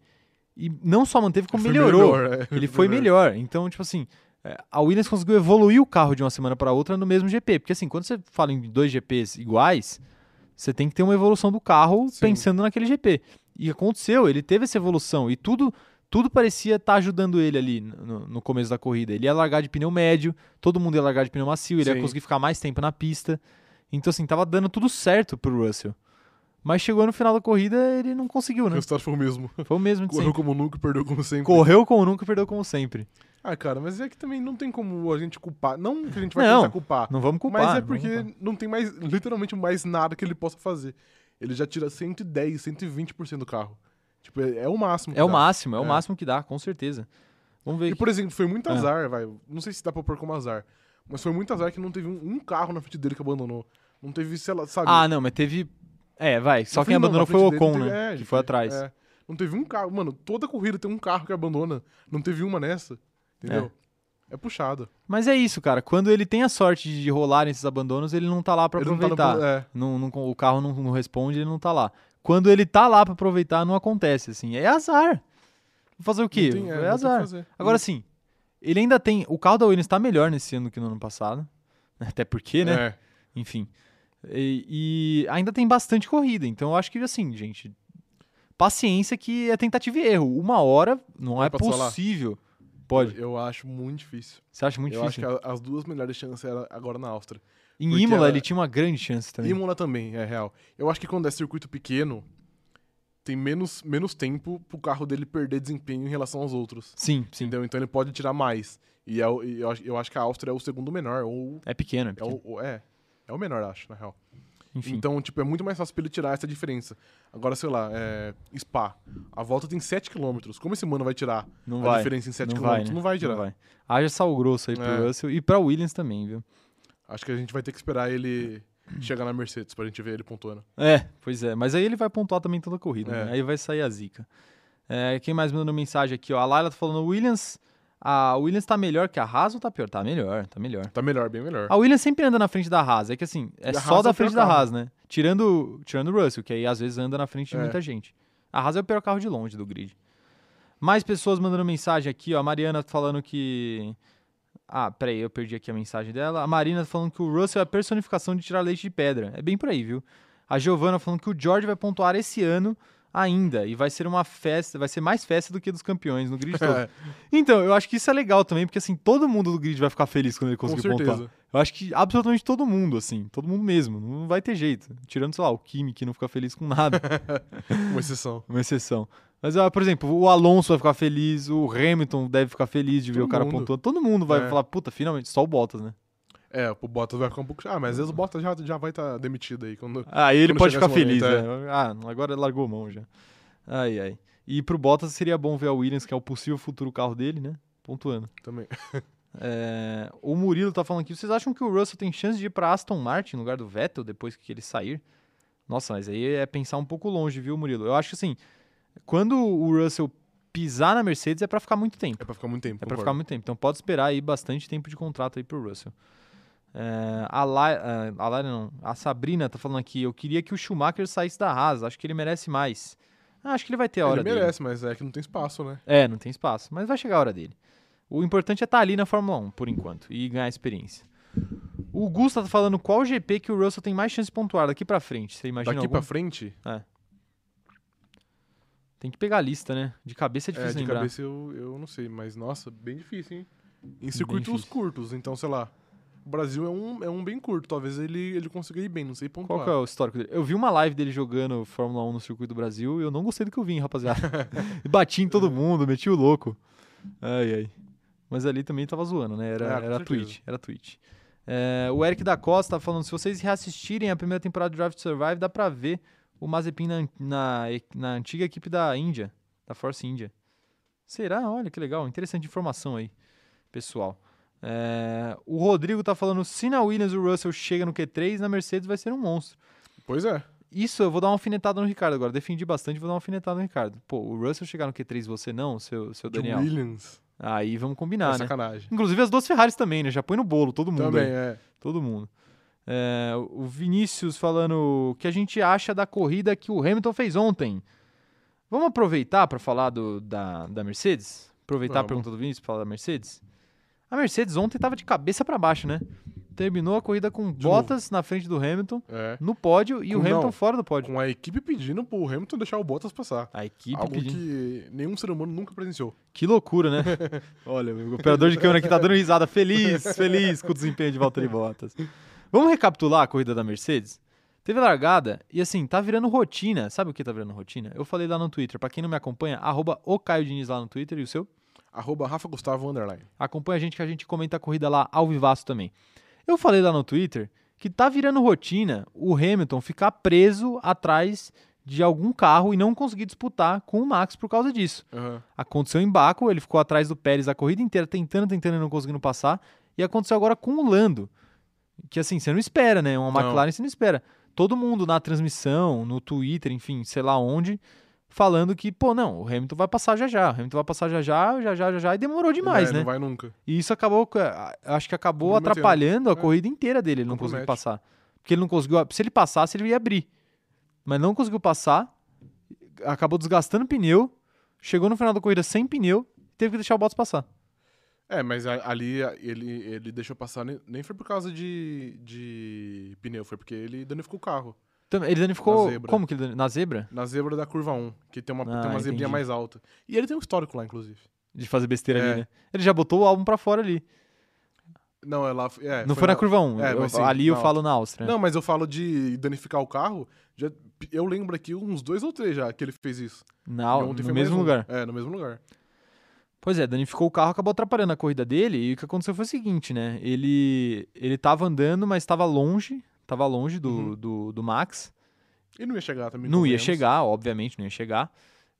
S1: E não só manteve, como
S2: Foi
S1: melhorou.
S2: melhor, é.
S1: né? Ele foi melhor. Então, tipo assim, é, a Williams conseguiu evoluir o carro de uma semana para outra no mesmo GP. Porque, assim, quando você fala em dois GPs iguais, você tem que ter uma evolução do carro
S2: Sim.
S1: pensando naquele GP. E aconteceu, ele teve essa evolução e tudo. Tudo parecia estar ajudando ele ali no, no começo da corrida. Ele ia largar de pneu médio, todo mundo ia largar de pneu macio, ele ia
S2: Sim.
S1: conseguir ficar mais tempo na pista. Então, assim, tava dando tudo certo pro Russell. Mas chegou no final da corrida, ele não conseguiu,
S2: O
S1: né?
S2: resultado foi o mesmo.
S1: Foi o mesmo de
S2: Correu
S1: sempre.
S2: como nunca e perdeu como sempre.
S1: Correu como nunca e perdeu como sempre.
S2: Ah, cara, mas é que também não tem como a gente culpar. Não que a gente vai
S1: Não.
S2: tentar culpar.
S1: Não vamos culpar.
S2: mas é
S1: não vamos
S2: porque
S1: culpar.
S2: não tem mais, literalmente mais nada que ele possa fazer. Ele já tira 110, 120% do carro. Tipo, é, é o máximo. que
S1: É o
S2: dá.
S1: máximo, é, o
S2: É.
S1: máximo que dá, com certeza. Vamos ver.
S2: E, por exemplo, foi muito
S1: Ah.
S2: azar, vai. Não sei se dá pra pôr como azar. Mas foi muito azar que não teve um, um carro na frente dele que abandonou. Não teve, sei lá, sabe?
S1: Ah, não, mas teve. É, vai. Só
S2: Na
S1: quem
S2: frente não,
S1: abandonou
S2: na
S1: foi o
S2: frente dele
S1: Ocon,
S2: não teve-
S1: né?
S2: é,
S1: que foi atrás.
S2: é. Não teve um carro. Mano, toda corrida tem um carro que abandona. Não teve uma nessa. Entendeu? É, puxado.
S1: Mas é isso, cara. Quando ele tem a sorte de rolar esses abandonos, ele não tá lá pra
S2: Ele
S1: aproveitar.
S2: Não tá no, é.
S1: Não- não- o carro não, não responde, ele não tá lá. Quando ele tá lá pra aproveitar, não acontece, assim. É azar. Fazer o quê?
S2: Não tem- não
S1: é
S2: tem o que
S1: azar.
S2: fazer.
S1: Agora sim, ele ainda tem. O carro da Williams tá melhor nesse ano que no ano passado. Até porque, né?
S2: É.
S1: Enfim. E, e ainda tem bastante corrida, então eu acho que assim, gente. Paciência que é tentativa e erro. Uma hora não é
S2: Pode falar?
S1: possível. Pode.
S2: Eu acho muito difícil.
S1: Você acha muito
S2: eu
S1: difícil?
S2: acho que a- as duas melhores chances eram agora na Áustria.
S1: Em
S2: porque
S1: Imola
S2: ela-
S1: ele tinha uma grande chance também.
S2: Imola também, é real. Eu acho que quando é circuito pequeno, tem menos, menos tempo pro carro dele perder desempenho em relação aos outros.
S1: Sim, sim.
S2: Entendeu? Então ele pode tirar mais. E é o- e eu, acho- eu acho que a Áustria é o segundo menor. Ou
S1: É pequeno, é
S2: é
S1: pequeno.
S2: o, o- é, é o menor, acho, na real.
S1: Enfim.
S2: Então, tipo, é muito mais fácil pra ele tirar essa diferença. Agora, sei lá, é, Spa. A volta tem 7km. Como esse mano vai tirar
S1: não
S2: a
S1: vai.
S2: diferença em 7km?
S1: não
S2: Não,
S1: vai, né?
S2: não vai tirar.
S1: Não vai. Haja sal grosso aí pro
S2: É.
S1: Russell e pra Williams também, viu?
S2: Acho que a gente vai ter que esperar ele chegar na Mercedes pra gente ver ele pontuando.
S1: É, pois é. Mas aí ele vai pontuar também toda a corrida,
S2: É.
S1: né? Aí vai sair a zica. É, quem mais mandou mensagem aqui, ó? A Laila tá falando, Williams. A Williams tá melhor que a Haas ou tá pior? Tá melhor, tá melhor.
S2: Tá melhor, bem melhor.
S1: A Williams sempre anda na frente da Haas. É que assim, é
S2: E a
S1: só
S2: Haas
S1: da
S2: é o pior
S1: frente da
S2: carro.
S1: Haas, né? Tirando, tirando o Russell, que aí às vezes anda na frente de
S2: É.
S1: muita gente. A Haas é o pior carro de longe do grid. Mais pessoas mandando mensagem aqui, ó. A Mariana falando que. Ah, peraí, eu perdi aqui a mensagem dela. A Marina falando que o Russell é a personificação de tirar leite de pedra. É bem por aí, viu? A Giovana falando que o George vai pontuar esse ano ainda. E vai ser uma festa, vai ser mais festa do que a dos campeões no grid todo.
S2: É,
S1: Então, eu acho que isso é legal também, porque assim, todo mundo do grid vai ficar feliz quando ele
S2: com
S1: conseguir pontuar.
S2: certeza.
S1: Eu acho que absolutamente todo mundo, assim, todo mundo mesmo. Não vai ter jeito. Tirando, sei lá, o Kimi, que não fica feliz com nada,
S2: Uma exceção.
S1: uma exceção. Mas, ah, por exemplo, o Alonso vai ficar feliz, o Hamilton deve ficar feliz de ver
S2: Todo
S1: o cara
S2: mundo.
S1: pontuando. Todo mundo vai
S2: É.
S1: falar, puta, finalmente, só o Bottas, né?
S2: É, o Bottas vai ficar um pouco. Ah, mas às vezes o Bottas já, já vai estar demitido aí. Quando...
S1: Aí Ah, ele
S2: Quando
S1: pode
S2: chegar
S1: ficar
S2: esse
S1: feliz,
S2: momento, é.
S1: né? Ah, agora ele largou mão já. Ai, ai. E pro Bottas seria bom ver a Williams, que é o possível futuro carro dele, né? Pontuando.
S2: Também.
S1: É, o Murilo tá falando aqui. Vocês acham que o Russell tem chance de ir pra Aston Martin no lugar do Vettel depois que ele sair? Nossa, mas aí é pensar um pouco longe, viu, Murilo? Eu acho que assim, quando o Russell pisar na Mercedes é pra ficar muito tempo.
S2: É pra ficar muito tempo.
S1: É pra
S2: concordo.
S1: ficar muito tempo. Então pode esperar aí bastante tempo de contrato aí pro Russell. É, a, La, eh, a Lara não, a Sabrina tá falando aqui. Eu queria que o Schumacher saísse da Haas. Acho que ele merece mais. Ah, acho que ele vai ter a hora
S2: Ele
S1: dele.
S2: merece, mas é que não tem espaço, né?
S1: É, não tem espaço. Mas vai chegar a hora dele. O importante é estar ali na Fórmula 1, por enquanto, e ganhar experiência. O Gusta tá falando qual GP que o Russell tem mais chance de pontuar daqui pra frente. Você imagina
S2: Daqui
S1: algum?
S2: pra frente,
S1: Tem que pegar a lista, né? De cabeça é
S2: é,
S1: difícil
S2: de
S1: lembrar.
S2: cabeça eu, eu não sei. Mas, nossa, bem difícil, hein? Em circuitos
S1: difícil.
S2: curtos, então, sei lá. O Brasil é um, é um bem curto, talvez ele, ele consiga ir bem, não sei pontuar.
S1: Qual que é o histórico dele? Eu vi uma live dele jogando Fórmula 1 no circuito do Brasil e eu não gostei do que eu vi, hein, rapaziada. Bati em todo mundo, meti o louco. Ai, ai. Mas ali também tava zoando, né? Era,
S2: É, com
S1: era
S2: certeza.
S1: tweet, era tweet. É, o Eric da Costa tá falando, se vocês reassistirem a primeira temporada de Drive to Survive, dá pra ver o Mazepin na, na, e- na antiga equipe da Índia, da Force India. Será? Olha que legal, interessante informação aí, pessoal. É, o Rodrigo tá falando, se na Williams o Russell chega no Q3, na Mercedes vai ser um monstro.
S2: Pois é.
S1: Isso, eu vou dar uma alfinetada no Ricardo agora. Defendi bastante, vou dar uma alfinetada no Ricardo. Pô, o Russell chegar no Q3, você não, seu, seu
S2: De
S1: Daniel.
S2: Williams.
S1: Aí vamos
S2: é
S1: combinar, né?
S2: sacanagem.
S1: Inclusive as duas Ferraris também, né? Já põe no bolo, todo mundo.
S2: Também,
S1: aí,
S2: é.
S1: Todo mundo. É, o Vinícius falando o que a gente acha da corrida que o Hamilton fez ontem. Vamos aproveitar para falar do, da, da Mercedes? Aproveitar a
S2: Vamos.
S1: pergunta do Vinícius para falar da Mercedes? A Mercedes ontem estava de cabeça para baixo, né? Terminou a corrida com
S2: De novo.
S1: Bottas na frente do Hamilton,
S2: É.
S1: no pódio, e o
S2: Com-
S1: Hamilton
S2: não.
S1: fora do pódio.
S2: Com a equipe pedindo pro Hamilton deixar o Bottas passar.
S1: A equipe
S2: Algo
S1: pedindo.
S2: que nenhum ser humano nunca presenciou.
S1: Que loucura, né? Olha, o operador de câmera aqui tá dando risada feliz, feliz com o desempenho de Valtteri Bottas. Vamos recapitular a corrida da Mercedes? Teve a largada e assim, tá virando rotina. Sabe o que tá virando rotina? Eu falei lá no Twitter, pra quem não me acompanha, arroba o Caio Diniz lá no Twitter e o seu.
S2: Arroba Rafa Gustavo Underline.
S1: Acompanha a gente que a gente comenta a corrida lá ao vivaço também. Eu falei lá no Twitter que tá virando rotina o Hamilton ficar preso atrás de algum carro e não conseguir disputar com o Max por causa disso.
S2: Aham.
S1: Aconteceu em Baco, ele ficou atrás do Pérez a corrida inteira, tentando, tentando e não conseguindo passar. E aconteceu agora com o Lando. Que assim, você não espera, né? Uma
S2: Não.
S1: McLaren você não espera. Todo mundo na transmissão, no Twitter, enfim, sei lá onde, falando que, pô, não, o Hamilton vai passar já já, o Hamilton vai passar já já, já já, já já, e demorou demais,
S2: É,
S1: né?
S2: Não vai nunca.
S1: E isso acabou, a- acho que acabou
S2: Comprometendo.
S1: atrapalhando a
S2: É.
S1: corrida inteira dele, ele não conseguiu
S2: Compromete.
S1: passar. Porque ele não conseguiu, se ele passasse, ele ia abrir. Mas não conseguiu passar, acabou desgastando o pneu, chegou no final da corrida sem pneu, teve que deixar o Bottas passar.
S2: É, mas a- ali a- ele, ele deixou passar, nem, nem foi por causa de, de pneu, foi porque ele danificou o carro.
S1: Então, ele danificou,
S2: Na zebra.
S1: como que ele danificou? Na zebra?
S2: Na zebra da curva 1, que tem uma,
S1: Ah,
S2: tem uma zebrinha
S1: entendi.
S2: mais alta. E ele tem um histórico lá, inclusive.
S1: De fazer besteira
S2: É.
S1: ali, né? Ele já botou o álbum pra fora ali.
S2: Não, é lá. É,
S1: não foi na, curva 1,
S2: É,
S1: eu-
S2: mas sim,
S1: ali eu
S2: na
S1: falo na Áustria. né?
S2: Não, mas eu falo de danificar o carro. já- eu lembro aqui uns dois ou três já que ele fez isso.
S1: Na,
S2: E
S1: Au-
S2: ontem
S1: Ah, no
S2: foi mais
S1: mesmo
S2: um.
S1: lugar.
S2: É, no mesmo lugar.
S1: Pois é, danificou o carro, acabou atrapalhando a corrida dele. E o que aconteceu foi o seguinte, né? Ele, ele tava andando, mas estava longe. Tava longe do,
S2: Uhum.
S1: do, do Max.
S2: E não ia chegar também.
S1: não ia
S2: convenhamos.
S1: chegar, obviamente, não ia chegar.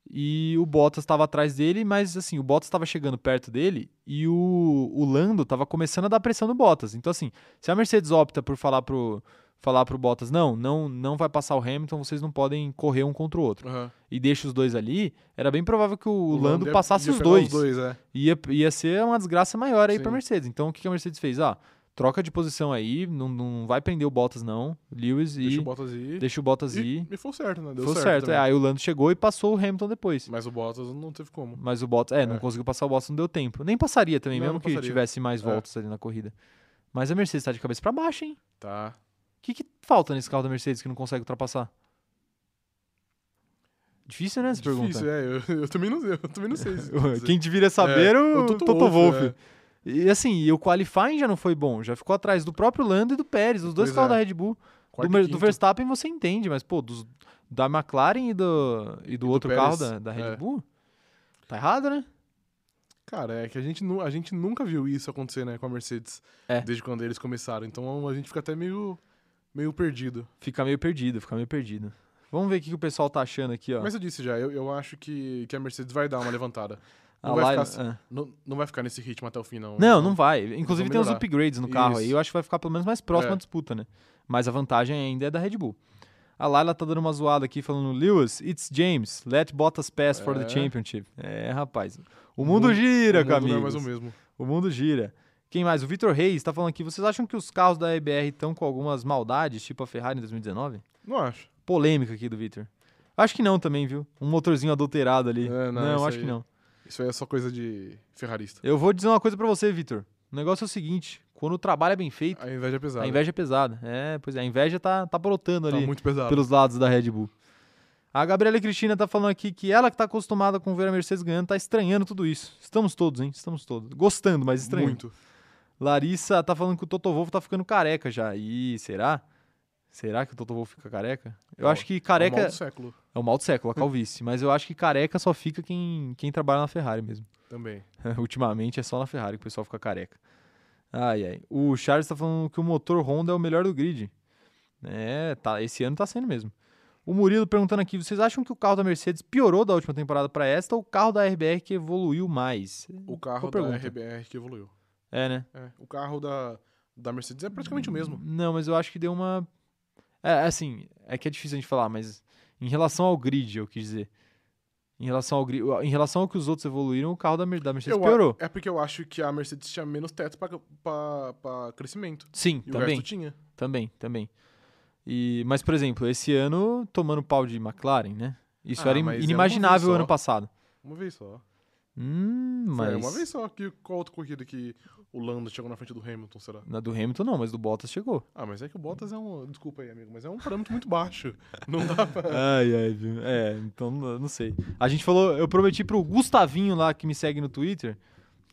S1: E o Bottas estava atrás dele, mas assim, o Bottas estava chegando perto dele e o, o Lando estava começando a dar pressão no Bottas. Então, assim, se a Mercedes opta por falar pro, falar pro Bottas, não, não, não vai passar o Hamilton, vocês não podem correr um contra o outro.
S2: Aham.
S1: E deixa os dois ali, era bem provável que o, Lando,
S2: ia-
S1: passasse
S2: ia
S1: os
S2: pegar
S1: dois
S2: é.
S1: ia, ia ser uma desgraça maior aí para
S2: Sim.
S1: Mercedes. Então o que que a Mercedes fez? Ah, troca de posição aí, não, não vai prender o Bottas não, Lewis,
S2: Deixa o
S1: e
S2: Bottas ir.
S1: deixa o Bottas
S2: E,
S1: ir.
S2: e foi certo, né? Deu
S1: Foi
S2: certo.
S1: certo. é,
S2: também.
S1: aí o Lando chegou e passou o Hamilton depois.
S2: Mas o Bottas não teve como.
S1: Mas o Bottas, é, não
S2: É.
S1: conseguiu passar o Bottas, não deu tempo. Nem passaria também,
S2: Não,
S1: mesmo
S2: não
S1: que
S2: passaria.
S1: tivesse mais
S2: É.
S1: voltas ali na corrida. Mas a Mercedes tá de cabeça para baixo, hein?
S2: Tá.
S1: O que, que falta nesse carro da Mercedes que não consegue ultrapassar? Difícil, né, essa pergunta?
S2: Difícil, é. Eu, eu também não sei. Eu também não sei. se- dizer.
S1: Quem deveria saber é, o, Toto, Wolff.
S2: é.
S1: E assim, e o qualifying já não foi bom, já ficou atrás do próprio Lando e do Pérez, os dois
S2: Pois
S1: carros
S2: é.
S1: da Red Bull. Do,
S2: Quarto e
S1: Mer- do
S2: quinto.
S1: Verstappen você entende, mas pô, dos, da McLaren e do, e do outro
S2: Pérez,
S1: carro da, da Red
S2: é.
S1: Bull, tá errado, né?
S2: Cara, é que a gente, nu- a gente nunca viu isso acontecer, né, com a Mercedes.
S1: É.
S2: Desde quando eles começaram. Então a gente fica até meio, meio perdido.
S1: Fica meio perdido, fica meio perdido. Vamos ver o que, que o pessoal tá achando aqui, ó.
S2: Mas eu disse já, eu, eu acho que, que a Mercedes vai dar uma levantada.
S1: A
S2: não vai
S1: Laila-
S2: ficar assim.
S1: ah.
S2: Não, não vai ficar nesse ritmo até o fim, não.
S1: Não, não vai. Inclusive tem uns
S2: melhorar.
S1: upgrades no carro aí.
S2: Isso.
S1: Eu acho que vai ficar pelo menos mais próximo
S2: É.
S1: à disputa, né? Mas a vantagem ainda é da Red Bull. A Laila tá dando uma zoada aqui falando: Lewis, it's James. Let Bottas pass for the
S2: É.
S1: championship. É, rapaz. O
S2: O
S1: mundo,
S2: mundo-
S1: gira,
S2: o mundo não
S1: Camilo.
S2: é mais o mesmo.
S1: O mundo gira. Quem mais? O Vitor Reis tá falando aqui: vocês acham que os carros da EBR estão com algumas maldades, tipo a Ferrari em 2019?
S2: Não acho.
S1: Polêmica aqui do Vitor. Acho que não também, viu? Um motorzinho adulterado ali.
S2: É, não,
S1: não
S2: isso
S1: acho que
S2: aí.
S1: não.
S2: Isso aí é só coisa de ferrarista.
S1: Eu vou dizer uma coisa pra você, Vitor. O negócio é o seguinte: quando o trabalho é bem feito,
S2: A inveja é pesada.
S1: a inveja é pesada. É, pois é, a inveja tá, tá brotando
S2: tá
S1: ali
S2: muito pesada.
S1: pelos lados da Red Bull. A Gabriela Cristina tá falando aqui que ela que tá acostumada com ver a Mercedes ganhando, tá estranhando tudo isso. Estamos todos, hein? Estamos todos. Gostando, mas estranho.
S2: Muito. É
S1: Larissa tá falando que o Toto Wolff tá ficando careca já. Ih, será? Será que o Toto Wolff fica careca? Eu
S2: Ó,
S1: acho que
S2: É o
S1: careca
S2: mal do século
S1: é o mal do século, a calvície. mas eu acho que careca só fica quem, quem trabalha na Ferrari mesmo.
S2: também.
S1: Ultimamente é só na Ferrari que o pessoal fica careca. Ai, ai. O Charles tá falando que o motor Honda é o melhor do grid. É, tá, esse ano tá sendo mesmo. O Murilo perguntando aqui: vocês acham que o carro da Mercedes piorou da última temporada pra esta ou o carro da RBR que evoluiu mais?
S2: O carro
S1: Hum, Boa pergunta.
S2: da RBR que evoluiu.
S1: É, né?
S2: É, o carro da, da Mercedes é praticamente o mesmo.
S1: Não, mas eu acho que deu uma. É, assim, é que é difícil a gente falar, mas em relação ao grid, eu quis dizer. Em relação ao, grid, em relação ao que os outros evoluíram, o carro da, Mer- da Mercedes
S2: Eu a-
S1: piorou.
S2: É porque eu acho que a Mercedes tinha menos teto pra, pra, pra crescimento.
S1: Sim,
S2: E o
S1: também.
S2: resto tinha.
S1: Também, também. E, mas, por exemplo, esse ano tomando pau de McLaren, né? Isso
S2: Ah,
S1: era im-
S2: mas é uma
S1: inimaginável
S2: vez só.
S1: ano passado.
S2: Uma vez só.
S1: Hum, mas.
S2: Foi uma vez só que qual outra corrida que o Lando chegou na frente do Hamilton, será?
S1: Na do Hamilton não, mas do Bottas chegou.
S2: Ah, mas é que o Bottas é um. Desculpa aí, amigo, mas é um parâmetro muito baixo. Não dá pra.
S1: ai, ai, viu? É, então n- não sei. A gente falou, eu prometi pro Gustavinho lá que me segue no Twitter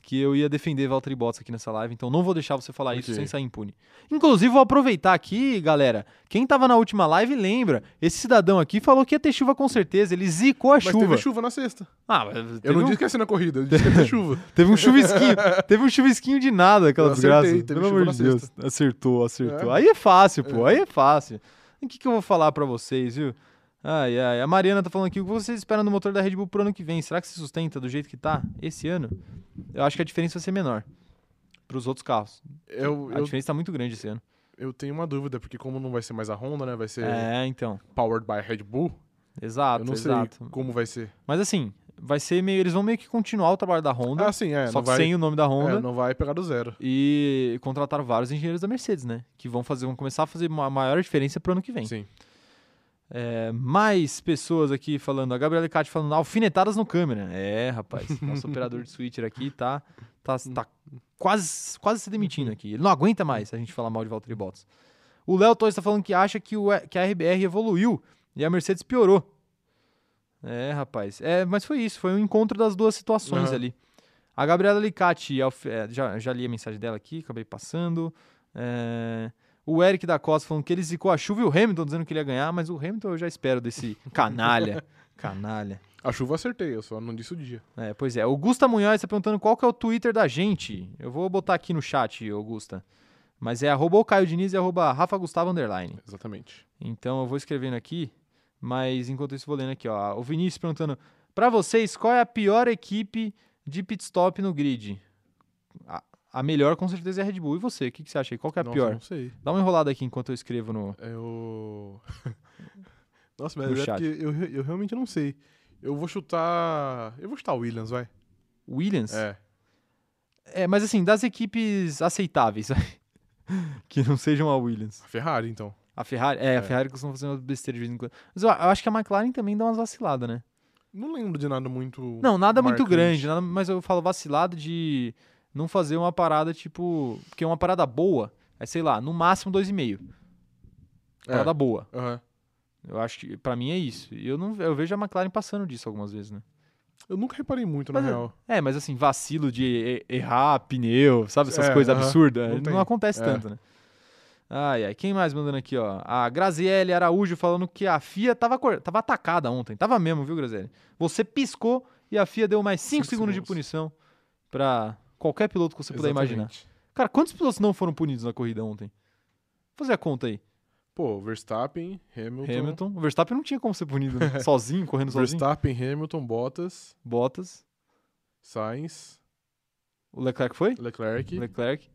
S1: que eu ia defender Valtteri Bottas aqui nessa live, então não vou deixar você falar isso
S2: Ok.
S1: sem sair impune. Inclusive, vou aproveitar aqui, galera. Quem tava na última live lembra, esse cidadão aqui falou que ia ter chuva com certeza, ele zicou a
S2: Mas
S1: chuva.
S2: teve chuva na sexta.
S1: Ah, mas
S2: Eu
S1: teve
S2: não
S1: um-
S2: disse que ia ser na corrida, eu disse que ia ter chuva.
S1: Teve um chuvisquinho, teve um chuvisquinho de nada aquela
S2: Eu acertei,
S1: desgraça.
S2: teve
S1: Pelo
S2: chuva
S1: amor
S2: na
S1: de Deus. Acertou, acertou. Aí é fácil, pô. Aí é fácil. E O que, que eu vou falar pra vocês, viu? Ai, ai. A Mariana tá falando aqui, o que vocês esperam do motor da Red Bull pro ano que vem? Será que se sustenta do jeito que tá esse ano? Eu acho que a diferença vai ser menor pros outros carros.
S2: Eu,
S1: A
S2: eu,
S1: diferença tá muito grande esse ano.
S2: eu tenho uma dúvida, porque como não vai ser mais a Honda, né? Vai ser
S1: É, então.
S2: powered by Red Bull.
S1: Exato,
S2: eu não sei
S1: exato.
S2: como vai ser.
S1: Mas assim, vai ser meio. Eles vão meio que continuar o trabalho da Honda.
S2: Ah, sim, é.
S1: só
S2: não
S1: que
S2: vai,
S1: sem o nome da Honda.
S2: é, não vai pegar do zero.
S1: e contrataram vários engenheiros da Mercedes, né? Que vão fazer, vão começar a fazer uma maior diferença pro ano que vem.
S2: Sim.
S1: É, mais pessoas aqui falando, a Gabriela Cati falando alfinetadas no câmera. É, rapaz, nosso operador de switcher aqui tá, tá, tá quase, quase se demitindo aqui. Ele não aguenta mais a gente falar mal de Valtteri Bottas. O Léo Torres tá falando que acha que, o, que a RBR evoluiu e a Mercedes piorou. É, rapaz. É, mas foi isso, foi um encontro das duas situações
S2: Aham.
S1: ali. A Gabriela Licati, alf- é, já, já li a mensagem dela aqui, acabei passando. É, o Eric da Costa falando que ele zicou a chuva e o Hamilton dizendo que ele ia ganhar, mas o Hamilton eu já espero desse canalha. canalha.
S2: A chuva eu acertei, eu só não disse o dia.
S1: É, pois é. Augusta Munhoz está perguntando qual que é o Twitter da gente. Eu vou botar aqui no chat, Augusta. Mas é arroba o Caio Diniz e arroba Rafa Gustavo Underline.
S2: Exatamente.
S1: Então eu vou escrevendo aqui, mas enquanto isso vou lendo aqui, ó. O Vinícius perguntando pra vocês qual é a pior equipe de pit stop no grid? A, a melhor com certeza é a Red Bull. E você, o que, que você acha aí? Qual que é a
S2: Nossa,
S1: pior?
S2: Não sei.
S1: Dá uma enrolada aqui enquanto eu escrevo no.
S2: Eu. Nossa,
S1: No
S2: mas é
S1: chat.
S2: porque eu, re- eu realmente não sei. Eu vou chutar. Eu vou chutar o Williams, vai.
S1: Williams?
S2: É.
S1: É, mas assim, das equipes aceitáveis, que não sejam a Williams.
S2: A Ferrari, então.
S1: A Ferrari, é, a
S2: É.
S1: Ferrari costuma fazer umas besteiras de vez em quando. Mas eu, eu acho que a McLaren também dá umas vaciladas, né?
S2: Não lembro de nada muito.
S1: Não, nada muito
S2: marcante.
S1: grande, nada- mas eu falo vacilado de não fazer uma parada tipo. Porque uma parada boa é, sei lá, no máximo 2,5.
S2: É.
S1: Parada boa.
S2: Aham.
S1: Eu acho que pra mim é isso. E eu, não, eu vejo a McLaren passando disso algumas vezes, né?
S2: Eu nunca reparei muito, na
S1: Mas é-
S2: real.
S1: É, mas assim, vacilo de e- errar pneu, sabe? Essas
S2: É,
S1: coisas
S2: aham.
S1: absurdas.
S2: Não
S1: Não,
S2: tem.
S1: acontece
S2: É.
S1: tanto, né? Ai, ai. Quem mais mandando aqui, ó? A Graziele Araújo falando que a FIA tava, acor- tava atacada ontem. Tava mesmo, viu, Graziele? Você piscou e a FIA deu mais 5
S2: Cinco
S1: segundos de
S2: segundos.
S1: punição pra qualquer piloto que você puder imaginar.
S2: Exatamente.
S1: Cara, quantos pilotos não foram punidos na corrida ontem? Vou fazer a conta aí.
S2: Pô, Verstappen, Hamilton.
S1: Hamilton. O Verstappen não tinha como ser punido, né? Sozinho, correndo sozinho.
S2: né? Verstappen, Hamilton, Bottas,
S1: Bottas.
S2: Sainz,
S1: O Leclerc foi?
S2: Leclerc,
S1: Leclerc.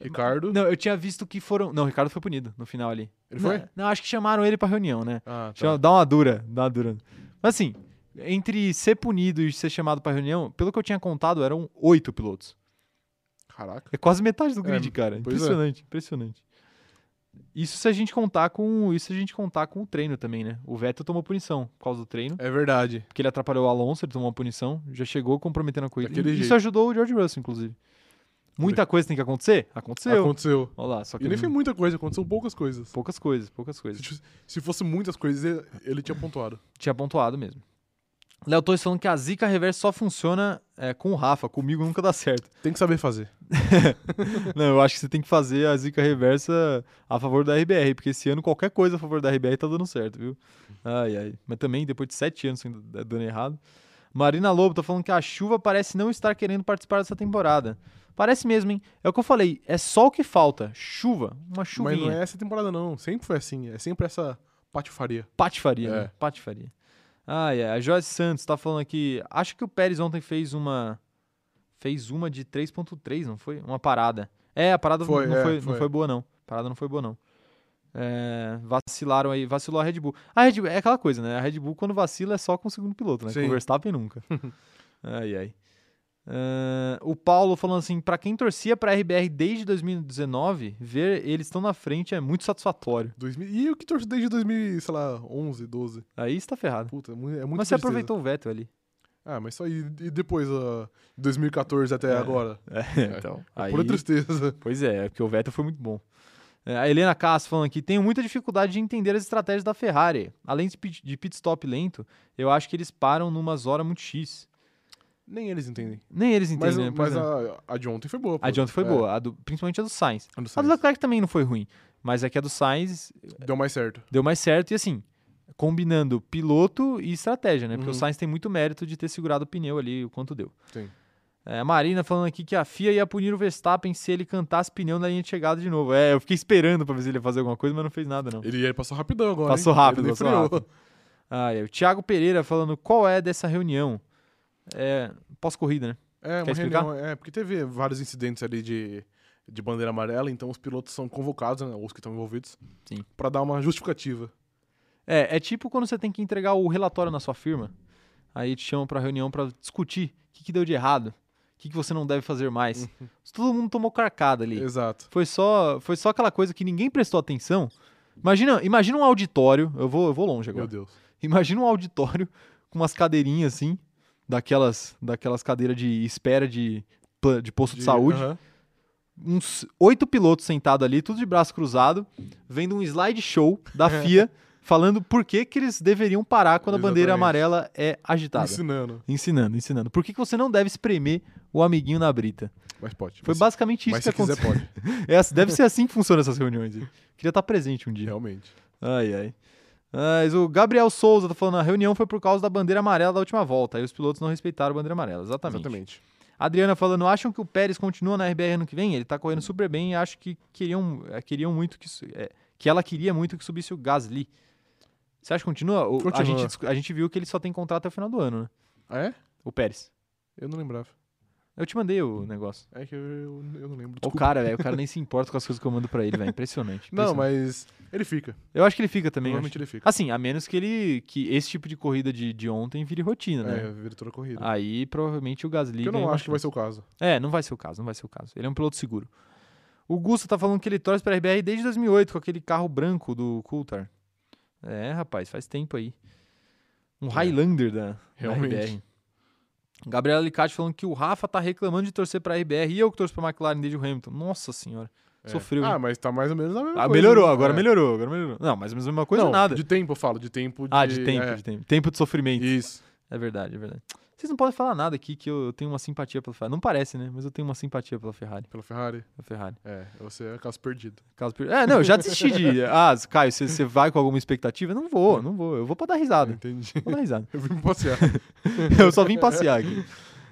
S2: Ricardo.
S1: Não, eu tinha visto que foram. Não, o Ricardo foi punido no final ali.
S2: Ele foi?
S1: Não, não, acho que chamaram ele pra reunião, né?
S2: Ah, tá.
S1: Chama- Dá uma dura, dá uma dura. Mas assim, entre ser punido e ser chamado pra reunião, pelo que eu tinha contado, eram oito pilotos.
S2: Caraca.
S1: É quase metade do grid,
S2: É,
S1: cara.
S2: pois é.
S1: Impressionante, impressionante. Isso se a gente contar com. Isso se a gente contar com o treino também, né? O Vettel tomou punição por causa do treino.
S2: É verdade.
S1: Porque ele atrapalhou o Alonso, ele tomou uma punição, já chegou comprometendo a corrida.
S2: Daquele
S1: Isso
S2: jeito.
S1: ajudou o George Russell, inclusive. Muita coisa tem que acontecer? Aconteceu.
S2: Aconteceu.
S1: Olha lá, só que
S2: E nem foi muita coisa, aconteceu poucas coisas.
S1: poucas coisas, poucas coisas.
S2: Se tivesse- Se fosse muitas coisas, ele- ele tinha pontuado.
S1: Tinha pontuado mesmo. Léo Torres falando que a zica reversa só funciona é, com o Rafa, comigo nunca dá certo.
S2: Tem que saber fazer.
S1: Não, eu acho que você tem que fazer a zica reversa a favor da RBR, porque esse ano qualquer coisa a favor da RBR tá dando certo, viu? Ai, ai. Mas também, depois de sete anos sem- dando errado. Marina Lobo tá falando que a chuva parece não estar querendo participar dessa temporada. Parece mesmo, hein? É o que eu falei, é só o que falta. Chuva, uma chuvinha.
S2: Mas não é essa temporada, não. Sempre foi assim. É sempre essa patifaria.
S1: Patifaria,
S2: É.
S1: né? Patifaria. Ah, é. A Joyce Santos tá falando aqui. Acho que o Pérez ontem fez uma. Fez uma de 3.3, não foi? Uma parada. É, a parada
S2: Foi,
S1: não,
S2: é,
S1: foi, não
S2: foi.
S1: foi boa, não. A parada não foi boa, não. É, vacilaram aí, vacilou a Red Bull. A Red Bull é aquela coisa, né? A Red Bull, quando vacila, é só com o segundo piloto, né? Com
S2: Sim.
S1: o Verstappen nunca. ai, ai. Ah, o Paulo falando assim: pra quem torcia pra RBR desde 2019, ver eles estão na frente é muito satisfatório.
S2: 2000... E eu que torço desde 2000, sei lá, 11, 12.
S1: Aí está ferrado.
S2: Puta, é mu- é muito
S1: Mas você
S2: tristeza.
S1: aproveitou o Vettel ali.
S2: Ah, mas só e, e depois, ah, de 2014 até
S1: É.
S2: agora?
S1: É, então. Aí,
S2: Pura tristeza.
S1: Pois é, é porque o Vettel foi muito bom. É, a Helena Cass falando aqui, tenho muita dificuldade de entender as estratégias da Ferrari. Além de pit, de pit stop lento, eu acho que eles param numas horas muito X.
S2: Nem eles entendem.
S1: Nem eles entendem,
S2: mas
S1: né? Pois
S2: mas
S1: é.
S2: a, a de ontem foi boa. pô.
S1: A de ontem foi
S2: É,
S1: boa, Ah, a do- principalmente a do Sainz.
S2: a do
S1: A do
S2: Sainz.
S1: Leclerc também não foi ruim, mas é que a do Sainz
S2: Deu mais certo.
S1: deu mais certo e assim, combinando piloto e estratégia, né? Porque
S2: Uhum.
S1: o Sainz tem muito mérito de ter segurado o pneu ali o quanto deu.
S2: Sim.
S1: É, a Marina falando aqui que a FIA ia punir o Verstappen se ele cantasse pneu na linha de chegada de novo. É, eu fiquei esperando pra ver se ele ia fazer alguma coisa, mas não fez nada, não.
S2: Ele, ele passou rapidão agora.
S1: Passou
S2: hein?
S1: rápido,
S2: Ele nem
S1: passou
S2: freou.
S1: rápido. Ah, é, o Thiago Pereira falando qual é dessa reunião. É, pós-corrida, né?
S2: É,
S1: Quer
S2: uma
S1: explicar?
S2: reunião, é, porque teve vários incidentes ali de, de bandeira amarela, então os pilotos são convocados, né, os que estão envolvidos,
S1: Sim.
S2: pra dar uma justificativa.
S1: É, é tipo quando você tem que entregar o relatório na sua firma. Aí te chamam pra reunião pra discutir o que, que deu de errado, o que, que você não deve fazer mais.
S2: Uhum.
S1: Todo mundo tomou carcada ali.
S2: Exato.
S1: Foi só, foi só aquela coisa que ninguém prestou atenção. Imagina, imagina um auditório. Eu vou, eu vou longe agora.
S2: Meu Deus.
S1: Imagina um auditório com umas cadeirinhas assim, daquelas, daquelas cadeiras de espera de, pla- de posto de, saúde.
S2: aham.
S1: Uns um oito pilotos sentados ali, tudo de braço cruzado, vendo um slideshow da FIA falando por que, que eles deveriam parar quando a bandeira
S2: Exatamente.
S1: amarela é agitada.
S2: Ensinando.
S1: Ensinando, ensinando. Por que, que você não deve espremer o amiguinho na brita?
S2: Mas pode.
S1: Foi
S2: mas,
S1: basicamente isso
S2: Tipo assim, mas
S1: que
S2: se quiser,
S1: aconteceu.
S2: pode.
S1: É assim- deve ser assim que funcionam essas reuniões. aí. Queria estar presente um dia.
S2: Realmente.
S1: Ai, ai. Mas o Gabriel Souza tá falando, a reunião foi por causa da bandeira amarela da última volta. Aí os pilotos não respeitaram a bandeira amarela. Exatamente.
S2: Exatamente.
S1: Adriana falando, acham que o Pérez continua na RBR ano que vem? Ele tá
S2: Uhum.
S1: correndo super bem e acho que queriam, eh, queriam muito que. su- eh, que ela queria muito que subisse o Gasly. Você acha que continua? O- A,
S2: Continua.
S1: gente, discu- a gente viu que ele só tem contrato até o final do ano, né?
S2: Ah, é?
S1: O Pérez.
S2: Eu não lembrava.
S1: Eu te mandei o negócio.
S2: É que eu, eu, eu não
S1: O
S2: lembro. desculpa.
S1: cara, velho, o cara nem se importa com as coisas que eu mando pra ele, velho. Impressionante.
S2: Não,
S1: impressionante.
S2: mas ele fica.
S1: Eu acho que ele fica também. eu acho
S2: Normalmente ele fica.
S1: Assim, a menos que ele. que esse tipo de corrida de, de ontem vire rotina, né?
S2: É, vira toda a corrida.
S1: Aí provavelmente o Gasly.
S2: Porque eu
S1: ganha
S2: não
S1: uma
S2: acho que vai
S1: chance.
S2: ser o caso.
S1: É, não vai ser o caso, não vai ser o caso. Ele é um piloto seguro. O Gusta tá falando que ele torce pra RBR desde 2008, com aquele carro branco do Coulthard. É, rapaz, faz tempo aí. Um
S2: É.
S1: Highlander da, da
S2: Realmente.
S1: RBR. Gabriela Alicate falando que o Rafa tá reclamando de torcer pra RBR e eu que torço pra McLaren desde o Hamilton. Nossa senhora.
S2: É.
S1: Sofreu. hein?
S2: Ah, mas tá mais ou menos a mesma
S1: Ah,
S2: coisa,
S1: melhorou,
S2: né?
S1: agora
S2: É.
S1: melhorou, agora melhorou. Não, mas a mesma coisa
S2: não,
S1: nada.
S2: De tempo eu falo, de tempo.
S1: Ah, de tempo,
S2: é.
S1: de tempo. Tempo de sofrimento.
S2: Isso.
S1: É verdade, é verdade. Vocês não podem falar nada aqui que eu, eu tenho uma simpatia pela Ferrari. Não parece, né? Mas eu tenho uma simpatia pela Ferrari.
S2: Pela Ferrari.
S1: Pela Ferrari.
S2: É, você é caso perdido.
S1: Caso per- É, não, eu já desisti de. Ah, Caio, você, você vai com alguma expectativa? Eu Não vou, não vou. Eu vou pra dar risada.
S2: Entendi.
S1: Vou dar risada.
S2: Eu vim passear.
S1: Eu só vim passear aqui.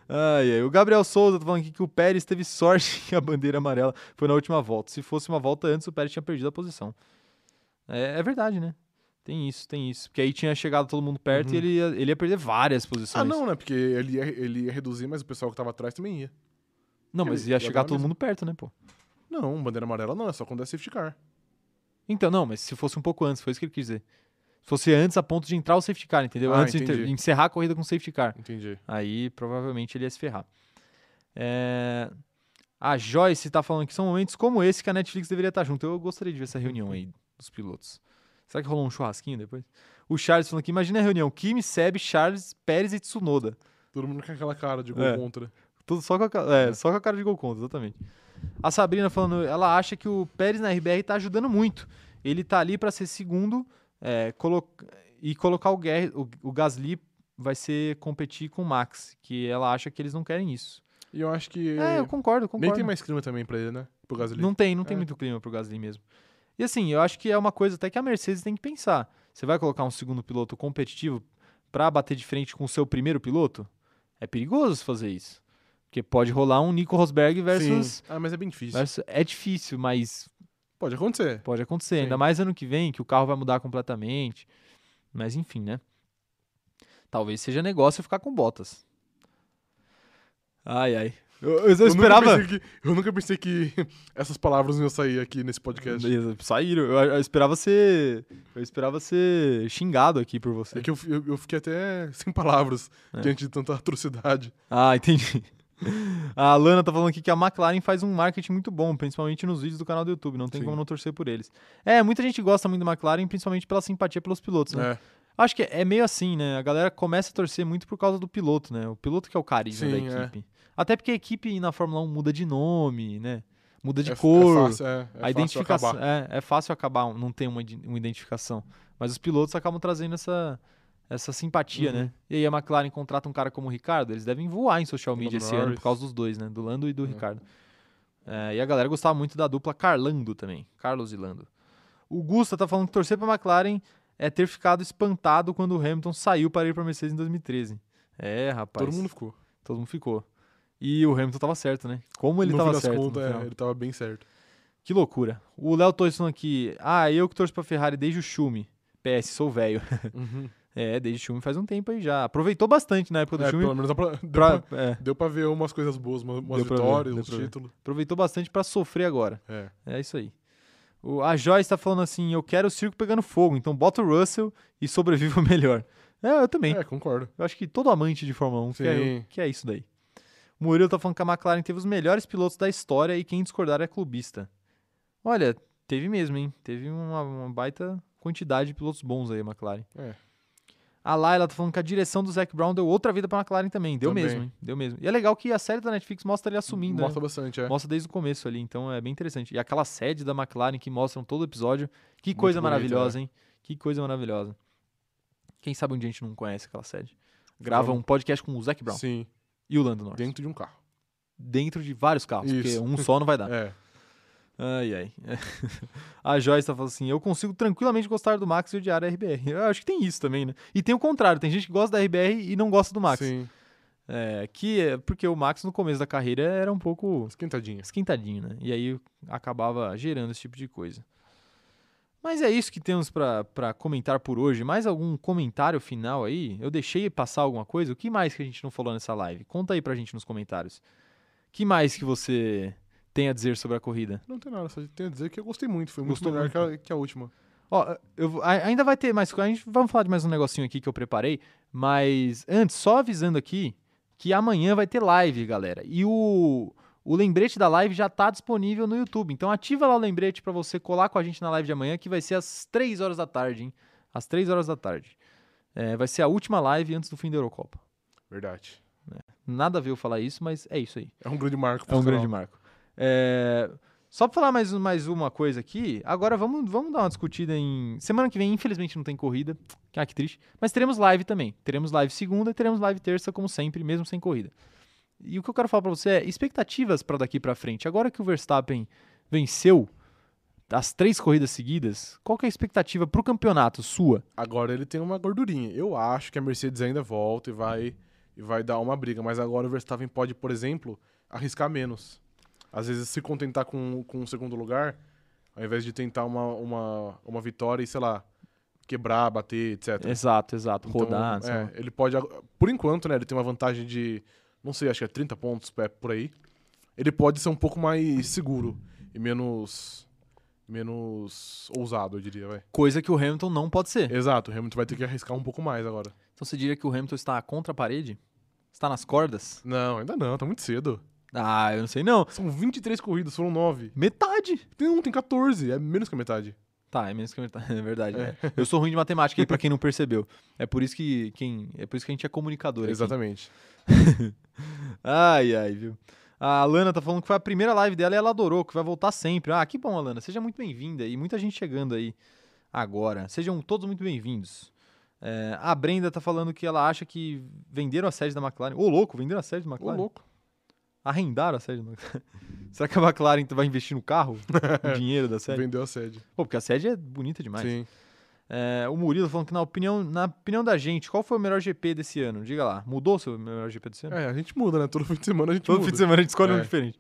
S1: Ai, ai. O Gabriel Souza tá falando aqui que o Pérez teve sorte que a bandeira amarela foi na última volta. Se fosse uma volta antes, o Pérez tinha perdido a posição. É, é verdade, né? Tem isso, tem isso. Porque aí tinha chegado todo mundo perto e
S2: Uhum.
S1: ele ia, ele ia perder várias posições.
S2: ah, não, né? Porque ele ia, ele ia reduzir, mas o pessoal que tava atrás também ia.
S1: Não, mas
S2: Ele
S1: ia
S2: ia
S1: chegar
S2: dar
S1: todo
S2: mesmo.
S1: mundo perto, né, pô?
S2: Não, bandeira amarela não, é só quando é safety car.
S1: Então, não, mas se fosse um pouco antes, foi isso que ele quis dizer. Se fosse antes a ponto de entrar o safety car, entendeu?
S2: Ah,
S1: antes de ter-
S2: entendi.
S1: encerrar a corrida com o safety car.
S2: Entendi.
S1: Aí provavelmente ele ia se ferrar. É, A Joyce tá falando que são momentos como esse que a Netflix deveria estar junto. Eu gostaria de ver essa reunião aí dos pilotos. Será que rolou um churrasquinho depois? O Charles falando que imagina a reunião: Kimi, Seb, Charles, Pérez e Tsunoda.
S2: Todo mundo com aquela cara de gol
S1: É.
S2: contra.
S1: Tudo só com a, ca- é, só com a cara de gol contra, exatamente. A Sabrina falando, ela acha que o Pérez na RBR tá ajudando muito. Ele tá ali pra ser segundo é, colo- e colocar o, Guer- o, o Gasly vai ser competir com o Max, que ela acha que eles não querem isso.
S2: E eu acho que.
S1: É, eu concordo, concordo.
S2: nem tem mais clima também pra ele, né? Por Gasly.
S1: Não tem, não tem
S2: É.
S1: muito clima pro Gasly mesmo. E assim, eu acho que é uma coisa até que a Mercedes tem que pensar. Você vai colocar um segundo piloto competitivo pra bater de frente com o seu primeiro piloto? É perigoso fazer isso. Porque pode rolar um Nico Rosberg versus.
S2: Sim. Ah, mas é bem difícil.
S1: versus- é difícil, mas
S2: Pode acontecer.
S1: pode acontecer.
S2: Sim.
S1: Ainda mais ano que vem, que o carro vai mudar completamente. Mas enfim, né? Talvez seja negócio ficar com botas. Ai, ai. Eu, eu
S2: nunca
S1: esperava.
S2: pensei que- eu nunca pensei que essas palavras iam sair aqui nesse podcast.
S1: Beleza, Saíram. Eu, eu esperava ser. Eu esperava ser xingado aqui por você.
S2: É que eu, eu- eu fiquei até sem palavras
S1: É.
S2: diante de tanta atrocidade.
S1: Ah, entendi. A Lana tá falando aqui que a McLaren faz um marketing muito bom, principalmente nos vídeos do canal do YouTube. Não tem
S2: Sim.
S1: como não torcer por eles. É, muita gente gosta muito da McLaren, principalmente pela simpatia pelos pilotos, né?
S2: É,
S1: Acho que é meio assim, né? A galera começa a torcer muito por causa do piloto, né? O piloto que é o carisma
S2: Sim,
S1: da
S2: é.
S1: equipe. Até porque a equipe na Fórmula 1 muda de nome, né? Muda de
S2: é- é
S1: cor.
S2: fácil, é, é
S1: a
S2: fácil
S1: identificação
S2: acabar.
S1: é, é fácil acabar um- não ter uma, ide- uma identificação mas os pilotos acabam trazendo essa essa simpatia
S2: Uhum.
S1: né e aí a McLaren contrata um cara como o Ricardo eles devem voar em social
S2: Lando
S1: media esse ano por
S2: Norris.
S1: causa dos dois né do Lando e do
S2: É.
S1: Ricardo É, e a galera gostava muito da dupla Carlando também Carlos e Lando o Gusta tá falando que torcer para McLaren é ter ficado espantado quando o Hamilton saiu para ir para Mercedes em 2013 é rapaz
S2: Todo mundo ficou.
S1: todo mundo ficou e o Hamilton tava certo né como ele
S2: no
S1: tava
S2: fim das
S1: certo no
S2: contas, é,
S1: final.
S2: ele tava bem certo.
S1: Que loucura. O Léo Toysson aqui. Ah, eu que torço pra Ferrari desde o Schumi. PS, sou velho.
S2: Uhum.
S1: É, desde o Schumi faz um tempo aí já. Aproveitou bastante na época do
S2: É,
S1: Schumi.
S2: pelo menos dá pra, deu,
S1: pra-
S2: pra,
S1: é,
S2: deu pra ver umas coisas boas, uma- umas
S1: Deu pra ver,
S2: vitórias,
S1: deu
S2: uns
S1: pra ver.
S2: títulos.
S1: aproveitou bastante pra sofrer agora.
S2: É.
S1: É isso aí. O- a Joyce tá falando assim: eu quero o circo pegando fogo, então bota o Russell e sobreviva melhor. É, eu também.
S2: é, concordo.
S1: Eu acho que todo amante de Fórmula 1 quer,
S2: Sim.
S1: que é isso daí. O Murilo tá falando que a McLaren teve os melhores pilotos da história e quem discordar é clubista. Olha, teve mesmo, hein? Teve uma, uma baita quantidade de pilotos bons aí, a McLaren.
S2: É.
S1: A Laila tá falando que a direção do Zac Brown deu outra vida pra McLaren também. Deu
S2: Também.
S1: mesmo, hein? Deu mesmo. E é legal que a série da Netflix mostra ele assumindo,
S2: Mostra
S1: né?
S2: bastante, é.
S1: Mostra desde o começo ali, então é bem interessante. E aquela sede da McLaren que mostram todo o episódio. Que
S2: Muito
S1: coisa
S2: bonito, é.
S1: maravilhosa, hein? Que coisa maravilhosa. Quem sabe um dia a gente não conhece aquela sede. Grava um podcast com o Zac Brown
S2: Sim,
S1: e o Lando Norris. Dentro,
S2: dentro de um carro.
S1: de vários carros, porque
S2: Isso.
S1: um só não vai dar.
S2: É.
S1: Ai, ai. A Joyce tá falando assim: eu consigo tranquilamente gostar do Max e odiar a RBR. Eu acho que tem isso também, né? E tem o contrário: tem gente que gosta da RBR e não gosta do Max.
S2: Sim,
S1: É, que é porque o Max no começo da carreira era um pouco
S2: esquentadinha.
S1: esquentadinho, né? E aí acabava gerando esse tipo de coisa. Mas é isso que temos pra pra comentar por hoje. Mais algum comentário final aí? Eu deixei passar alguma coisa? O que mais que a gente não falou nessa live? Conta aí pra gente nos comentários. que mais que você tem a dizer sobre a corrida?
S2: Não tem nada, só tenho a dizer que eu gostei muito. Foi muito
S1: Gostou
S2: melhor
S1: muito.
S2: que a, que a última.
S1: Ó, eu, vou- a- ainda vai ter mais coisa. A gente vamos falar de mais um negocinho aqui que eu preparei. Mas antes, só avisando aqui que amanhã vai ter live, galera. E o, o lembrete da live já tá disponível no YouTube. Então ativa lá o lembrete pra você colar com a gente na live de amanhã, que vai ser às 3 horas da tarde, hein? Às 3 horas da tarde. É, vai ser a última live antes do fim da Eurocopa.
S2: Verdade.
S1: Nada a ver eu falar isso, mas é isso aí.
S2: É um grande marco.
S1: É um grande marco. É, Só pra falar mais, um- mais uma coisa aqui, agora vamos, vamos dar uma discutida em. Semana que vem, infelizmente, não tem corrida. Ah, que triste. Mas teremos live também. Teremos live segunda e teremos live terça, como sempre, mesmo sem corrida. E o que eu quero falar pra você é expectativas pra daqui pra frente. Agora que o Verstappen venceu as três corridas seguidas, qual que é a expectativa pro campeonato sua?
S2: Agora ele tem uma gordurinha. Eu acho que a Mercedes ainda volta e vai, e vai dar uma briga. Mas agora o Verstappen pode, por exemplo, arriscar menos. Às vezes se contentar com, com o segundo lugar, ao invés de tentar uma, uma, uma vitória e, sei lá, quebrar, bater, etc.
S1: Exato, exato.
S2: Então,
S1: Rodar. sei lá.
S2: é, ele pode. ag- Por enquanto, né? Ele tem uma vantagem de. Não sei, acho que é 30 pontos é, por aí. Ele pode ser um pouco mais seguro e menos. menos ousado, eu diria, vai.
S1: Coisa que o Hamilton não pode ser.
S2: Exato, o Hamilton vai ter que arriscar um pouco mais agora.
S1: Então você diria que o Hamilton está contra a parede? Está nas cordas?
S2: Não, ainda não, tá muito cedo.
S1: Ah, eu não sei não.
S2: São 23 corridas, foram 9.
S1: Metade.
S2: Tem um, tem 14, é menos que a metade.
S1: Tá, é menos que metade. É verdade. é. Eu sou ruim de matemática aí, pra quem não percebeu. É por isso que quem, é por isso que a gente é comunicador. aqui. Tá
S2: Exatamente.
S1: Ai, ai, viu? A Alana tá falando que foi a primeira live dela e ela adorou, que vai voltar sempre. Ah, que bom, Alana. Seja muito bem-vinda e muita gente chegando aí agora. Sejam todos muito bem-vindos. É, a Brenda tá falando que ela acha que venderam a sede da McLaren. Ô, louco, venderam a sede da
S2: Ô,
S1: McLaren?
S2: louco.
S1: Arrendaram a sede do McLaren. Será que a McLaren vai investir no carro? o dinheiro da sede?
S2: Vendeu a sede.
S1: Pô, porque a sede é bonita demais.
S2: Sim.
S1: É, o Murilo falando que na opinião, na opinião da gente, qual foi o melhor GP desse ano? Diga lá, mudou o seu melhor GP desse ano?
S2: É, a gente muda, né? Todo fim de semana a gente
S1: Todo
S2: muda.
S1: fim de semana a gente escolhe um
S2: É.
S1: diferente.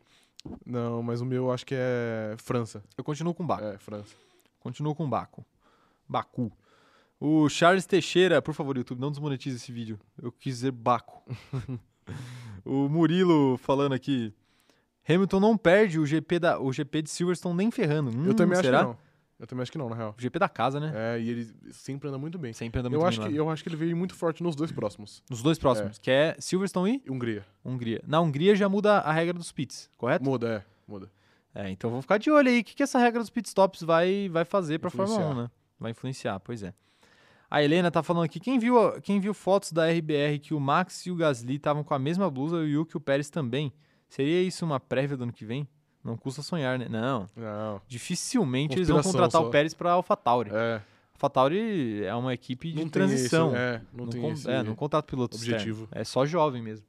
S2: Não, mas o meu eu acho que é França.
S1: Eu continuo com o Baco.
S2: É, França.
S1: Continuo com o Baco. Baku. O Charles Teixeira, por favor, YouTube, não desmonetize esse vídeo. Eu quis dizer Baco. o Murilo falando aqui. Hamilton não perde o GP, da, o GP de Silverstone nem ferrando. Hum,
S2: eu também
S1: será?
S2: acho que não. Eu também acho que não, na real.
S1: O GP da casa, né?
S2: É, e ele sempre anda muito bem.
S1: Sempre anda muito
S2: É. Eu
S1: bem
S2: acho,
S1: lá.
S2: que, eu acho que ele veio muito forte nos dois próximos.
S1: Nos dois próximos, que é Silverstone e
S2: E Hungria.
S1: Hungria. Na Hungria já muda a regra dos pits, correto?
S2: Muda, é. Muda.
S1: É, então vamos ficar de olho aí. O que, que essa regra dos pitstops vai, vai fazer pra Fórmula 1,
S2: Influenciar.
S1: né? Vai influenciar, pois é. A Helena tá falando aqui, quem viu, a- quem viu fotos da RBR que o Max e o Gasly estavam com a mesma blusa e o Yuki e o Pérez também? Seria isso uma prévia do ano que vem? Não custa sonhar, né? Não.
S2: Não.
S1: Dificilmente eles vão
S2: Conspiração
S1: contratar o
S2: só.
S1: Pérez pra AlphaTauri.
S2: É.
S1: AlphaTauri é uma equipe de
S2: Não tem
S1: transição.
S2: esse- é, não,
S1: Não
S2: tem
S1: con-
S2: esse.
S1: É, não contrata piloto externo.
S2: objetivo.
S1: É só jovem mesmo.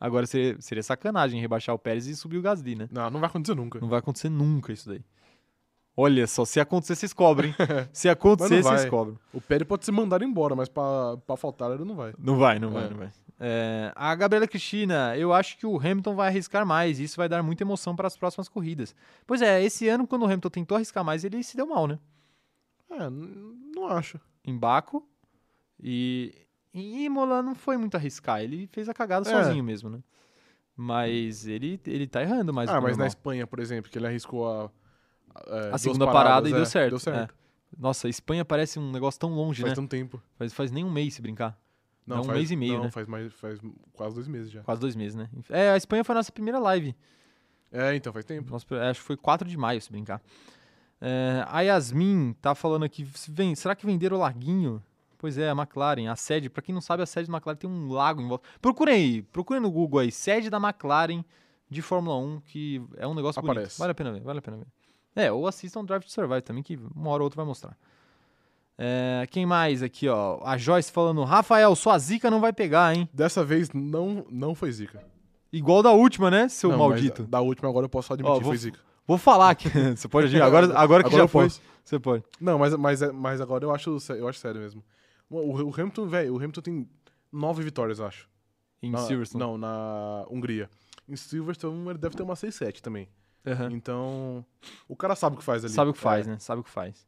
S1: Agora seria, seria sacanagem rebaixar o Pérez e subir o Gasly, né?
S2: Não, não vai acontecer nunca.
S1: Não vai acontecer nunca isso daí. Olha só, se acontecer, vocês cobram, hein? Se acontecer,
S2: Mas não
S1: vocês
S2: vai.
S1: cobram.
S2: O Pérez pode ser mandado embora, mas pra, pra faltar ele não vai.
S1: Não vai, não vai,
S2: É.
S1: não vai. É, a Gabriela Cristina, eu acho que o Hamilton vai arriscar mais. e Isso vai dar muita emoção para as próximas corridas. Pois é, esse ano, quando o Hamilton tentou arriscar mais, ele se deu mal, né?
S2: É, n- não acho.
S1: Em Baco e. Em Imola não foi muito arriscar. Ele fez a cagada
S2: É.
S1: sozinho mesmo, né? Mas ele, ele tá errando mais. do
S2: ah,
S1: que o
S2: mas na
S1: normal.
S2: Espanha, por exemplo, que ele arriscou a. é,
S1: a
S2: duas
S1: segunda parada
S2: paradas,
S1: e
S2: é,
S1: deu certo.
S2: Deu certo.
S1: é. Nossa, a Espanha parece um negócio tão longe,
S2: Faz
S1: né?
S2: tanto tempo.
S1: Faz, faz nem um mês se brincar.
S2: Não,
S1: Dá um
S2: faz,
S1: mês e meio,
S2: não,
S1: né?
S2: faz, mais, faz quase dois meses já.
S1: Quase dois meses, né? É, a Espanha foi a nossa primeira live.
S2: É, então, faz tempo.
S1: Nosso- é, acho que foi 4 de maio, se brincar. É, a Yasmin tá falando aqui, se ven- será que venderam o laguinho? Pois é, a McLaren, a sede, pra quem não sabe, a sede da McLaren tem um lago em volta. Procurem aí, procurem no Google aí, sede da McLaren de Fórmula 1, que é um negócio bonito.
S2: Aparece.
S1: Vale a pena ver, vale a pena ver. É, ou assistam Drive to Survive também, que uma hora ou outra vai mostrar. É, quem mais aqui, ó? A Joyce falando, Rafael, sua zica não vai pegar, hein?
S2: Dessa vez não, não foi zica.
S1: Igual da última, né, seu
S2: Não, mas
S1: maldito?
S2: Da última agora eu posso só
S1: Ó,
S2: admitir,
S1: vou-
S2: foi zica.
S1: Vou falar aqui. Você pode agir. Agora, agora que já
S2: eu
S1: foi.
S2: posso.
S1: Você pode.
S2: Não, mas, mas, é- mas agora eu acho, sé- eu acho sério mesmo. O, o Hamilton, velho, o Hamilton tem nove vitórias, eu acho.
S1: Em
S2: Na-
S1: Silverstone.
S2: Não, na Hungria. Em Silverstone ele deve ter uma 6-7 também.
S1: Aham.
S2: Então, o cara sabe o que faz ali.
S1: É. Sabe o que faz,
S2: É.
S1: né? Sabe o que faz.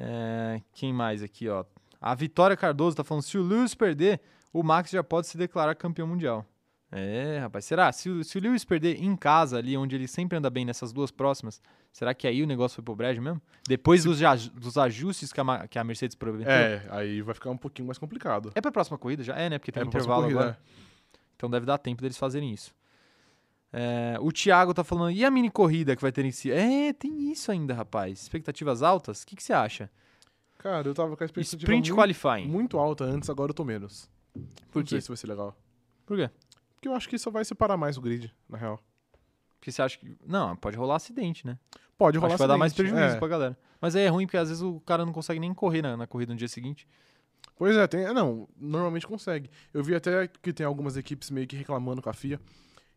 S1: É, quem mais aqui, ó? A Vitória Cardoso tá falando: se o Lewis perder, o Max já pode se declarar campeão mundial. É, rapaz, será? Se, o- se o Lewis perder em casa, ali onde ele sempre anda bem nessas duas próximas, será que aí o negócio foi pro brejo mesmo? Depois dos, ja- dos ajustes que a, Ma- que a Mercedes prometeu.
S2: É, aí vai ficar um pouquinho mais complicado.
S1: é pra próxima corrida já? É, né? Porque tem
S2: É,
S1: um
S2: pra próxima
S1: intervalo
S2: corrida,
S1: agora. Então deve dar tempo deles fazerem isso. É, o Thiago tá falando, e a mini corrida que vai ter em si? É, tem isso ainda, rapaz. Expectativas altas? O que, que você acha?
S2: é. Cara, eu tava com a expectativa
S1: Sprint
S2: muito,
S1: qualifying.
S2: muito alta antes, agora eu tô menos.
S1: Por
S2: Não sei
S1: quê?
S2: se vai ser legal.
S1: Por quê?
S2: Porque eu acho que só vai separar mais o grid, na real.
S1: Porque você acha que. Não, pode rolar acidente, né?
S2: Pode
S1: Acho
S2: rolar
S1: que vai dar mais
S2: acidente,
S1: prejuízo
S2: é.
S1: pra galera. Mas aí é ruim, porque às vezes o cara não consegue nem correr na, na corrida no dia seguinte.
S2: Pois é, tem. é, Não, normalmente consegue. Eu vi até que tem algumas equipes meio que reclamando com a FIA.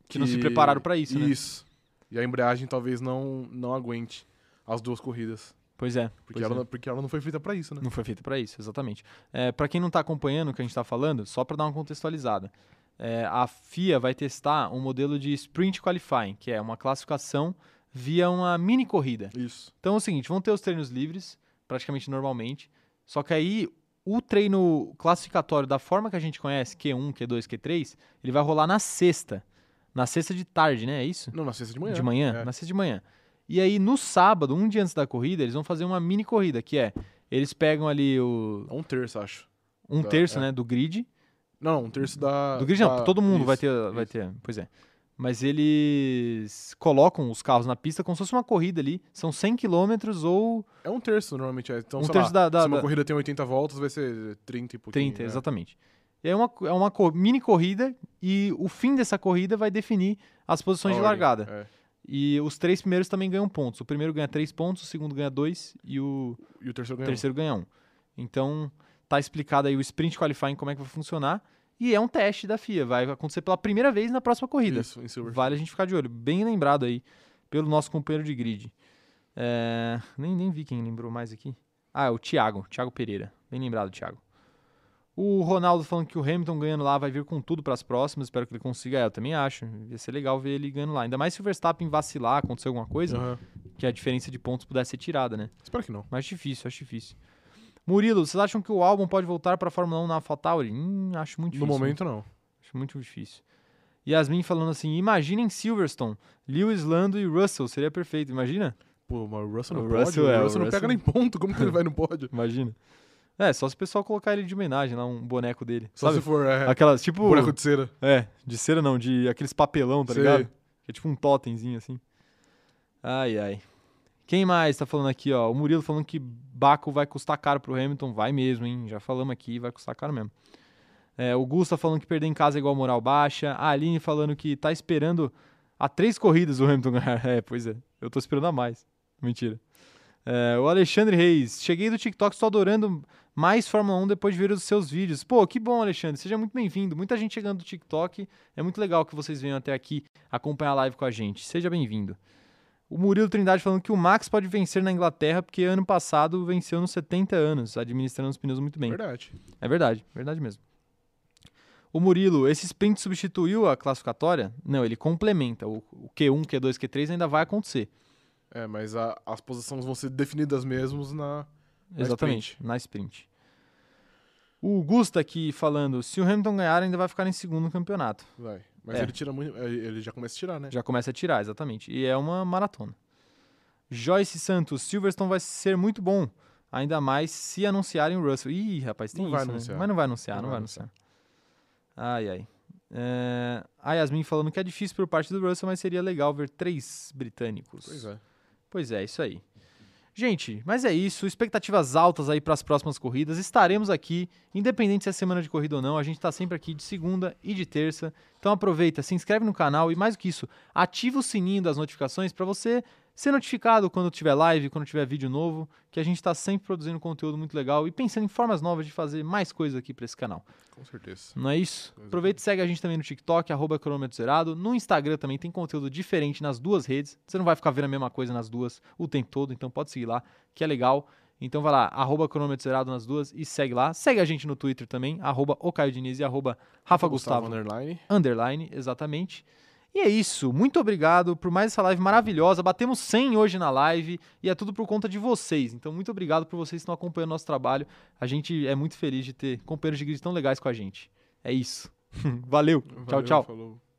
S1: Que não se prepararam pra isso, né?
S2: Isso. E a embreagem talvez não, não aguente as duas corridas.
S1: Pois é.
S2: Porque,
S1: pois
S2: ela,
S1: é.
S2: não- porque ela não foi feita pra isso, né?
S1: Não foi feito para isso, exatamente. É, para quem não tá acompanhando o que a gente tá falando, só para dar uma contextualizada. é, a FIA vai testar um modelo de sprint qualifying, que é uma classificação via uma mini corrida.
S2: Isso.
S1: Então é o seguinte, vão ter os treinos livres, praticamente normalmente, só que aí o treino classificatório da forma que a gente conhece, Q1, Q2, Q3, ele vai rolar na sexta. Na sexta de tarde, né? É isso?
S2: Não, na sexta de manhã.
S1: De manhã?
S2: É.
S1: Na sexta de manhã. E aí, no sábado, um dia antes da corrida, eles vão fazer uma mini corrida, que é. Eles pegam ali o,
S2: É um terço, acho.
S1: um
S2: Tá,
S1: terço,
S2: é.
S1: né, do grid.
S2: Não, não, um terço da.
S1: do grid não,
S2: da-
S1: todo mundo vai
S2: isso.
S1: ter. Vai ter. Pois é. Mas eles colocam os carros na pista como se fosse uma corrida ali. São 100 km ou
S2: É um terço, normalmente. é. Então,
S1: Um
S2: sei
S1: terço da-
S2: lá,
S1: da-
S2: se uma
S1: da-
S2: corrida tem 80 voltas, vai ser 30 e pouquinho.
S1: 30,
S2: né?
S1: exatamente. E é uma, co- é uma co- mini corrida e o fim dessa corrida vai definir as
S2: A
S1: posições de
S2: ordem,
S1: largada.
S2: é.
S1: E os três primeiros também ganham pontos. O primeiro ganha três pontos, o segundo ganha dois e o
S2: E o terceiro
S1: O
S2: ganhou.
S1: terceiro ganha um. Então, tá explicado aí o sprint qualifying, como é que vai funcionar. E é um teste da FIA, vai acontecer pela primeira vez na próxima corrida.
S2: Isso, em Silver.
S1: Vale a gente ficar de olho, bem lembrado aí pelo nosso companheiro de grid. É, nem, nem vi quem lembrou mais aqui. Ah, é o Thiago, Thiago Pereira. Bem lembrado, Thiago. O Ronaldo falando que o Hamilton ganhando lá vai vir com tudo para as próximas. Espero que ele consiga. É, eu também acho. Ia ser legal ver ele ganhando lá. Ainda mais se o Verstappen vacilar, acontecer alguma coisa,
S2: Aham.
S1: que a diferença de pontos pudesse ser tirada, né?
S2: Espero que não.
S1: Mas difícil, acho difícil. Murilo, vocês acham que o álbum pode voltar para a Fórmula 1 na AlphaTauri? Hum, acho muito
S2: no
S1: difícil.
S2: momento, não.
S1: Acho muito difícil. Yasmin falando assim: imaginem Silverstone, Lewis, Lando e Russell, seria perfeito, imagina?
S2: Pô, mas o Russell
S1: O
S2: não
S1: Russell
S2: pode.
S1: é, o
S2: o Russell não
S1: Russell-
S2: pega nem ponto. Como que ele vai no pódio?
S1: Imagina. É, só se o pessoal colocar ele de homenagem lá, um boneco dele.
S2: Só
S1: sabe?
S2: se for é,
S1: Aquelas, tipo.
S2: buraco de cera.
S1: É, de cera não, de aqueles papelão, tá
S2: Sei.
S1: ligado? Que é tipo um totemzinho assim. Ai, ai. Quem mais tá falando aqui, ó? O Murilo falando que Baco vai custar caro pro Hamilton. Vai mesmo, hein? Já falamos aqui, vai custar caro mesmo. É, o Gusta falando que perder em casa é igual moral baixa. A Aline falando que tá esperando a três corridas o Hamilton ganhar. É, pois é. Eu tô esperando a mais. Mentira. É, o Alexandre Reis. Cheguei do TikTok, estou adorando mais Fórmula 1 depois de ver os seus vídeos. Pô, que bom, Alexandre. Seja muito bem-vindo. Muita gente chegando do TikTok. É muito legal que vocês venham até aqui acompanhar a live com a gente. Seja bem-vindo. O Murilo Trindade falando que o Max pode vencer na Inglaterra porque ano passado venceu nos 70 anos, administrando os pneus muito bem.
S2: Verdade.
S1: É verdade, verdade mesmo. O Murilo, esse sprint substituiu a classificatória? Não, ele complementa. O, o Q1, Q2, Q3 ainda vai acontecer.
S2: É, mas a- as posições vão ser definidas mesmos na. Na
S1: Exatamente, na sprint. O Gusta aqui falando, se o Hamilton ganhar, ainda vai ficar em segundo no campeonato.
S2: Vai. Mas
S1: É.
S2: ele tira muito. é, Ele já começa a tirar, né?
S1: Já começa a tirar, exatamente. E é uma maratona. Joyce Santos, Silverstone vai ser muito bom. Ainda mais se anunciarem o Russell. Ih, rapaz, tem
S2: Não
S1: isso,
S2: vai
S1: né?
S2: anunciar.
S1: Mas não vai anunciar, não, vai anunciar. Ai, ai. É, A Yasmin falando que é difícil por parte do Russell, mas seria legal ver três britânicos.
S2: Pois é.
S1: Pois é, isso aí. Gente, mas é isso. Expectativas altas aí para as próximas corridas. Estaremos aqui, independente se é semana de corrida ou não. A gente está sempre aqui de segunda e de terça. Então aproveita, se inscreve no canal e mais do que isso, ativa o sininho das notificações para você ser notificado quando tiver live, quando tiver vídeo novo, que a gente está sempre produzindo conteúdo muito legal e pensando em formas novas de fazer mais coisas aqui para esse canal.
S2: Com certeza.
S1: Não é isso? Aproveita e segue a gente também no TikTok, arroba cronômetro zerado. No Instagram também tem conteúdo diferente nas duas redes. Você não vai ficar vendo a mesma coisa nas duas o tempo todo, então pode seguir lá, que é legal. Então vai lá, arroba cronômetro zerado nas duas e segue lá. Segue a gente no Twitter também, arroba o Caio Diniz e arroba Rafa Gustavo
S2: Underline.
S1: underline, exatamente. E é isso, muito obrigado por mais essa live maravilhosa. Batemos 100 hoje na live e é tudo por conta de vocês. Então, muito obrigado por vocês que estão acompanhando nosso trabalho. A gente é muito feliz de ter companheiros de grid tão legais com a gente. É isso. Valeu. tchau,
S2: Valeu,
S1: tchau.
S2: Falou.